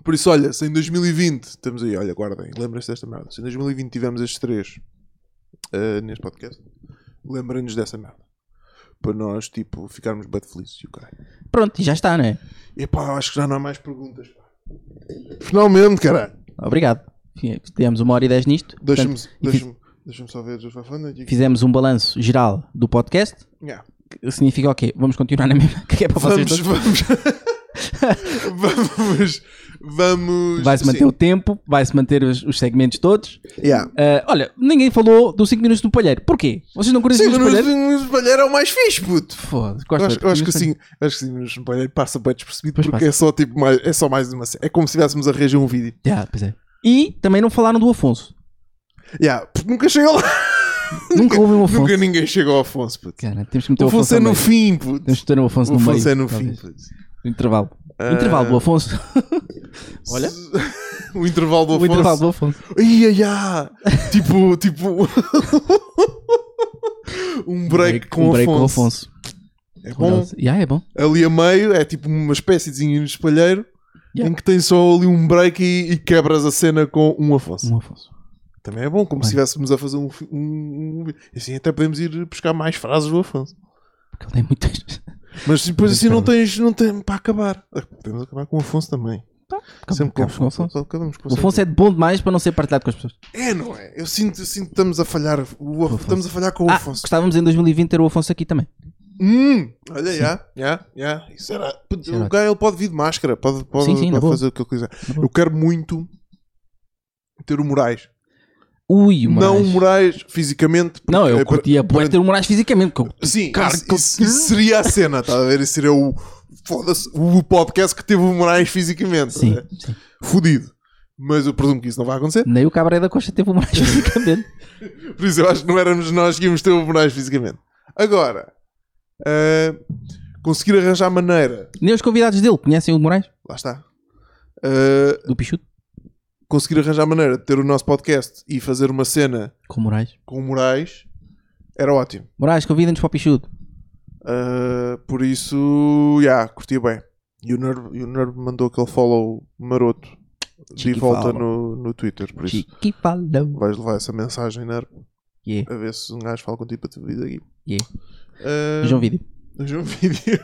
[SPEAKER 2] Por isso, olha, se em 2020 estamos aí, olha, guardem, lembrem-se desta merda. Se em 2020 tivemos estes três ah, neste podcast, lembrem-nos dessa merda. Para nós, tipo, ficarmos bem felizes e o caralho.
[SPEAKER 1] Pronto, e já está, não é?
[SPEAKER 2] Epá, acho que já não há mais perguntas. pá. Finalmente, caralho.
[SPEAKER 1] Obrigado. Enfim, Tivemos uma hora e dez nisto.
[SPEAKER 2] Deixa-me
[SPEAKER 1] Portanto, e fiz-
[SPEAKER 2] deixa deixa só ver. Deixa
[SPEAKER 1] Fizemos um balanço geral do podcast.
[SPEAKER 2] yeah.
[SPEAKER 1] que significa o quê? Vamos continuar na mesma. que é para vocês todos?
[SPEAKER 2] Vamos, vamos. vamos. Vamos.
[SPEAKER 1] Vai-se manter
[SPEAKER 2] sim.
[SPEAKER 1] o tempo, vai-se manter os, os segmentos todos.
[SPEAKER 2] Yeah.
[SPEAKER 1] Ah, olha, ninguém falou dos 5 minutos do palheiro. Porquê? Vocês não curtem
[SPEAKER 2] Sim,
[SPEAKER 1] os
[SPEAKER 2] mas
[SPEAKER 1] do palheiro?
[SPEAKER 2] o espalhar é o mais fixe, puto.
[SPEAKER 1] Foda-se,
[SPEAKER 2] Eu
[SPEAKER 1] gosto
[SPEAKER 2] acho,
[SPEAKER 1] de-
[SPEAKER 2] eu acho que sim, acho que sim, mas espalhar passa bem despercebido
[SPEAKER 1] Pois
[SPEAKER 2] porque é só, tipo, mais, é só mais uma. ce- É como se estivéssemos a reger um vídeo.
[SPEAKER 1] Yeah, pois é. E também não falaram do Afonso.
[SPEAKER 2] Yeah, porque nunca chega lá.
[SPEAKER 1] Nunca houve um Afonso.
[SPEAKER 2] Nunca ninguém chega ao Afonso, puto.
[SPEAKER 1] Cara, temos que meter
[SPEAKER 2] O
[SPEAKER 1] o
[SPEAKER 2] Afonso é no
[SPEAKER 1] meio.
[SPEAKER 2] fim, puto.
[SPEAKER 1] Temos que meter o Afonso
[SPEAKER 2] O
[SPEAKER 1] no
[SPEAKER 2] Afonso
[SPEAKER 1] meio.
[SPEAKER 2] é no fim, Ah,
[SPEAKER 1] talvez.
[SPEAKER 2] puto.
[SPEAKER 1] No intervalo. Intervalo do Afonso. Olha.
[SPEAKER 2] O intervalo do
[SPEAKER 1] O
[SPEAKER 2] Afonso.
[SPEAKER 1] intervalo do Afonso.
[SPEAKER 2] Ia, ia. Tipo, tipo. um break, com,
[SPEAKER 1] um break
[SPEAKER 2] Afonso.
[SPEAKER 1] com o Afonso.
[SPEAKER 2] É bom.
[SPEAKER 1] Yeah, é bom.
[SPEAKER 2] Ali a meio é tipo uma espécie de zinho de espalheiro
[SPEAKER 1] Yeah.
[SPEAKER 2] em que tem só ali um break e, e quebras a cena com um Afonso.
[SPEAKER 1] Um Afonso.
[SPEAKER 2] Também é bom, como
[SPEAKER 1] Bem.
[SPEAKER 2] se estivéssemos a fazer um, fi- um, um- e Assim até podemos ir buscar mais frases do Afonso.
[SPEAKER 1] Porque ele tem muitas.
[SPEAKER 2] Mas depois
[SPEAKER 1] Mas
[SPEAKER 2] assim não
[SPEAKER 1] espera.
[SPEAKER 2] tens, não tem para acabar. Ah, Podemos acabar com o Afonso também. Sempre com o
[SPEAKER 1] Acabamos com o
[SPEAKER 2] Afonso.
[SPEAKER 1] um Afonso.
[SPEAKER 2] Acabamos com
[SPEAKER 1] O Afonso é de bom demais para não ser partilhado com as pessoas.
[SPEAKER 2] É, não é? Eu sinto, eu sinto que estamos a falhar. O Af-
[SPEAKER 1] Afonso.
[SPEAKER 2] Estamos a falhar com o
[SPEAKER 1] Ah,
[SPEAKER 2] Afonso.
[SPEAKER 1] gostávamos em 2020 ter o Afonso aqui também.
[SPEAKER 2] Hum, olha, já, já, já. Isso era.
[SPEAKER 1] Isso era
[SPEAKER 2] O gajo ele pode vir de máscara, pode, pode,
[SPEAKER 1] Sim, sim, na
[SPEAKER 2] pode
[SPEAKER 1] boa.
[SPEAKER 2] fazer o que ele quiser.
[SPEAKER 1] Na boa.
[SPEAKER 2] Eu quero muito ter o Moraes.
[SPEAKER 1] Ui, o Moraes.
[SPEAKER 2] Não o Moraes fisicamente. porque
[SPEAKER 1] Não, eu
[SPEAKER 2] é para-
[SPEAKER 1] curtia bué
[SPEAKER 2] para-
[SPEAKER 1] ter o Moraes fisicamente. que eu-
[SPEAKER 2] Sim,
[SPEAKER 1] Cara,
[SPEAKER 2] isso,
[SPEAKER 1] que-
[SPEAKER 2] isso- isso seria a cena, estás a ver? Isso seria o, foda-se, o podcast que teve o Moraes fisicamente.
[SPEAKER 1] Sim,
[SPEAKER 2] Sim.
[SPEAKER 1] sim.
[SPEAKER 2] Fudido. Mas eu presumo que isso não vai acontecer.
[SPEAKER 1] Nem o Cabaré da Costa teve o Moraes fisicamente.
[SPEAKER 2] Por isso eu acho que não éramos nós que íamos ter o Moraes fisicamente. Agora, ah, conseguir arranjar maneira.
[SPEAKER 1] Nem os convidados dele conhecem o Moraes,
[SPEAKER 2] Lá está. Ah,
[SPEAKER 1] do Pichuto,
[SPEAKER 2] conseguir arranjar maneira de ter o nosso podcast e fazer uma cena
[SPEAKER 1] com o Moraes.
[SPEAKER 2] com o Moraes era ótimo.
[SPEAKER 1] Moraes, convida-nos para o Pichuto.
[SPEAKER 2] Uh, por isso, já, curti bem. E o Nerd, e o Nerd mandou aquele follow maroto de
[SPEAKER 1] Chique
[SPEAKER 2] volta
[SPEAKER 1] follow.
[SPEAKER 2] no, no Twitter. Por isso,
[SPEAKER 1] Chiqui falou.
[SPEAKER 2] vais levar essa mensagem, Nerd,
[SPEAKER 1] Yeah,
[SPEAKER 2] a ver se um gajo fala contigo para te vida aqui.
[SPEAKER 1] yeah.
[SPEAKER 2] Uh,
[SPEAKER 1] Vejam o vídeo.
[SPEAKER 2] Vejam o vídeo.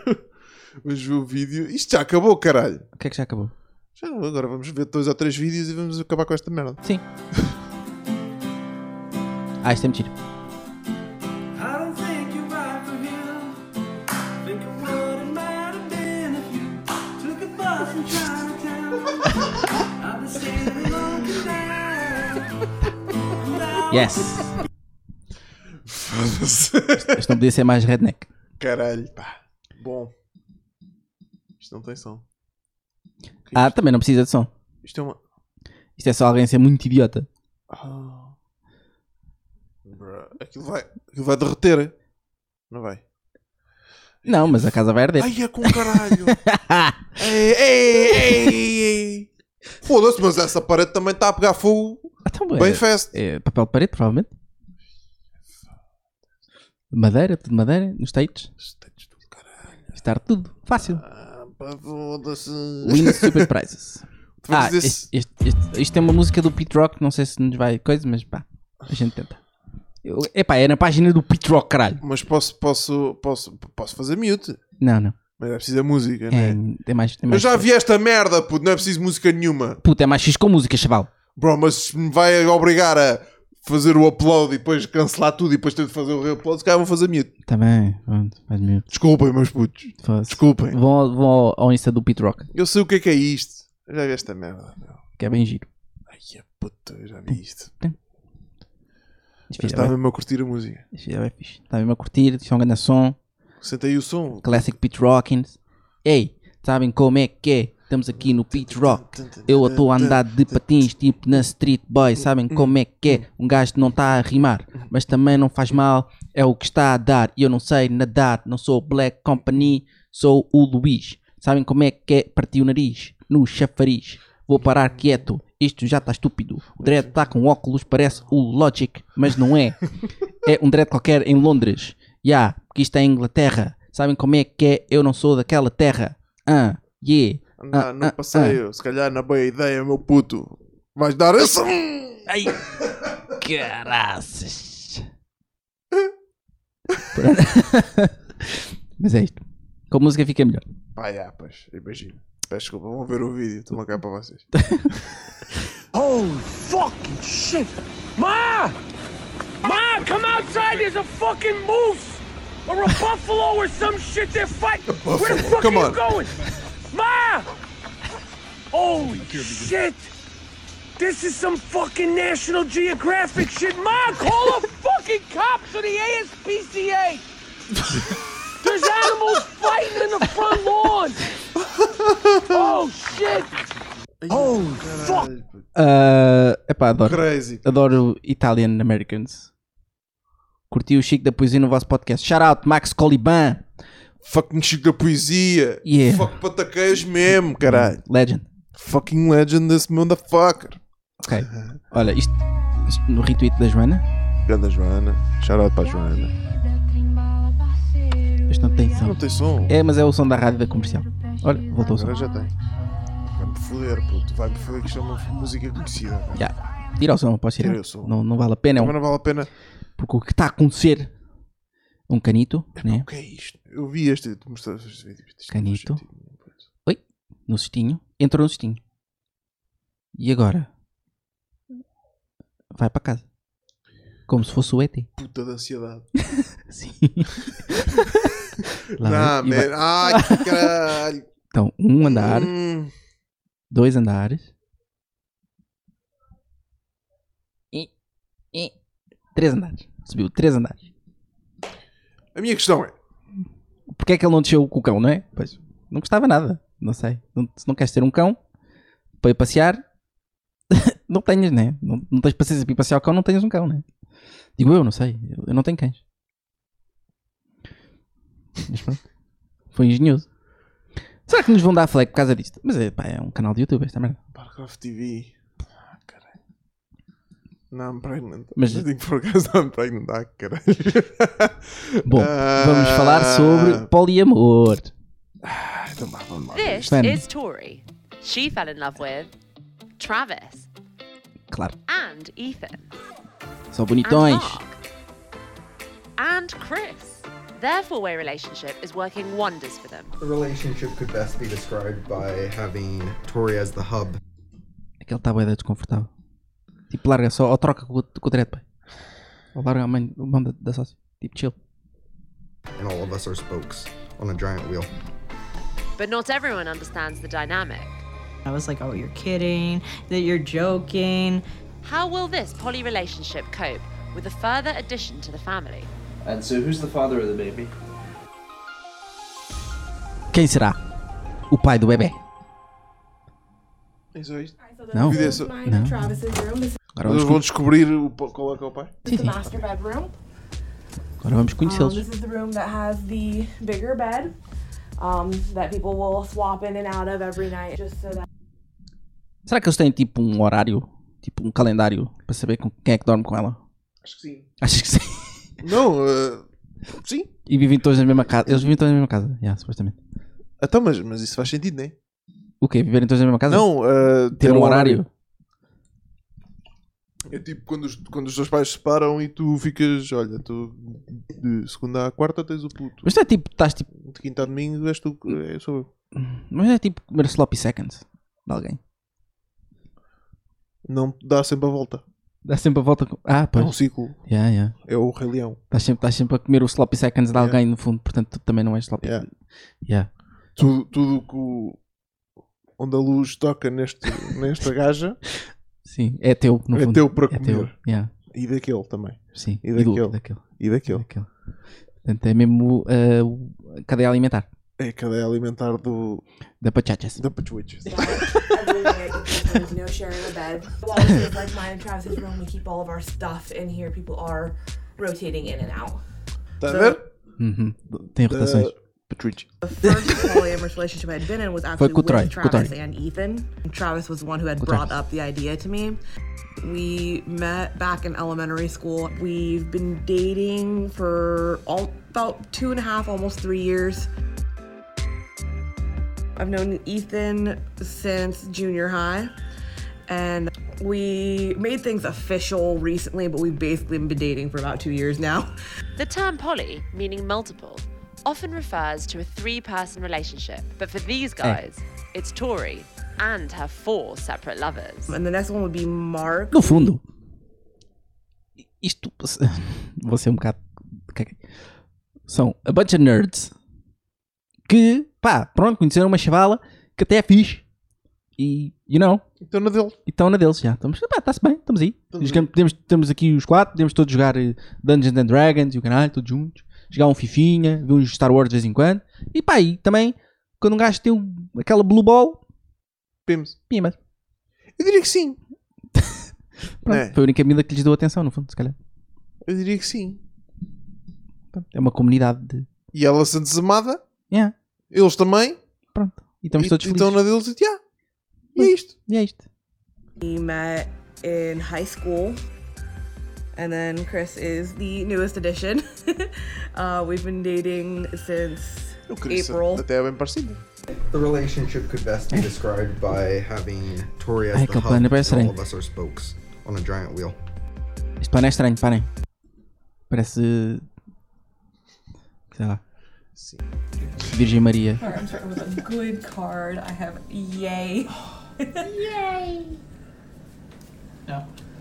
[SPEAKER 2] Vejam o vídeo. Isto já acabou, caralho.
[SPEAKER 1] O que é que já acabou?
[SPEAKER 2] Já, agora vamos ver dois ou três vídeos e vamos acabar com esta merda.
[SPEAKER 1] Sim. Ah, isto é mentira.
[SPEAKER 3] I don't think you're right for him. Think of what it might have been if you took a bus from Chinatown. I've been standing alone tonight.
[SPEAKER 1] Yes. Isto não podia ser mais redneck.
[SPEAKER 2] Caralho, pá. Bom. Isto não tem som.
[SPEAKER 1] Ah, também não precisa de som.
[SPEAKER 2] Isto é uma.
[SPEAKER 1] Isto é só alguém ser muito idiota.
[SPEAKER 2] Ah. Bruh, Aquilo vai, aquilo vai derreter. Não vai?
[SPEAKER 1] Não, mas a casa vai arder.
[SPEAKER 2] Ai, é com caralho. ei, ei, ei, ei. Foda-se, mas essa parede também está a pegar fogo.
[SPEAKER 1] Ah, então,
[SPEAKER 2] Bem
[SPEAKER 1] é-
[SPEAKER 2] fast.
[SPEAKER 1] é papel de parede, provavelmente. Madeira, tudo madeira, nos teitos.
[SPEAKER 2] Estates do caralho.
[SPEAKER 1] Estar tudo. Fácil.
[SPEAKER 2] Ah, pá, foda-se.
[SPEAKER 1] Windows Stupid Prices.
[SPEAKER 2] Depois
[SPEAKER 1] Ah,
[SPEAKER 2] desse-
[SPEAKER 1] este, este- este- isto é uma música do Pit Rock, não sei se nos vai coisa, mas pá, a gente tenta. Eu, epá, é na página do Pit Rock, caralho.
[SPEAKER 2] Mas posso, posso, posso, posso fazer mute.
[SPEAKER 1] Não, não.
[SPEAKER 2] Mas é preciso a música, não é?
[SPEAKER 1] É, é mais. É
[SPEAKER 2] Eu
[SPEAKER 1] mais
[SPEAKER 2] já vi esta merda, puto. Não é preciso música nenhuma.
[SPEAKER 1] Puta, é mais X com música, chaval.
[SPEAKER 2] Bro, mas se me vai obrigar a fazer o upload e depois cancelar tudo e depois ter de fazer o reupload, se calhar vão fazer mute.
[SPEAKER 1] Também, Tá pronto, faz mute.
[SPEAKER 2] Desculpem, meus putos.
[SPEAKER 1] Foda-se.
[SPEAKER 2] Desculpem.
[SPEAKER 1] Vão, ao- vão ao, ao Insta do Pit Rock,
[SPEAKER 2] Eu sei o que é que é isto. Eu já vi esta merda. meu.
[SPEAKER 1] que é bem giro.
[SPEAKER 2] Ai, a puta, eu já vi isto.
[SPEAKER 1] Isto fica
[SPEAKER 2] Eu
[SPEAKER 1] é bem-
[SPEAKER 2] estava mesmo a curtir a música.
[SPEAKER 1] isto fica bem fixe. Está mesmo a curtir, isto é um grande som.
[SPEAKER 2] Sentei o som.
[SPEAKER 1] Classic Pit Rockins. Ei, sabem como é que é? Estamos aqui no Pit Rock. Eu estou a andar de patins, tipo na Street Boy. Sabem como é que é? Um gajo não está a rimar, mas também não faz mal. É o que está a dar. E eu não sei nadar. Não sou Black Company, sou o Luís. Sabem como é que é? Parti o nariz no chafariz. Vou parar quieto. Isto já está estúpido. O dread está com óculos, parece o Logic, mas não é. É um dread qualquer em Londres. Ya, porque isto é a Inglaterra. Sabem como é que é? Eu não sou daquela terra. Ah, yeah.
[SPEAKER 2] Andar
[SPEAKER 1] Ah,
[SPEAKER 2] no
[SPEAKER 1] ah,
[SPEAKER 2] passeio, se calhar na boa ideia, meu puto. Vais dar esse.
[SPEAKER 1] Ai, caraças. Mas é isto. Com música fica melhor.
[SPEAKER 2] Pá, já, pois, imagino. Peço desculpa, vão ver o vídeo, estou-me a cá para vocês.
[SPEAKER 4] Holy fucking shit! Ma! Ma, come outside! There's a fucking moose! Or a buffalo or some shit they're fighting! Where the fuck
[SPEAKER 2] buffalo, come
[SPEAKER 4] are
[SPEAKER 2] on.
[SPEAKER 4] you going? Ma! Holy shit! This is some fucking National Geographic shit! Ma, call the fucking cops or the ASPCA! There's animals fighting in the front lawn! Oh shit! Holy fuck!
[SPEAKER 1] Ah, epá, adoro.
[SPEAKER 2] Crazy.
[SPEAKER 1] Adoro Italian Americans. Curti o Chico da Poesia no vosso podcast. Shout out, Max Coliban.
[SPEAKER 2] Fucking Chico da Poesia.
[SPEAKER 1] Yeah.
[SPEAKER 2] Fuck pataqueiros mesmo, caralho.
[SPEAKER 1] Legend.
[SPEAKER 2] Fucking legend this motherfucker.
[SPEAKER 1] Ok. Olha, isto, isto no retweet da Joana.
[SPEAKER 2] Ganda Joana. Shout out para a Joana.
[SPEAKER 1] Isto não tem som.
[SPEAKER 2] Não tem som.
[SPEAKER 1] É, mas é o som da rádio da comercial. Olha, voltou o som.
[SPEAKER 2] Agora já tem. Vai-me foder, puto. Vai-me foder que isto é uma música conhecida. velho.
[SPEAKER 1] Já. Tira o som, posso tirar.
[SPEAKER 2] Tirei o som.
[SPEAKER 1] Não, não vale a pena. é um-
[SPEAKER 2] Mas não vale a pena.
[SPEAKER 1] Porque o que está a acontecer. Um canito, né?
[SPEAKER 2] O que é isto? Eu vi este. Tu mostraste este vídeo. Isto não faz
[SPEAKER 1] Canito.
[SPEAKER 2] sentido nenhum, puto.
[SPEAKER 1] No cestinho. Entrou no cestinho. E agora? Vai para casa. Como se fosse o ET.
[SPEAKER 2] Puta de ansiedade.
[SPEAKER 1] Sim. Lá
[SPEAKER 2] Não,
[SPEAKER 1] vai- e vai-
[SPEAKER 2] man. Ai, que caralho.
[SPEAKER 1] Então, um andar,
[SPEAKER 2] Hum.
[SPEAKER 1] dois andares. E, e, três andares. Subiu três andares.
[SPEAKER 2] A minha questão é.
[SPEAKER 1] Porquê é que ele não desceu com o cão, não é? Pois, não gostava nada. Não sei. Não- se não queres ter um cão para ir passear, não tenhas, né? Não, não tens paciência para ir passear o cão, não tens um cão, né? Digo eu, não sei. Eu, eu não tenho cães. Mas pronto. Foi engenhoso. Será que nos vão dar flag por causa disto? Mas é, pá, é um canal de YouTube, esta merda.
[SPEAKER 2] Barcroft TV. Ah, caralho. Não, I'm pregnant.
[SPEAKER 1] Mas-
[SPEAKER 2] Eu digo por acaso, não, I'm pregnant. Ah, caralho.
[SPEAKER 1] Bom,
[SPEAKER 2] Ah.
[SPEAKER 1] vamos falar sobre poliamor.
[SPEAKER 2] Ah, então vá, vamos lá.
[SPEAKER 5] This
[SPEAKER 1] Sven.
[SPEAKER 5] is Tori. She fell in love with Travis
[SPEAKER 1] Claro,
[SPEAKER 5] and Ethan
[SPEAKER 1] são
[SPEAKER 5] and
[SPEAKER 1] bonitões.
[SPEAKER 5] Mark and Chris. Therefore, their relationship is working wonders for them.
[SPEAKER 6] The relationship could best be described by having Tori as the hub.
[SPEAKER 1] Aquele está tá bué da desconfortável. Tipo, larga só, ou troca com, o- com o direto, pai. Ou larga a mãe, a mão da, da sócia. Tipo, chill.
[SPEAKER 6] and all of us are spokes on a giant wheel.
[SPEAKER 5] But not everyone understands the dynamic.
[SPEAKER 7] I was like, oh, you're kidding, that you're joking.
[SPEAKER 5] How will this poly relationship cope with a further addition to the family?
[SPEAKER 8] And so, who's the father of the baby?
[SPEAKER 1] Quem será? O pai do bebê.
[SPEAKER 2] É só isto.
[SPEAKER 1] Não?
[SPEAKER 2] Vida é só-
[SPEAKER 1] No.
[SPEAKER 9] Mine, Travis's room. This is
[SPEAKER 1] Agora vamos,
[SPEAKER 2] Eles vão
[SPEAKER 1] con-
[SPEAKER 2] descobrir o, pa- qual é que é o pai.
[SPEAKER 1] sim,
[SPEAKER 9] the
[SPEAKER 1] sim.
[SPEAKER 9] master bedroom.
[SPEAKER 1] Agora vamos
[SPEAKER 9] Um,
[SPEAKER 1] conhecê-los.
[SPEAKER 9] this is the room that has the bigger bed um, that people will swap in and out of every night, just so that
[SPEAKER 1] Será que eles têm tipo um horário? Tipo um calendário para saber com quem é que dorme com ela?
[SPEAKER 2] Acho que sim.
[SPEAKER 1] Acho que sim.
[SPEAKER 2] Não, eh, sim.
[SPEAKER 1] E vivem todos na mesma casa. Eles vivem todos na mesma casa, yeah, supostamente.
[SPEAKER 2] Então, mas, mas isso faz sentido, né?
[SPEAKER 1] O quê? Viverem todos na mesma casa?
[SPEAKER 2] Não, eh,
[SPEAKER 1] Ter um horário?
[SPEAKER 2] É tipo quando os, quando os teus pais se separam e tu ficas, olha, tu de segunda à quarta tens o puto,
[SPEAKER 1] Mas não é tipo, estás tipo.
[SPEAKER 2] de quinta a domingo és tu, é, sou eu.
[SPEAKER 1] Mas não é tipo comer sloppy seconds de alguém.
[SPEAKER 2] Não dá sempre a volta.
[SPEAKER 1] Dá sempre a volta. com- Ah,
[SPEAKER 2] É um
[SPEAKER 1] pois.
[SPEAKER 2] ciclo.
[SPEAKER 1] Yeah, yeah.
[SPEAKER 2] É o Rei Leão.
[SPEAKER 1] Estás sempre, estás sempre a comer o sloppy seconds de
[SPEAKER 2] Yeah.
[SPEAKER 1] alguém, no fundo, portanto tu também não és sloppy.
[SPEAKER 2] Yeah.
[SPEAKER 1] Yeah.
[SPEAKER 2] Tudo, tudo que o. Onde a luz toca neste, nesta gaja
[SPEAKER 1] Sim, é teu, no
[SPEAKER 2] é
[SPEAKER 1] fundo.
[SPEAKER 2] teu para
[SPEAKER 1] é
[SPEAKER 2] comer.
[SPEAKER 1] teu. Yeah.
[SPEAKER 2] E daquele também.
[SPEAKER 1] Sim.
[SPEAKER 2] E
[SPEAKER 1] do-
[SPEAKER 2] daquele?
[SPEAKER 1] daquele.
[SPEAKER 2] E daquele.
[SPEAKER 1] daquele. Portanto, é mesmo uh, o- eh, a cadeia alimentar.
[SPEAKER 2] é a cadeia alimentar do,
[SPEAKER 1] Da Pachachas.
[SPEAKER 2] da Pachuiches.
[SPEAKER 9] Everything I eat, there's no sharing a bed. While this is like mine and Travis's room, we keep all of our stuff in here. People are rotating in and out.
[SPEAKER 2] Está Tá a ver?
[SPEAKER 1] Uhum.
[SPEAKER 2] eh,
[SPEAKER 1] Tem rotações.
[SPEAKER 2] Pachuiches.
[SPEAKER 10] The first polyamorous relationship I had been in was actually
[SPEAKER 1] com o
[SPEAKER 10] with
[SPEAKER 1] Troy, com o
[SPEAKER 10] Travis
[SPEAKER 1] Troy.
[SPEAKER 10] and Ethan. Travis was the one who had
[SPEAKER 1] o
[SPEAKER 10] brought
[SPEAKER 1] Travis.
[SPEAKER 10] up the idea to me. We met back in elementary school. We've been dating for all, about two and a half, almost three years. I've known Ethan since junior high, and we made things official recently, but we've basically been dating for about two years now.
[SPEAKER 5] The term poly, meaning multiple, often refers to a three person relationship, but for these guys, it's Tori and her four separate lovers.
[SPEAKER 10] And the next one would be Mark.
[SPEAKER 1] No fundo, isto. Vou ser um bocado. caguei. São a bunch of nerds que, pá, pronto, conheceram uma chavala que até é fixe e, you know,
[SPEAKER 2] Então na dele.
[SPEAKER 1] e estão na deles já. Estamos, pá, está-se bem, estamos aí. Jogamos- podemos, temos aqui os quatro, podemos todos jogar eh, Dungeons and Dragons e o caralho, todos juntos. Jogar um Fifinha, ver uns Star Wars de vez em quando. E pá, e também, quando um gajo tem um- aquela Blue Ball,
[SPEAKER 2] Pimes.
[SPEAKER 1] pima.
[SPEAKER 2] Eu diria que sim.
[SPEAKER 1] Pronto,
[SPEAKER 2] É.
[SPEAKER 1] Foi a única mina que lhes deu atenção, no fundo, se calhar.
[SPEAKER 2] Eu diria que sim.
[SPEAKER 1] Pronto, É uma comunidade de.
[SPEAKER 2] E ela sente-se amada.
[SPEAKER 1] Yeah.
[SPEAKER 2] Eles também.
[SPEAKER 1] Pronto. E estamos
[SPEAKER 2] e, então
[SPEAKER 1] todos
[SPEAKER 2] e
[SPEAKER 1] felizes.
[SPEAKER 2] estão na deles e yeah. E é isto.
[SPEAKER 1] E é isto.
[SPEAKER 10] We met in high school. And then Chris is the newest addition. uh, we've been dating since
[SPEAKER 2] Eu queria ser-
[SPEAKER 10] April.
[SPEAKER 2] Até é bem parecido.
[SPEAKER 6] The relationship could best be described by having Tori as
[SPEAKER 1] Ay,
[SPEAKER 6] the
[SPEAKER 1] Capone,
[SPEAKER 6] hub.
[SPEAKER 1] parece
[SPEAKER 6] and
[SPEAKER 1] sereno.
[SPEAKER 6] All of us are spokes on a giant wheel.
[SPEAKER 1] Este pano é estranho, parem. Parece. Sei lá. Virgem Maria.
[SPEAKER 10] Ah,
[SPEAKER 7] Alright, I'm starting with a good card. I have yay.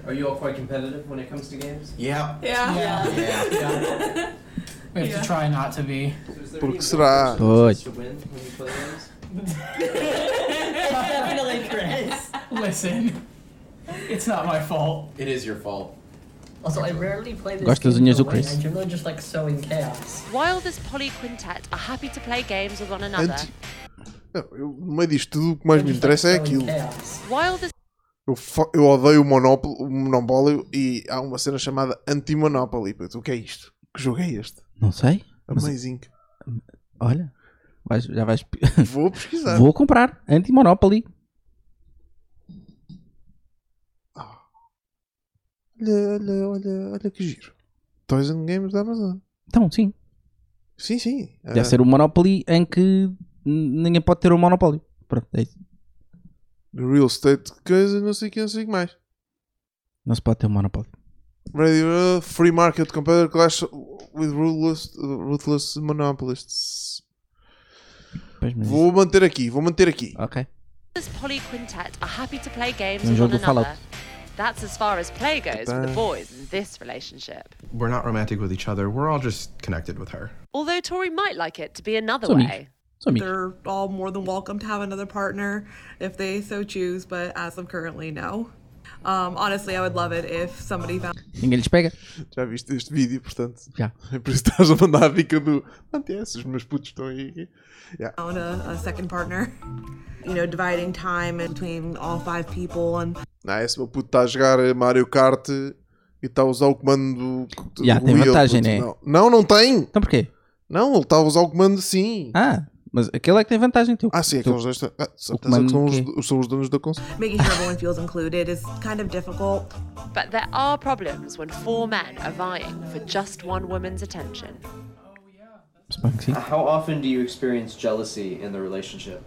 [SPEAKER 8] Are you all quite competitive when it comes to games?
[SPEAKER 6] Yeah.
[SPEAKER 3] We have to try not to be.
[SPEAKER 8] So is there any
[SPEAKER 2] Porque será.
[SPEAKER 1] Pois.
[SPEAKER 8] to win when you play games?
[SPEAKER 3] Listen, it's not my fault.
[SPEAKER 8] It is your fault.
[SPEAKER 3] Also, I rarely play this.
[SPEAKER 1] Gosto das
[SPEAKER 3] game
[SPEAKER 1] unhas do
[SPEAKER 3] for a win.
[SPEAKER 1] Chris.
[SPEAKER 3] I generally just like sowing chaos.
[SPEAKER 5] While this poly quintet are happy to play games with one another,
[SPEAKER 2] Anti- Não, eu, no meio disto tudo, o que mais me interessa é aquilo.
[SPEAKER 3] Chaos.
[SPEAKER 5] while this
[SPEAKER 2] Eu, fa- eu odeio o Monopólio, o Monopólio e há uma cena chamada Anti-Monopoly. puto. O que é isto? Que jogo é este?
[SPEAKER 1] Não sei. Mas- é
[SPEAKER 2] Amazing.
[SPEAKER 1] Olha. Vais- já vais.
[SPEAKER 2] Vou pesquisar.
[SPEAKER 1] Vou comprar. Anti-Monopoly.
[SPEAKER 2] Olha, olha, olha, olha que giro. Toys and Games da Amazon.
[SPEAKER 1] Então, sim.
[SPEAKER 2] Sim, sim. Ah,
[SPEAKER 1] Deve ser o Monopoly em que n- ninguém pode ter o Monopólio. Pronto, é isso.
[SPEAKER 2] Real Estate, coisa, não sei o que, não sei o que mais.
[SPEAKER 1] Não se pode ter o Monopólio.
[SPEAKER 2] Ready, uh, free market competitor clash with ruthless, ruthless monopolists.
[SPEAKER 1] Pois, mas
[SPEAKER 2] Vou manter aqui, vou manter aqui.
[SPEAKER 1] isso- Ok. É
[SPEAKER 5] this poly quintet are happy to play games
[SPEAKER 1] Um
[SPEAKER 5] with one
[SPEAKER 1] jogo
[SPEAKER 5] another,
[SPEAKER 1] falado.
[SPEAKER 5] that's as far as play goes for the
[SPEAKER 2] Tá.
[SPEAKER 5] boys in this relationship.
[SPEAKER 6] We're not romantic with each other. We're all just connected with her.
[SPEAKER 5] Although Tori might like it to be another
[SPEAKER 1] Sou
[SPEAKER 5] way.
[SPEAKER 1] amigo. Sou amigo.
[SPEAKER 10] They're all more than welcome to have another partner if they so choose, but as of currently, no. Um, honestly, I would love it if somebody found
[SPEAKER 1] Ninguém lhes pega.
[SPEAKER 2] Já viste este vídeo, portanto.
[SPEAKER 1] Já.
[SPEAKER 2] É por isso que estás a mandar a dica do. Antes, esses meus putos estão aí. Yeah.
[SPEAKER 10] a, a second partner. You know, dividing time in between all five people and
[SPEAKER 2] Não, esse meu puto está a jogar Mario Kart e está a usar o comando. do-
[SPEAKER 1] Já,
[SPEAKER 2] do
[SPEAKER 1] tem
[SPEAKER 2] Wii,
[SPEAKER 1] vantagem,
[SPEAKER 2] puto,
[SPEAKER 1] né?
[SPEAKER 2] Não. não, não tem!
[SPEAKER 1] Então porquê?
[SPEAKER 2] Não, ele está a usar o comando sim. Ah,
[SPEAKER 1] Ah, mas aquele é que tem vantagem. Teu. Tu-
[SPEAKER 2] sim, aqueles dois. estão- Ah, certeza
[SPEAKER 1] comando
[SPEAKER 2] que são os,
[SPEAKER 1] quê?
[SPEAKER 2] os- são os donos da consola.
[SPEAKER 10] making sure everyone feels included is kind of difficult.
[SPEAKER 5] But there are problems when four men are vying for just one woman's attention.
[SPEAKER 1] Suponho que sim.
[SPEAKER 8] How often do you experience jealousy in the relationship?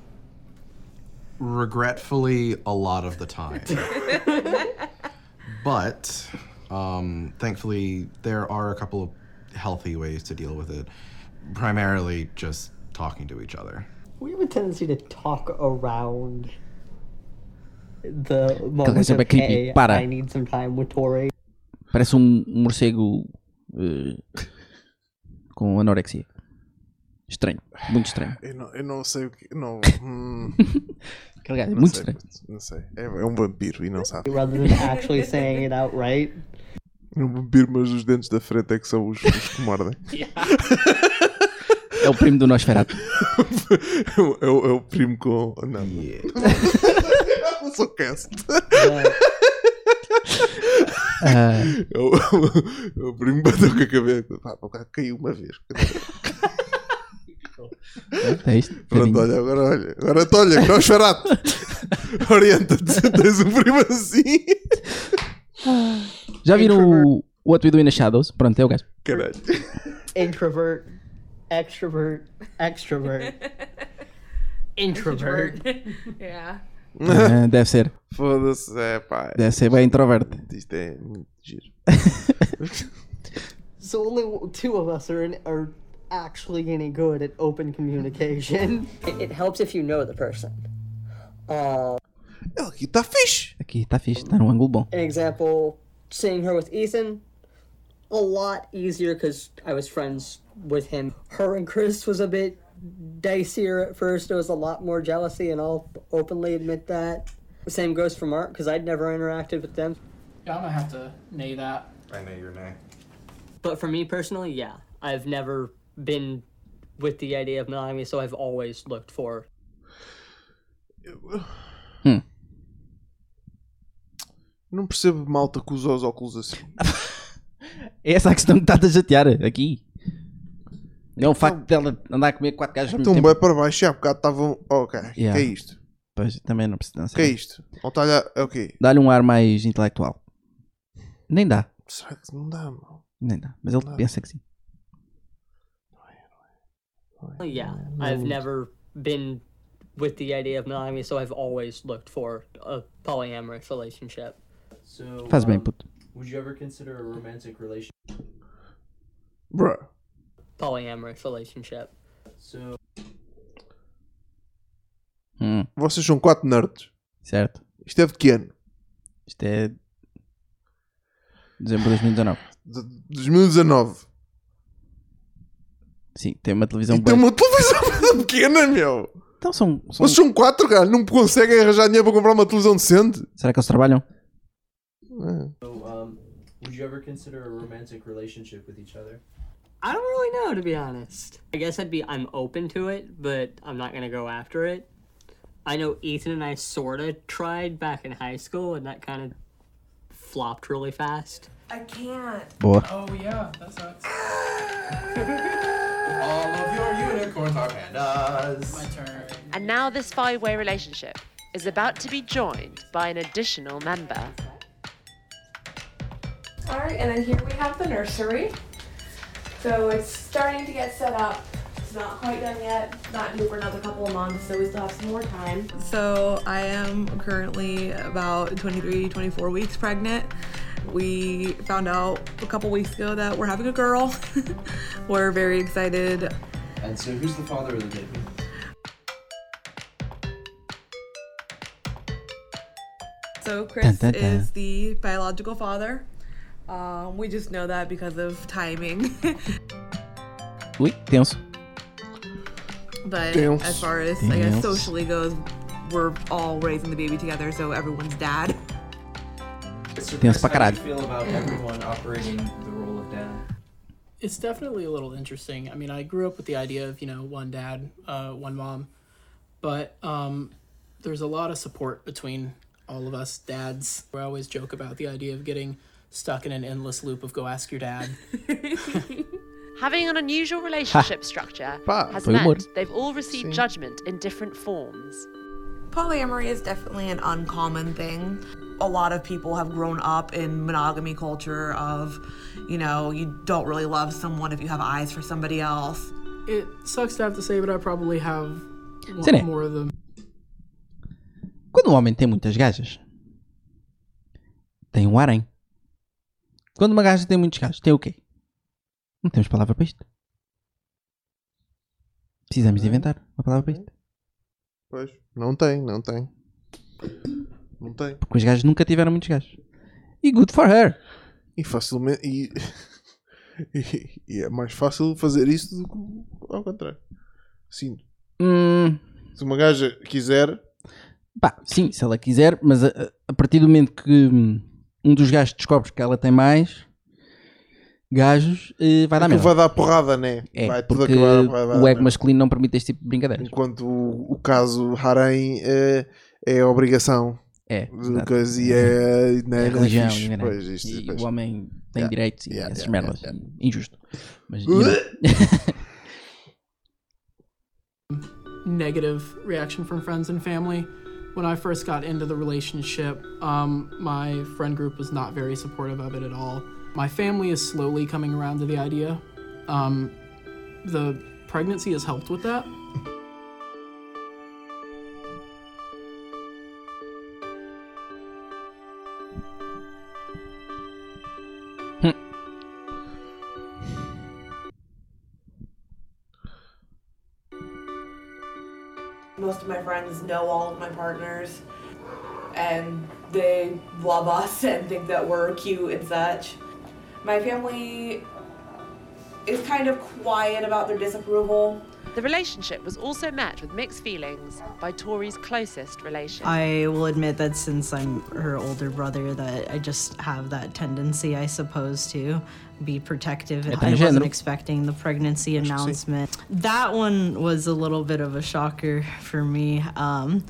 [SPEAKER 6] Regretfully, a lot of the time. but um, thankfully, there are a couple of healthy ways to deal with it. Primarily, just talking to each other.
[SPEAKER 3] We have a tendency to talk around the
[SPEAKER 1] Aquele
[SPEAKER 3] moment
[SPEAKER 1] sempre é
[SPEAKER 3] of,
[SPEAKER 1] creepy.
[SPEAKER 3] hey,
[SPEAKER 1] Para.
[SPEAKER 3] I need some time with Tori.
[SPEAKER 1] Parece um um morcego eh, com anorexia. Estranho. Muito estranho.
[SPEAKER 2] Eu não, eu não sei o que. Não, hum,
[SPEAKER 1] Aquele gajo é
[SPEAKER 2] não
[SPEAKER 1] muito
[SPEAKER 2] sei,
[SPEAKER 1] estranho.
[SPEAKER 2] puto, Não sei. É, é um vampiro e não sabe.
[SPEAKER 3] rather than actually saying it outright.
[SPEAKER 2] É um vampiro, mas os dentes da frente é que são os, os que mordem.
[SPEAKER 1] É o primo do Nosferatu.
[SPEAKER 2] é, o, é o- é o primo com. Não. Eu sou cast.
[SPEAKER 1] Ah.
[SPEAKER 2] É o, é o primo bateu com a cabeça. Pá, o cara caiu uma vez.
[SPEAKER 1] É isto?
[SPEAKER 2] Pronto,
[SPEAKER 1] Tadinho.
[SPEAKER 2] olha, agora olha. Agora tu olha, que nós charato. Orienta-te, tens um primo assim.
[SPEAKER 1] Já viram o o What We Do in the Shadows? Pronto, é o gajo.
[SPEAKER 2] Caralho.
[SPEAKER 11] Introvert, extrovert, extrovert, introvert.
[SPEAKER 9] yeah.
[SPEAKER 1] Ah, deve ser.
[SPEAKER 2] Foda-se, é pá.
[SPEAKER 1] Deve ser bem introvertido.
[SPEAKER 2] Isto é muito giro.
[SPEAKER 11] So only w- two of us are in, are actually any good at open communication. It, it helps if you know the person. Uh,
[SPEAKER 2] Aqui tá fixe.
[SPEAKER 1] Aqui está fixe, está num ângulo bom.
[SPEAKER 11] an example, seeing her with Ethan, a lot easier because I was friends with him. Her and Chris was a bit dicier at first. There was a lot more jealousy, and I'll openly admit that. The same goes for Mark because I'd never interacted with them.
[SPEAKER 8] Yeah, I'm gonna have to nay that.
[SPEAKER 6] I know your name.
[SPEAKER 11] But for me personally, yeah, I've never been with the idea of monogamy, so I've always looked for.
[SPEAKER 2] Não percebo malta que usa os óculos assim.
[SPEAKER 1] É essa a questão que está a chatear aqui. É
[SPEAKER 2] Então-
[SPEAKER 1] o facto dela andar a comer quatro gajos ao mesmo
[SPEAKER 2] Estão
[SPEAKER 1] tempo.
[SPEAKER 2] bem para baixo e há bocado estavam. Oh, cara,
[SPEAKER 1] Yeah.
[SPEAKER 2] que é isto?
[SPEAKER 1] Pois, também não precisa. não sei
[SPEAKER 2] Que é
[SPEAKER 1] bem.
[SPEAKER 2] isto? Ou está a É o quê?
[SPEAKER 1] Dá-lhe um ar mais intelectual. Nem dá,
[SPEAKER 2] Será que não dá, mano?
[SPEAKER 1] nem dá. Mas ele
[SPEAKER 2] Não.
[SPEAKER 1] pensa que sim.
[SPEAKER 11] Yeah, I've never been with the idea of monogamy, so I've always looked for a polyamorous relationship.
[SPEAKER 8] So,
[SPEAKER 1] Faz bem,
[SPEAKER 8] um,
[SPEAKER 1] puto.
[SPEAKER 8] Would you ever consider a romantic relationship?
[SPEAKER 2] Bro.
[SPEAKER 11] Polyamorous relationship.
[SPEAKER 8] So,
[SPEAKER 1] Hum,
[SPEAKER 2] Vocês são quatro nerds.
[SPEAKER 1] certo.
[SPEAKER 2] Isto é de que ano?
[SPEAKER 1] Isto é. Dezembro de 2019.
[SPEAKER 2] De 2019.
[SPEAKER 1] Sim, tem uma televisão
[SPEAKER 2] e
[SPEAKER 1] boa.
[SPEAKER 2] tem é uma televisão pequena, meu.
[SPEAKER 1] Então são. são-
[SPEAKER 2] Vocês são quatro, cara. Não conseguem arranjar dinheiro para comprar uma televisão decente.
[SPEAKER 1] Será que eles trabalham?
[SPEAKER 8] so, um, would you ever consider a romantic relationship with each other?
[SPEAKER 11] I don't really know, to be honest. I guess I'd be, I'm open to it, but I'm not gonna go after it. I know Ethan and I sorta tried back in high school, and that kind of flopped really fast.
[SPEAKER 9] I can't.
[SPEAKER 1] Boa.
[SPEAKER 8] Oh yeah, that sucks.
[SPEAKER 6] All of your unicorns are pandas.
[SPEAKER 8] Turn.
[SPEAKER 5] And now this five way relationship is about to be joined by an additional member.
[SPEAKER 9] All right, and then here we have the nursery. So it's starting to get set up. It's not quite done yet. Not due for another couple of months, so we still have some more time.
[SPEAKER 10] So I am currently about 23, 24 weeks pregnant. We found out a couple weeks ago that we're having a girl. we're very excited.
[SPEAKER 8] And so, who's the father of the baby?
[SPEAKER 10] So Chris
[SPEAKER 1] Dun, dun, dun.
[SPEAKER 10] is the biological father. Um, we just know that because of timing.
[SPEAKER 1] Ui, tenso.
[SPEAKER 10] but
[SPEAKER 2] Damn.
[SPEAKER 10] as far as I guess
[SPEAKER 1] Damn.
[SPEAKER 10] socially goes, we're all raising the baby together, so everyone's dad.
[SPEAKER 8] So,
[SPEAKER 1] Tenso pra
[SPEAKER 8] how do
[SPEAKER 1] caralho.
[SPEAKER 8] you feel about everyone operating the role of dad?
[SPEAKER 12] It's definitely a little interesting. I mean, I grew up with the idea of, you know, one dad, uh, one mom, but um, there's a lot of support between all of us dads. We always joke about the idea of getting stuck in an endless loop of go ask your dad.
[SPEAKER 5] Having an unusual relationship structure
[SPEAKER 2] Pa,
[SPEAKER 5] has
[SPEAKER 1] foi humor.
[SPEAKER 5] meant they've all received judgment in different forms.
[SPEAKER 10] Polyamory is definitely an uncommon thing. A lot of people have grown up in monogamy culture of, you know, you don't really love someone if you have eyes for somebody else.
[SPEAKER 12] It sucks to have to say, but I probably have
[SPEAKER 1] Sim, é.
[SPEAKER 12] more of them
[SPEAKER 1] Quando um homem tem muitas gajas, tem um harém. Quando uma gaja tem muitos gajos, tem o quê? Não temos palavra para isto. Precisamos de inventar uma palavra para isto.
[SPEAKER 2] Pois. Não tem, não tem. Não tem.
[SPEAKER 1] Porque os gajos nunca tiveram muitos gajos. E good for her.
[SPEAKER 2] E facilmente. E, e, e é mais fácil fazer isso do que ao contrário. Sim.
[SPEAKER 1] Hum,
[SPEAKER 2] Se uma gaja quiser.
[SPEAKER 1] pá, sim, se ela quiser, mas a, a- a partir do momento que hum, um dos gajos descobre que ela tem mais, gajos, eh, vai dar
[SPEAKER 2] Aquilo
[SPEAKER 1] merda.
[SPEAKER 2] é vai dar porrada, né?
[SPEAKER 1] É,
[SPEAKER 2] Vai tudo
[SPEAKER 1] porque
[SPEAKER 2] acabar- vai Hum. dar
[SPEAKER 1] o ego
[SPEAKER 2] merda.
[SPEAKER 1] masculino não permite este tipo de brincadeiras.
[SPEAKER 2] Enquanto o, o caso Harém é, é obrigação.
[SPEAKER 1] É,
[SPEAKER 2] De
[SPEAKER 1] exato.
[SPEAKER 2] coisa e é. Não,
[SPEAKER 1] É
[SPEAKER 2] não
[SPEAKER 1] religião,
[SPEAKER 2] é fixe.
[SPEAKER 1] não é nada.
[SPEAKER 2] Pois, isto,
[SPEAKER 1] E
[SPEAKER 2] pois.
[SPEAKER 1] o homem tem
[SPEAKER 2] Yeah,
[SPEAKER 1] direitos e
[SPEAKER 2] yeah,
[SPEAKER 1] essas
[SPEAKER 2] yeah,
[SPEAKER 1] merdas.
[SPEAKER 2] yeah, Uh! yeah.
[SPEAKER 1] Injusto. Mas,
[SPEAKER 12] negative reaction from friends and family. When I first got into the relationship, um, my friend group was not very supportive of it at all. My family is slowly coming around to the idea. Um, the pregnancy has helped with that.
[SPEAKER 10] Most of my friends know all of my partners, and they love us and think that we're cute and such. My family is kind of quiet about their disapproval.
[SPEAKER 5] The relationship was also met with mixed feelings by Tori's closest relation.
[SPEAKER 7] I will admit that since I'm her older brother, that I just have that tendency, I suppose, to be protective.
[SPEAKER 11] É
[SPEAKER 7] I wasn't
[SPEAKER 11] transgênero.
[SPEAKER 7] expecting the pregnancy
[SPEAKER 11] que sim.
[SPEAKER 7] announcement. That one was a little bit of a shocker for me, um,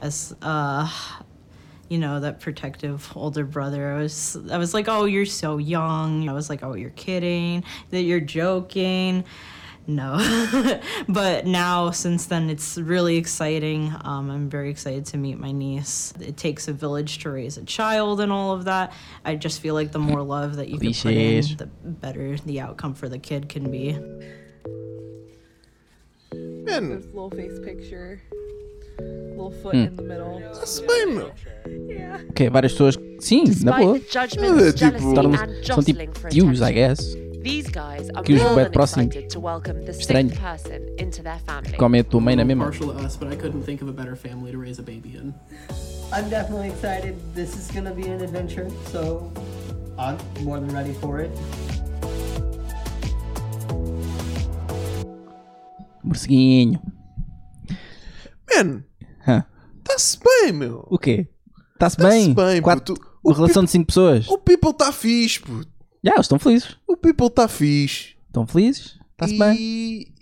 [SPEAKER 7] as uh, you know, that protective older brother. I was, I was like, oh, you're so young. I was like, oh, you're kidding. That you're joking. No. but now, since then, it's really exciting. Um, I'm very excited to meet my niece. It takes a village to raise a child and all of that. I just feel like the more love that you can put
[SPEAKER 1] Clichés.
[SPEAKER 7] in, the better the outcome for the kid can be.
[SPEAKER 2] Mano.
[SPEAKER 13] Little face picture. Little foot
[SPEAKER 1] Hum.
[SPEAKER 13] in the middle.
[SPEAKER 2] That's bem, meu.
[SPEAKER 1] Ok, é várias pessoas. Sim, na boa.
[SPEAKER 5] Despite judgments,
[SPEAKER 1] É,
[SPEAKER 5] jealousy,
[SPEAKER 1] tornam-se-
[SPEAKER 5] and
[SPEAKER 1] são tipo
[SPEAKER 5] jostling for
[SPEAKER 1] tios, I
[SPEAKER 5] attention.
[SPEAKER 1] guess.
[SPEAKER 5] These guys are
[SPEAKER 1] Que os
[SPEAKER 5] more
[SPEAKER 1] bué
[SPEAKER 5] than
[SPEAKER 1] próximos.
[SPEAKER 5] excited to welcome the
[SPEAKER 1] Estranho.
[SPEAKER 5] sixth person into their family.
[SPEAKER 1] Comem a tua mãe na
[SPEAKER 5] Uhum.
[SPEAKER 1] mesma.
[SPEAKER 12] Partial to us, but I couldn't think of a better family to raise a baby in.
[SPEAKER 11] I'm definitely excited. This is gonna be an adventure, so I'm more than ready for it.
[SPEAKER 1] Morceguinho.
[SPEAKER 2] Man,
[SPEAKER 1] Hã?
[SPEAKER 2] está-se bem, meu.
[SPEAKER 1] O quê? Está-se bem? Quatro, uma relação de 5 pessoas.
[SPEAKER 2] O people está fixe, puto.
[SPEAKER 1] Já, eles estão felizes.
[SPEAKER 2] O people está fixe.
[SPEAKER 1] Estão felizes? Está-se bem?
[SPEAKER 2] E,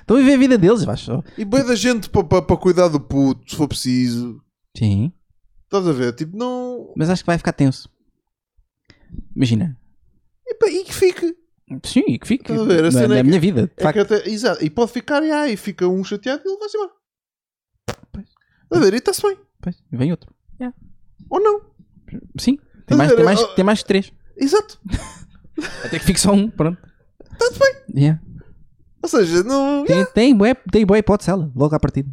[SPEAKER 1] Estão a viver a vida deles, vais só.
[SPEAKER 2] e bem da gente para cuidar do puto, se for preciso.
[SPEAKER 1] Sim.
[SPEAKER 2] Estás a ver? Tipo, não.
[SPEAKER 1] Mas acho que vai ficar tenso. Imagina.
[SPEAKER 2] E, pá, e que fique.
[SPEAKER 1] Sim, e que fique.
[SPEAKER 2] Hum. Estás a ver? A
[SPEAKER 1] Na,
[SPEAKER 2] cena
[SPEAKER 1] na
[SPEAKER 2] é que-
[SPEAKER 1] minha vida. de
[SPEAKER 2] é
[SPEAKER 1] facto.
[SPEAKER 2] que até- exato. E pode ficar, e aí fica um chateado e ele vai-se embora. Estás a ver? E está-se bem.
[SPEAKER 1] Pois, e vem outro.
[SPEAKER 2] Ou não.
[SPEAKER 1] Sim. Tem
[SPEAKER 2] Estás
[SPEAKER 1] mais,
[SPEAKER 2] a ver?
[SPEAKER 1] tem, mais,
[SPEAKER 2] Oh.
[SPEAKER 1] tem mais que três.
[SPEAKER 2] Exato.
[SPEAKER 1] Até que fique só um, pronto.
[SPEAKER 2] Está-se bem.
[SPEAKER 1] Yeah.
[SPEAKER 2] Ou seja, não.
[SPEAKER 1] Tem, tem, boa, tem boa hipótese ela, logo à partida.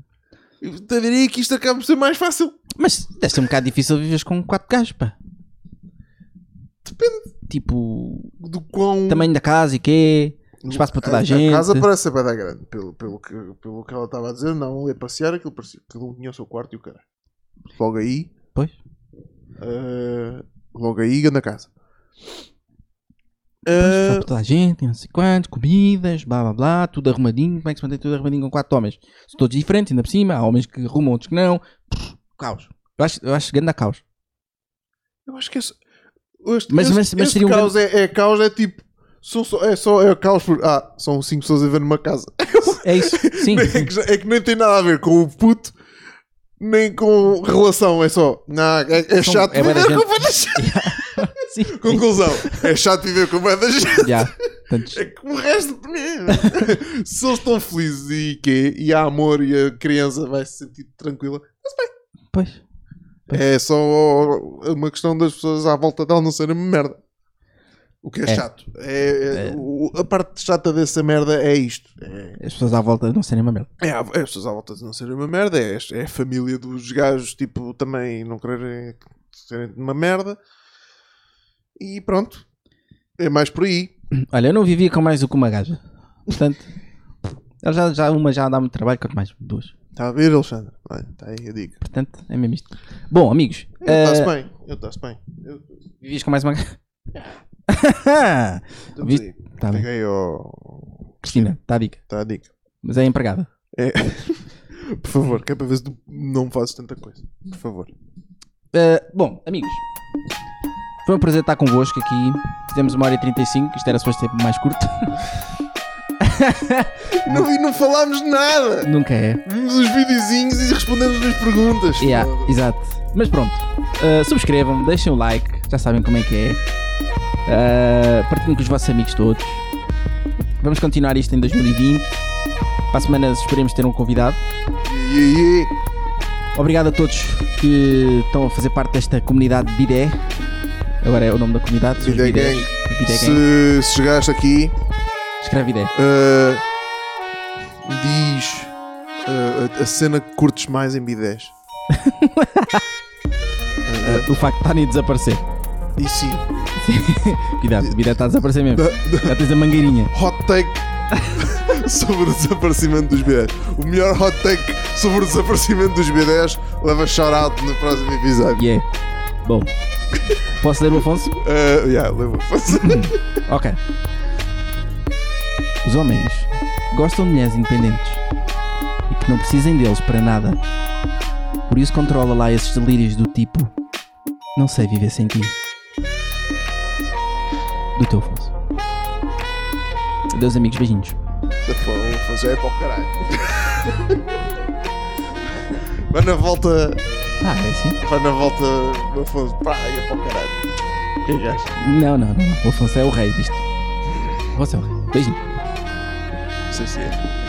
[SPEAKER 2] Eu diria que isto acaba por ser mais fácil.
[SPEAKER 1] Mas deve ser um bocado difícil viveres com quatro gajos, pá. Depende. Tipo.
[SPEAKER 2] Do quão.
[SPEAKER 1] Tamanho da casa e quê? Espaço para toda a, gente.
[SPEAKER 2] casa parece bem da grande, pelo, pelo, que, pelo que ela estava a dizer. Não, ia passear, aquilo parecia que cada um tinha o seu quarto e o cara. Logo aí.
[SPEAKER 1] Pois.
[SPEAKER 2] eh, logo aí, grande casa. Eh,
[SPEAKER 1] Espaço para toda a gente, não sei quanto, comidas, blá blá blá, tudo arrumadinho. Como é que se mantém tudo arrumadinho com quatro homens? São todos diferentes, ainda por cima. Há homens que arrumam, outros que não. Pff, caos. Eu acho, eu acho grande a caos.
[SPEAKER 2] Eu acho que esse. Este,
[SPEAKER 1] Mas-
[SPEAKER 2] este,
[SPEAKER 1] mas- mas
[SPEAKER 2] este
[SPEAKER 1] seria um
[SPEAKER 2] caos é, é caos, é tipo. São só, é só é caos por. Ah, são cinco pessoas a ver numa casa.
[SPEAKER 1] É isso, sim.
[SPEAKER 2] é, que, é que nem tem nada a ver com o puto, nem com relação. É só. Não, é, é
[SPEAKER 1] São-
[SPEAKER 2] chato
[SPEAKER 1] é bué da
[SPEAKER 2] viver com
[SPEAKER 1] gente.
[SPEAKER 2] bué da
[SPEAKER 1] gente.
[SPEAKER 2] Conclusão. É chato viver com bué da gente.
[SPEAKER 1] Já. Tantos-
[SPEAKER 2] É que o resto. Se eles estão felizes e quê? E há amor e a criança vai se sentir tranquila.
[SPEAKER 1] Pois.
[SPEAKER 2] É só uma questão das pessoas à volta dela não serem uma merda. O que é,
[SPEAKER 1] É.
[SPEAKER 2] chato. É, é- o- a parte chata dessa merda é isto. É,
[SPEAKER 1] As pessoas à volta não serem uma merda.
[SPEAKER 2] é, a- é as pessoas à volta de não serem uma merda. É, as- é a família dos gajos, tipo, também não quererem serem uma merda. E pronto. É mais por aí.
[SPEAKER 1] Olha, eu não vivia com mais do que uma gaja. Portanto, ela já, já- uma já dá muito trabalho, quanto mais duas.
[SPEAKER 2] Está a ver, Alexandre? Olha, está aí a dica.
[SPEAKER 1] Portanto, é mesmo isto. Bom, amigos.
[SPEAKER 2] Eu Está-se
[SPEAKER 1] eh,
[SPEAKER 2] bem. Eu está-se bem. Eu,
[SPEAKER 1] Vivias com mais uma gaja?
[SPEAKER 2] Estamos aí.
[SPEAKER 1] Tá bem.
[SPEAKER 2] Peguei ao-
[SPEAKER 1] Cristina, está a dica.
[SPEAKER 2] Está a dica.
[SPEAKER 1] Mas é empregada.
[SPEAKER 2] É. Por favor, que é para ver se tu não fazes tanta coisa. Por favor.
[SPEAKER 1] Eh, bom, amigos. Foi um prazer estar convosco aqui. Fizemos uma hora e 35, isto era suposto ser mais curto.
[SPEAKER 2] Não, e não falámos nada.
[SPEAKER 1] Nunca é.
[SPEAKER 2] Vimos os videozinhos e respondemos as perguntas.
[SPEAKER 1] Yeah, exato. Mas pronto, uh, subscrevam, deixem o like, já sabem como é que é. Uh, partilhem com os vossos amigos todos. Vamos continuar isto em 2020. Para a semana esperemos ter um convidado. Obrigado a todos que estão a fazer parte desta comunidade Bidé. Agora é o nome da comunidade. são os
[SPEAKER 2] Bidé
[SPEAKER 1] Bidés.
[SPEAKER 2] Gang.
[SPEAKER 1] Bidé Gang.
[SPEAKER 2] Se, Eh, se chegaste aqui.
[SPEAKER 1] Escreve ideia.
[SPEAKER 2] Ah, diz ah, a, a cena que curtes mais em B10.
[SPEAKER 1] Uh, o facto de Tani desaparecer.
[SPEAKER 2] E sim.
[SPEAKER 1] Cuidado, o Bidé está a desaparecer mesmo. Já tens a mangueirinha.
[SPEAKER 2] Hot take sobre o desaparecimento dos B10. O melhor hot take sobre o desaparecimento dos B10 leva shout-out no próximo episódio.
[SPEAKER 1] Yeah. Bom. Posso ler o Afonso?
[SPEAKER 2] Uh, yeah, leva o Afonso.
[SPEAKER 1] ok. Os homens gostam de mulheres independentes e que não precisem deles para nada. Por isso controla lá esses delírios do tipo Não sei viver sem ti. Do teu Afonso. Adeus amigos, beijinhos.
[SPEAKER 2] Se for o Afonso é para o caralho. Vai na volta.
[SPEAKER 1] Ah, é assim?
[SPEAKER 2] Vai na volta do Afonso. Pá, é para o caralho. Que gajo.
[SPEAKER 1] Não, não, não. não. O Afonso é o rei disto. Você é o rei. Beijinho.
[SPEAKER 2] Não sei se é.